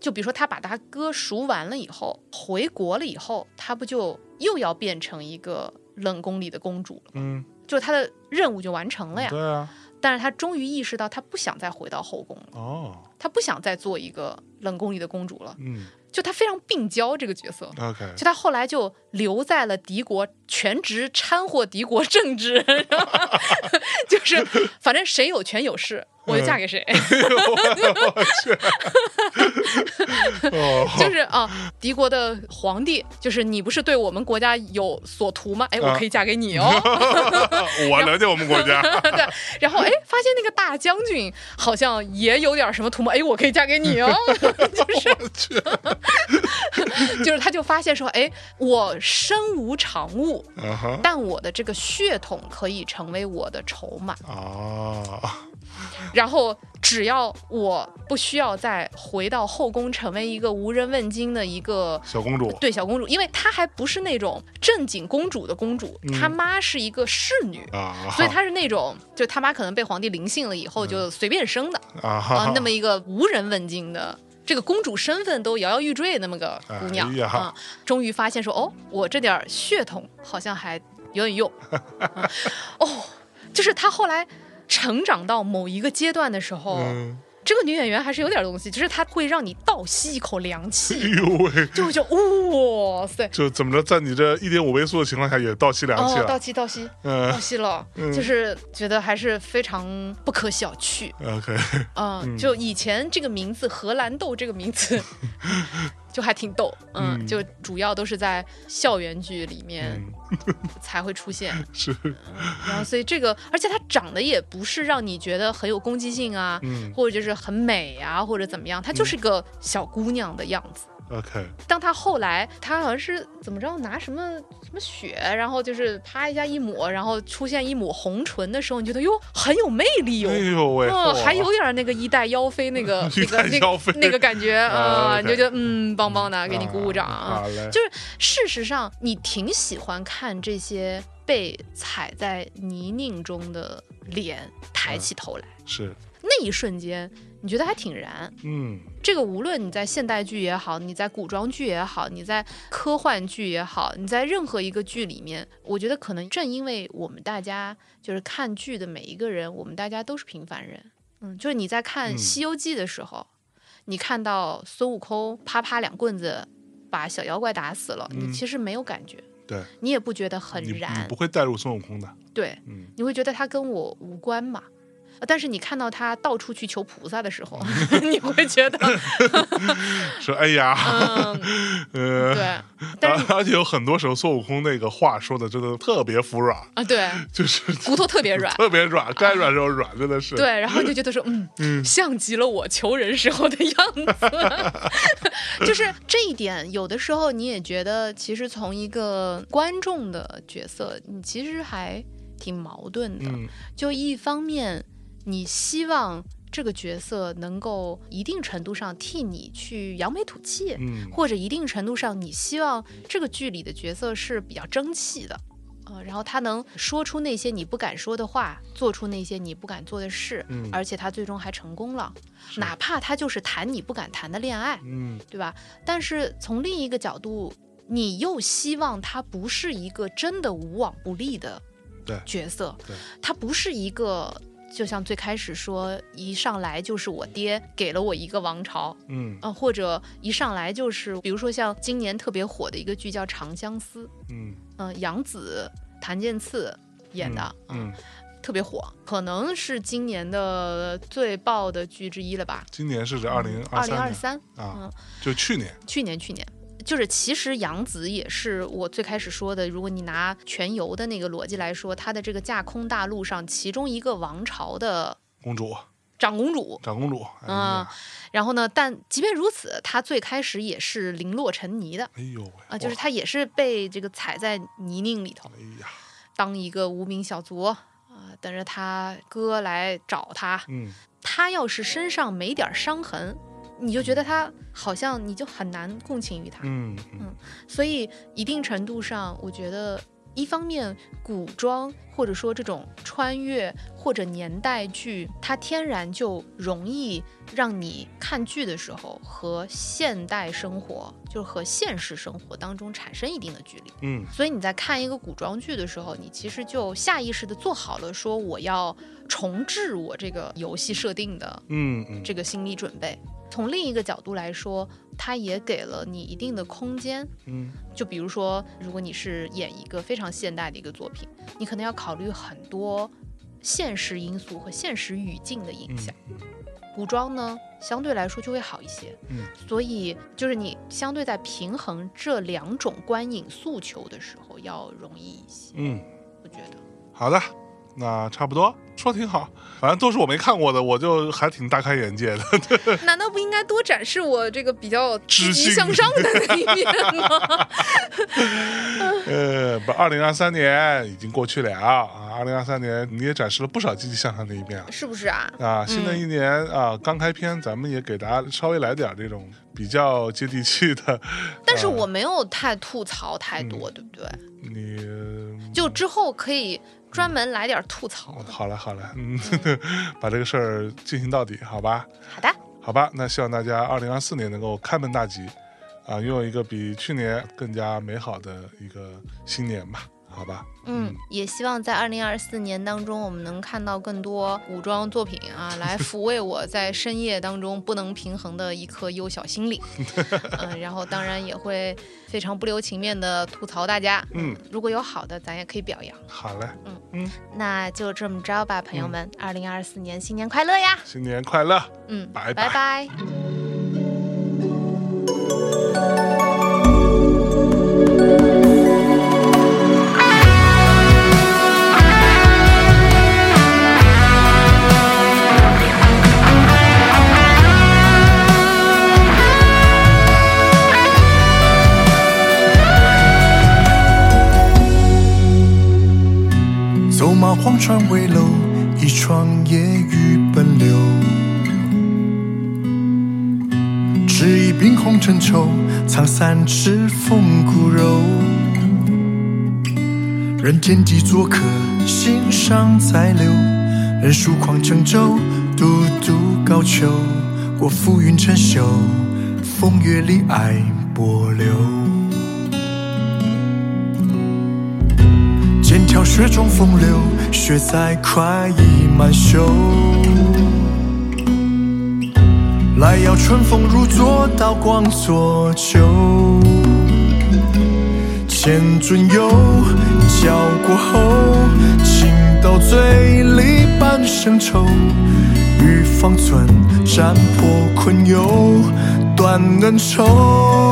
[SPEAKER 2] 就比如说她把她哥赎完了以后，回国了以后，她不就又要变成一个冷宫里的公主了？
[SPEAKER 3] 嗯，
[SPEAKER 2] 就是她的任务就完成了呀。
[SPEAKER 3] 对啊，
[SPEAKER 2] 但是她终于意识到，她不想再回到后宫了。
[SPEAKER 3] 哦，
[SPEAKER 2] 她不想再做一个冷宫里的公主了，
[SPEAKER 3] 嗯
[SPEAKER 2] 就她非常病娇这个角色。
[SPEAKER 3] ，OK，
[SPEAKER 2] 就她后来就留在了敌国，全职掺和敌国政治， 就是反正谁有权有势，我就嫁给谁。
[SPEAKER 3] 哦，
[SPEAKER 2] 就是啊，敌国的皇帝，就是你不是对我们国家有所图吗？哎，我可以嫁给你哦。
[SPEAKER 3] 我了解我们国家，
[SPEAKER 2] 对，然后哎，发现那个大将军好像也有点什么图谋，哎，我可以嫁给你哦。
[SPEAKER 3] 我去，
[SPEAKER 2] 就是他就发现说，哎，我身无长物，
[SPEAKER 3] 啊哈，
[SPEAKER 2] 但我的这个血统可以成为我的筹码，
[SPEAKER 3] 啊，
[SPEAKER 2] 然后。只要我不需要再回到后宫，成为一个无人问津的一个
[SPEAKER 3] 小公主，
[SPEAKER 2] 对小公主，因为她还不是那种正经公主的公主，她妈是一个侍女，
[SPEAKER 3] 嗯啊，嗯
[SPEAKER 2] 所以她是那种就她妈可能被皇帝临幸了以后就随便生的
[SPEAKER 3] 啊
[SPEAKER 2] 啊、
[SPEAKER 3] 哈，
[SPEAKER 2] 那么一个无人问津的。这个公主身份都摇摇欲坠，那么个姑娘
[SPEAKER 3] 哎呀
[SPEAKER 2] 啊、终于发现说，哦，我这点血统好像还有点用， 啊哦，就是她后来成长到某一个阶段的时候，
[SPEAKER 3] 嗯，
[SPEAKER 2] 这个女演员还是有点东西，就是她会让你倒吸一口凉
[SPEAKER 3] 哎
[SPEAKER 2] 气，
[SPEAKER 3] 呦喂，
[SPEAKER 2] 就就哇塞，
[SPEAKER 3] 就怎么着，在你这一点五倍速的情况下也倒吸凉气
[SPEAKER 2] 哦，倒
[SPEAKER 3] 了，
[SPEAKER 2] 吸倒吸
[SPEAKER 3] 嗯
[SPEAKER 2] 倒吸了，
[SPEAKER 3] 嗯
[SPEAKER 2] 就是觉得还是非常不可小觑。
[SPEAKER 3] ，OK，
[SPEAKER 2] 嗯，就以前这个名字荷兰豆这个名 字，就还挺逗，嗯，
[SPEAKER 3] 嗯
[SPEAKER 2] 就主要都是在校园剧里面
[SPEAKER 3] 嗯，
[SPEAKER 2] 才会出 现，
[SPEAKER 3] 是，
[SPEAKER 2] 然后所以这个，而且它长得也不是让你觉得很有攻击性啊，
[SPEAKER 3] 嗯
[SPEAKER 2] 或者就是很美啊，或者怎么样，她就是个小姑娘的样子。
[SPEAKER 3] ，OK，
[SPEAKER 2] 当她后来，她好像是怎么着拿什么什么血，然后就是啪一下一抹，然后出现一抹红唇的时候，你觉得哟很有魅力哟、
[SPEAKER 3] 哎呦喂，
[SPEAKER 2] 嗯，
[SPEAKER 3] 嚯
[SPEAKER 2] 还有点那个衣带妖妃那 个
[SPEAKER 3] 衣
[SPEAKER 2] 那
[SPEAKER 3] 带
[SPEAKER 2] 个那
[SPEAKER 3] 妖妃
[SPEAKER 2] 个 那个感觉
[SPEAKER 3] 啊
[SPEAKER 2] 啊，
[SPEAKER 3] ，OK
[SPEAKER 2] 你就觉得嗯棒棒的，给你鼓鼓掌
[SPEAKER 3] 啊
[SPEAKER 2] 啊
[SPEAKER 3] 好。嘞，
[SPEAKER 2] 就是事实上，你挺喜欢看这些被踩在泥泞中的脸抬起头来，
[SPEAKER 3] 是，
[SPEAKER 2] 那一瞬间，你觉得还挺燃。
[SPEAKER 3] 嗯
[SPEAKER 2] 这个无论你在现代剧也好，你在古装剧也好，你在科幻剧也好，你在任何一个剧里面，我觉得可能正因为我们大家就是看剧的每一个人，我们大家都是平凡人，嗯，就是你在看
[SPEAKER 3] 嗯
[SPEAKER 2] 《西游记》的时候，你看到孙悟空啪啪两棍子把小妖怪打死了，
[SPEAKER 3] 嗯
[SPEAKER 2] 你其实没有感觉，
[SPEAKER 3] 对，
[SPEAKER 2] 你也不觉得很
[SPEAKER 3] 你你
[SPEAKER 2] 燃
[SPEAKER 3] 不，会带入孙悟空的，
[SPEAKER 2] 对，
[SPEAKER 3] 嗯，
[SPEAKER 2] 你会觉得他跟我无关嘛。呃但是你看到他到处去求菩萨的时 候， 你会觉得，
[SPEAKER 3] 说哎呀，
[SPEAKER 2] 嗯，
[SPEAKER 3] 呃，
[SPEAKER 2] 对，但是
[SPEAKER 3] 而而且有很多时候孙悟空那个话说的真的特别服软，
[SPEAKER 2] 啊，对，
[SPEAKER 3] 就是，
[SPEAKER 2] 骨头特别软
[SPEAKER 3] 特别软，该软时候软，真的是，
[SPEAKER 2] 对，然后你就觉得说，嗯，像极了我求人时候的样 子，就是这一点，有的时候你也觉得，其实从一个观众的角色，你其实还挺矛盾的，
[SPEAKER 3] 嗯
[SPEAKER 2] 就一方面，你希望这个角色能够一定程度上替你去扬眉吐气，
[SPEAKER 3] 嗯
[SPEAKER 2] 或者一定程度上，你希望这个剧里的角色是比较争气的，呃，然后他能说出那些你不敢说的话，做出那些你不敢做的事，
[SPEAKER 3] 嗯
[SPEAKER 2] 而且他最终还成功了，哪怕他就是谈你不敢谈的恋爱，
[SPEAKER 3] 嗯
[SPEAKER 2] 对吧？但是从另一个角度，你又希望他不是一个真的无往不利的
[SPEAKER 3] 对
[SPEAKER 2] 角色
[SPEAKER 3] 对，
[SPEAKER 2] 他不是一个就像最开始说一上来就是我爹给了我一个王朝，
[SPEAKER 3] 嗯
[SPEAKER 2] 呃，或者一上来就是比如说像今年特别火的一个剧叫《长相思》，
[SPEAKER 3] 嗯
[SPEAKER 2] 嗯、杨紫、谭健次演的，啊
[SPEAKER 3] 嗯，
[SPEAKER 2] 特别火，可能是今年的最爆的剧之一了吧。
[SPEAKER 3] 今年是指二零
[SPEAKER 2] 二零
[SPEAKER 3] 三
[SPEAKER 2] 嗯二三，
[SPEAKER 3] 啊
[SPEAKER 2] 嗯，
[SPEAKER 3] 就去年，
[SPEAKER 2] 去年去年。就是其实杨紫也是我最开始说的，如果你拿全游的那个逻辑来说，她的这个架空大陆上其中一个王朝的
[SPEAKER 3] 公主
[SPEAKER 2] 长公主。
[SPEAKER 3] 长公主，哎
[SPEAKER 2] 嗯
[SPEAKER 3] 呀，，
[SPEAKER 2] 然后呢？但即便如此，她最开始也是零落尘泥的
[SPEAKER 3] 哎呦喂，
[SPEAKER 2] 啊，就是
[SPEAKER 3] 哇
[SPEAKER 2] 她也是被这个踩在泥泞里头，
[SPEAKER 3] 哎呀，
[SPEAKER 2] 当一个无名小卒啊、等着她哥来找她。
[SPEAKER 3] 嗯
[SPEAKER 2] 她要是身上没点伤痕，你就觉得她好像你就很难共情于她。
[SPEAKER 3] 嗯嗯
[SPEAKER 2] 所以一定程度上，我觉得。一方面，古装或者说这种穿越或者年代剧，它天然就容易让你看剧的时候和现代生活，就是和现实生活当中产生一定的距离。
[SPEAKER 3] 嗯
[SPEAKER 2] 所以你在看一个古装剧的时候，你其实就下意识的做好了说我要重置我这个游戏设定的
[SPEAKER 3] 嗯嗯，
[SPEAKER 2] 这个心理准备。从另一个角度来说，它也给了你一定的空间。
[SPEAKER 3] 嗯
[SPEAKER 2] 就比如说，如果你是演一个非常现代的一个作品，你可能要考虑很多现实因素和现实语境的
[SPEAKER 3] 嗯
[SPEAKER 2] 影响。古装呢，相对来说就会好一些。
[SPEAKER 3] 嗯，
[SPEAKER 2] 所以就是你相对在平衡这两种观影诉求的时候，要容易一些。
[SPEAKER 3] 嗯，
[SPEAKER 2] 我觉得，
[SPEAKER 3] 好的，那差不多说挺好，反正都是我没看过的，我就还挺大开眼界的。
[SPEAKER 2] 难道不应该多展示我这个比较积
[SPEAKER 3] 知
[SPEAKER 2] 极
[SPEAKER 3] 性
[SPEAKER 2] 向上的那一面吗？
[SPEAKER 3] 呃，不，二零二三年已经过去了啊，二零二三年你也展示了不少积极向上的一面啊。
[SPEAKER 2] 是不是啊？
[SPEAKER 3] 啊，新的一年、啊，刚开篇，咱们也给大家稍微来点这种比较接地气的。
[SPEAKER 2] 但是
[SPEAKER 3] 啊
[SPEAKER 2] 我没有太吐槽太多，对不对？
[SPEAKER 3] 你
[SPEAKER 2] 就之后可以专门来点吐槽
[SPEAKER 3] 哦
[SPEAKER 2] 的。
[SPEAKER 3] 好了好了，嗯， 把这个事儿进行到底，好吧？
[SPEAKER 2] 好的，
[SPEAKER 3] 好吧，那希望大家二零二四年能够开门大吉，啊，拥有一个比去年更加美好的一个新年吧，好吧？
[SPEAKER 2] 嗯，也希望在二零二四年当中，我们能看到更多古装作品啊，来抚慰我在深夜当中不能平衡的一颗幼小心灵。嗯，然后当然也会非常不留情面的吐槽大家。
[SPEAKER 3] 嗯，
[SPEAKER 2] 如果有好的，咱也可以表扬。
[SPEAKER 3] 好嘞，
[SPEAKER 2] 那就这么着吧，朋友们，二零二四年新年快乐呀！
[SPEAKER 3] 新年快乐！
[SPEAKER 2] 嗯，
[SPEAKER 3] 拜拜
[SPEAKER 2] 拜拜
[SPEAKER 4] 走马荒川危楼，一窗夜雨奔流。只一鬓红尘愁，苍散指缝骨肉。人间几作客，心尚在留。人疏狂乘舟，独独高俅。过浮云成袖，风月里爱波流。剑挑雪中风流，雪在快意满袖。来邀春风入座，刀光左右。千尊友，交过后，情到醉里半生愁。欲方寸，斩破困忧，断恩仇。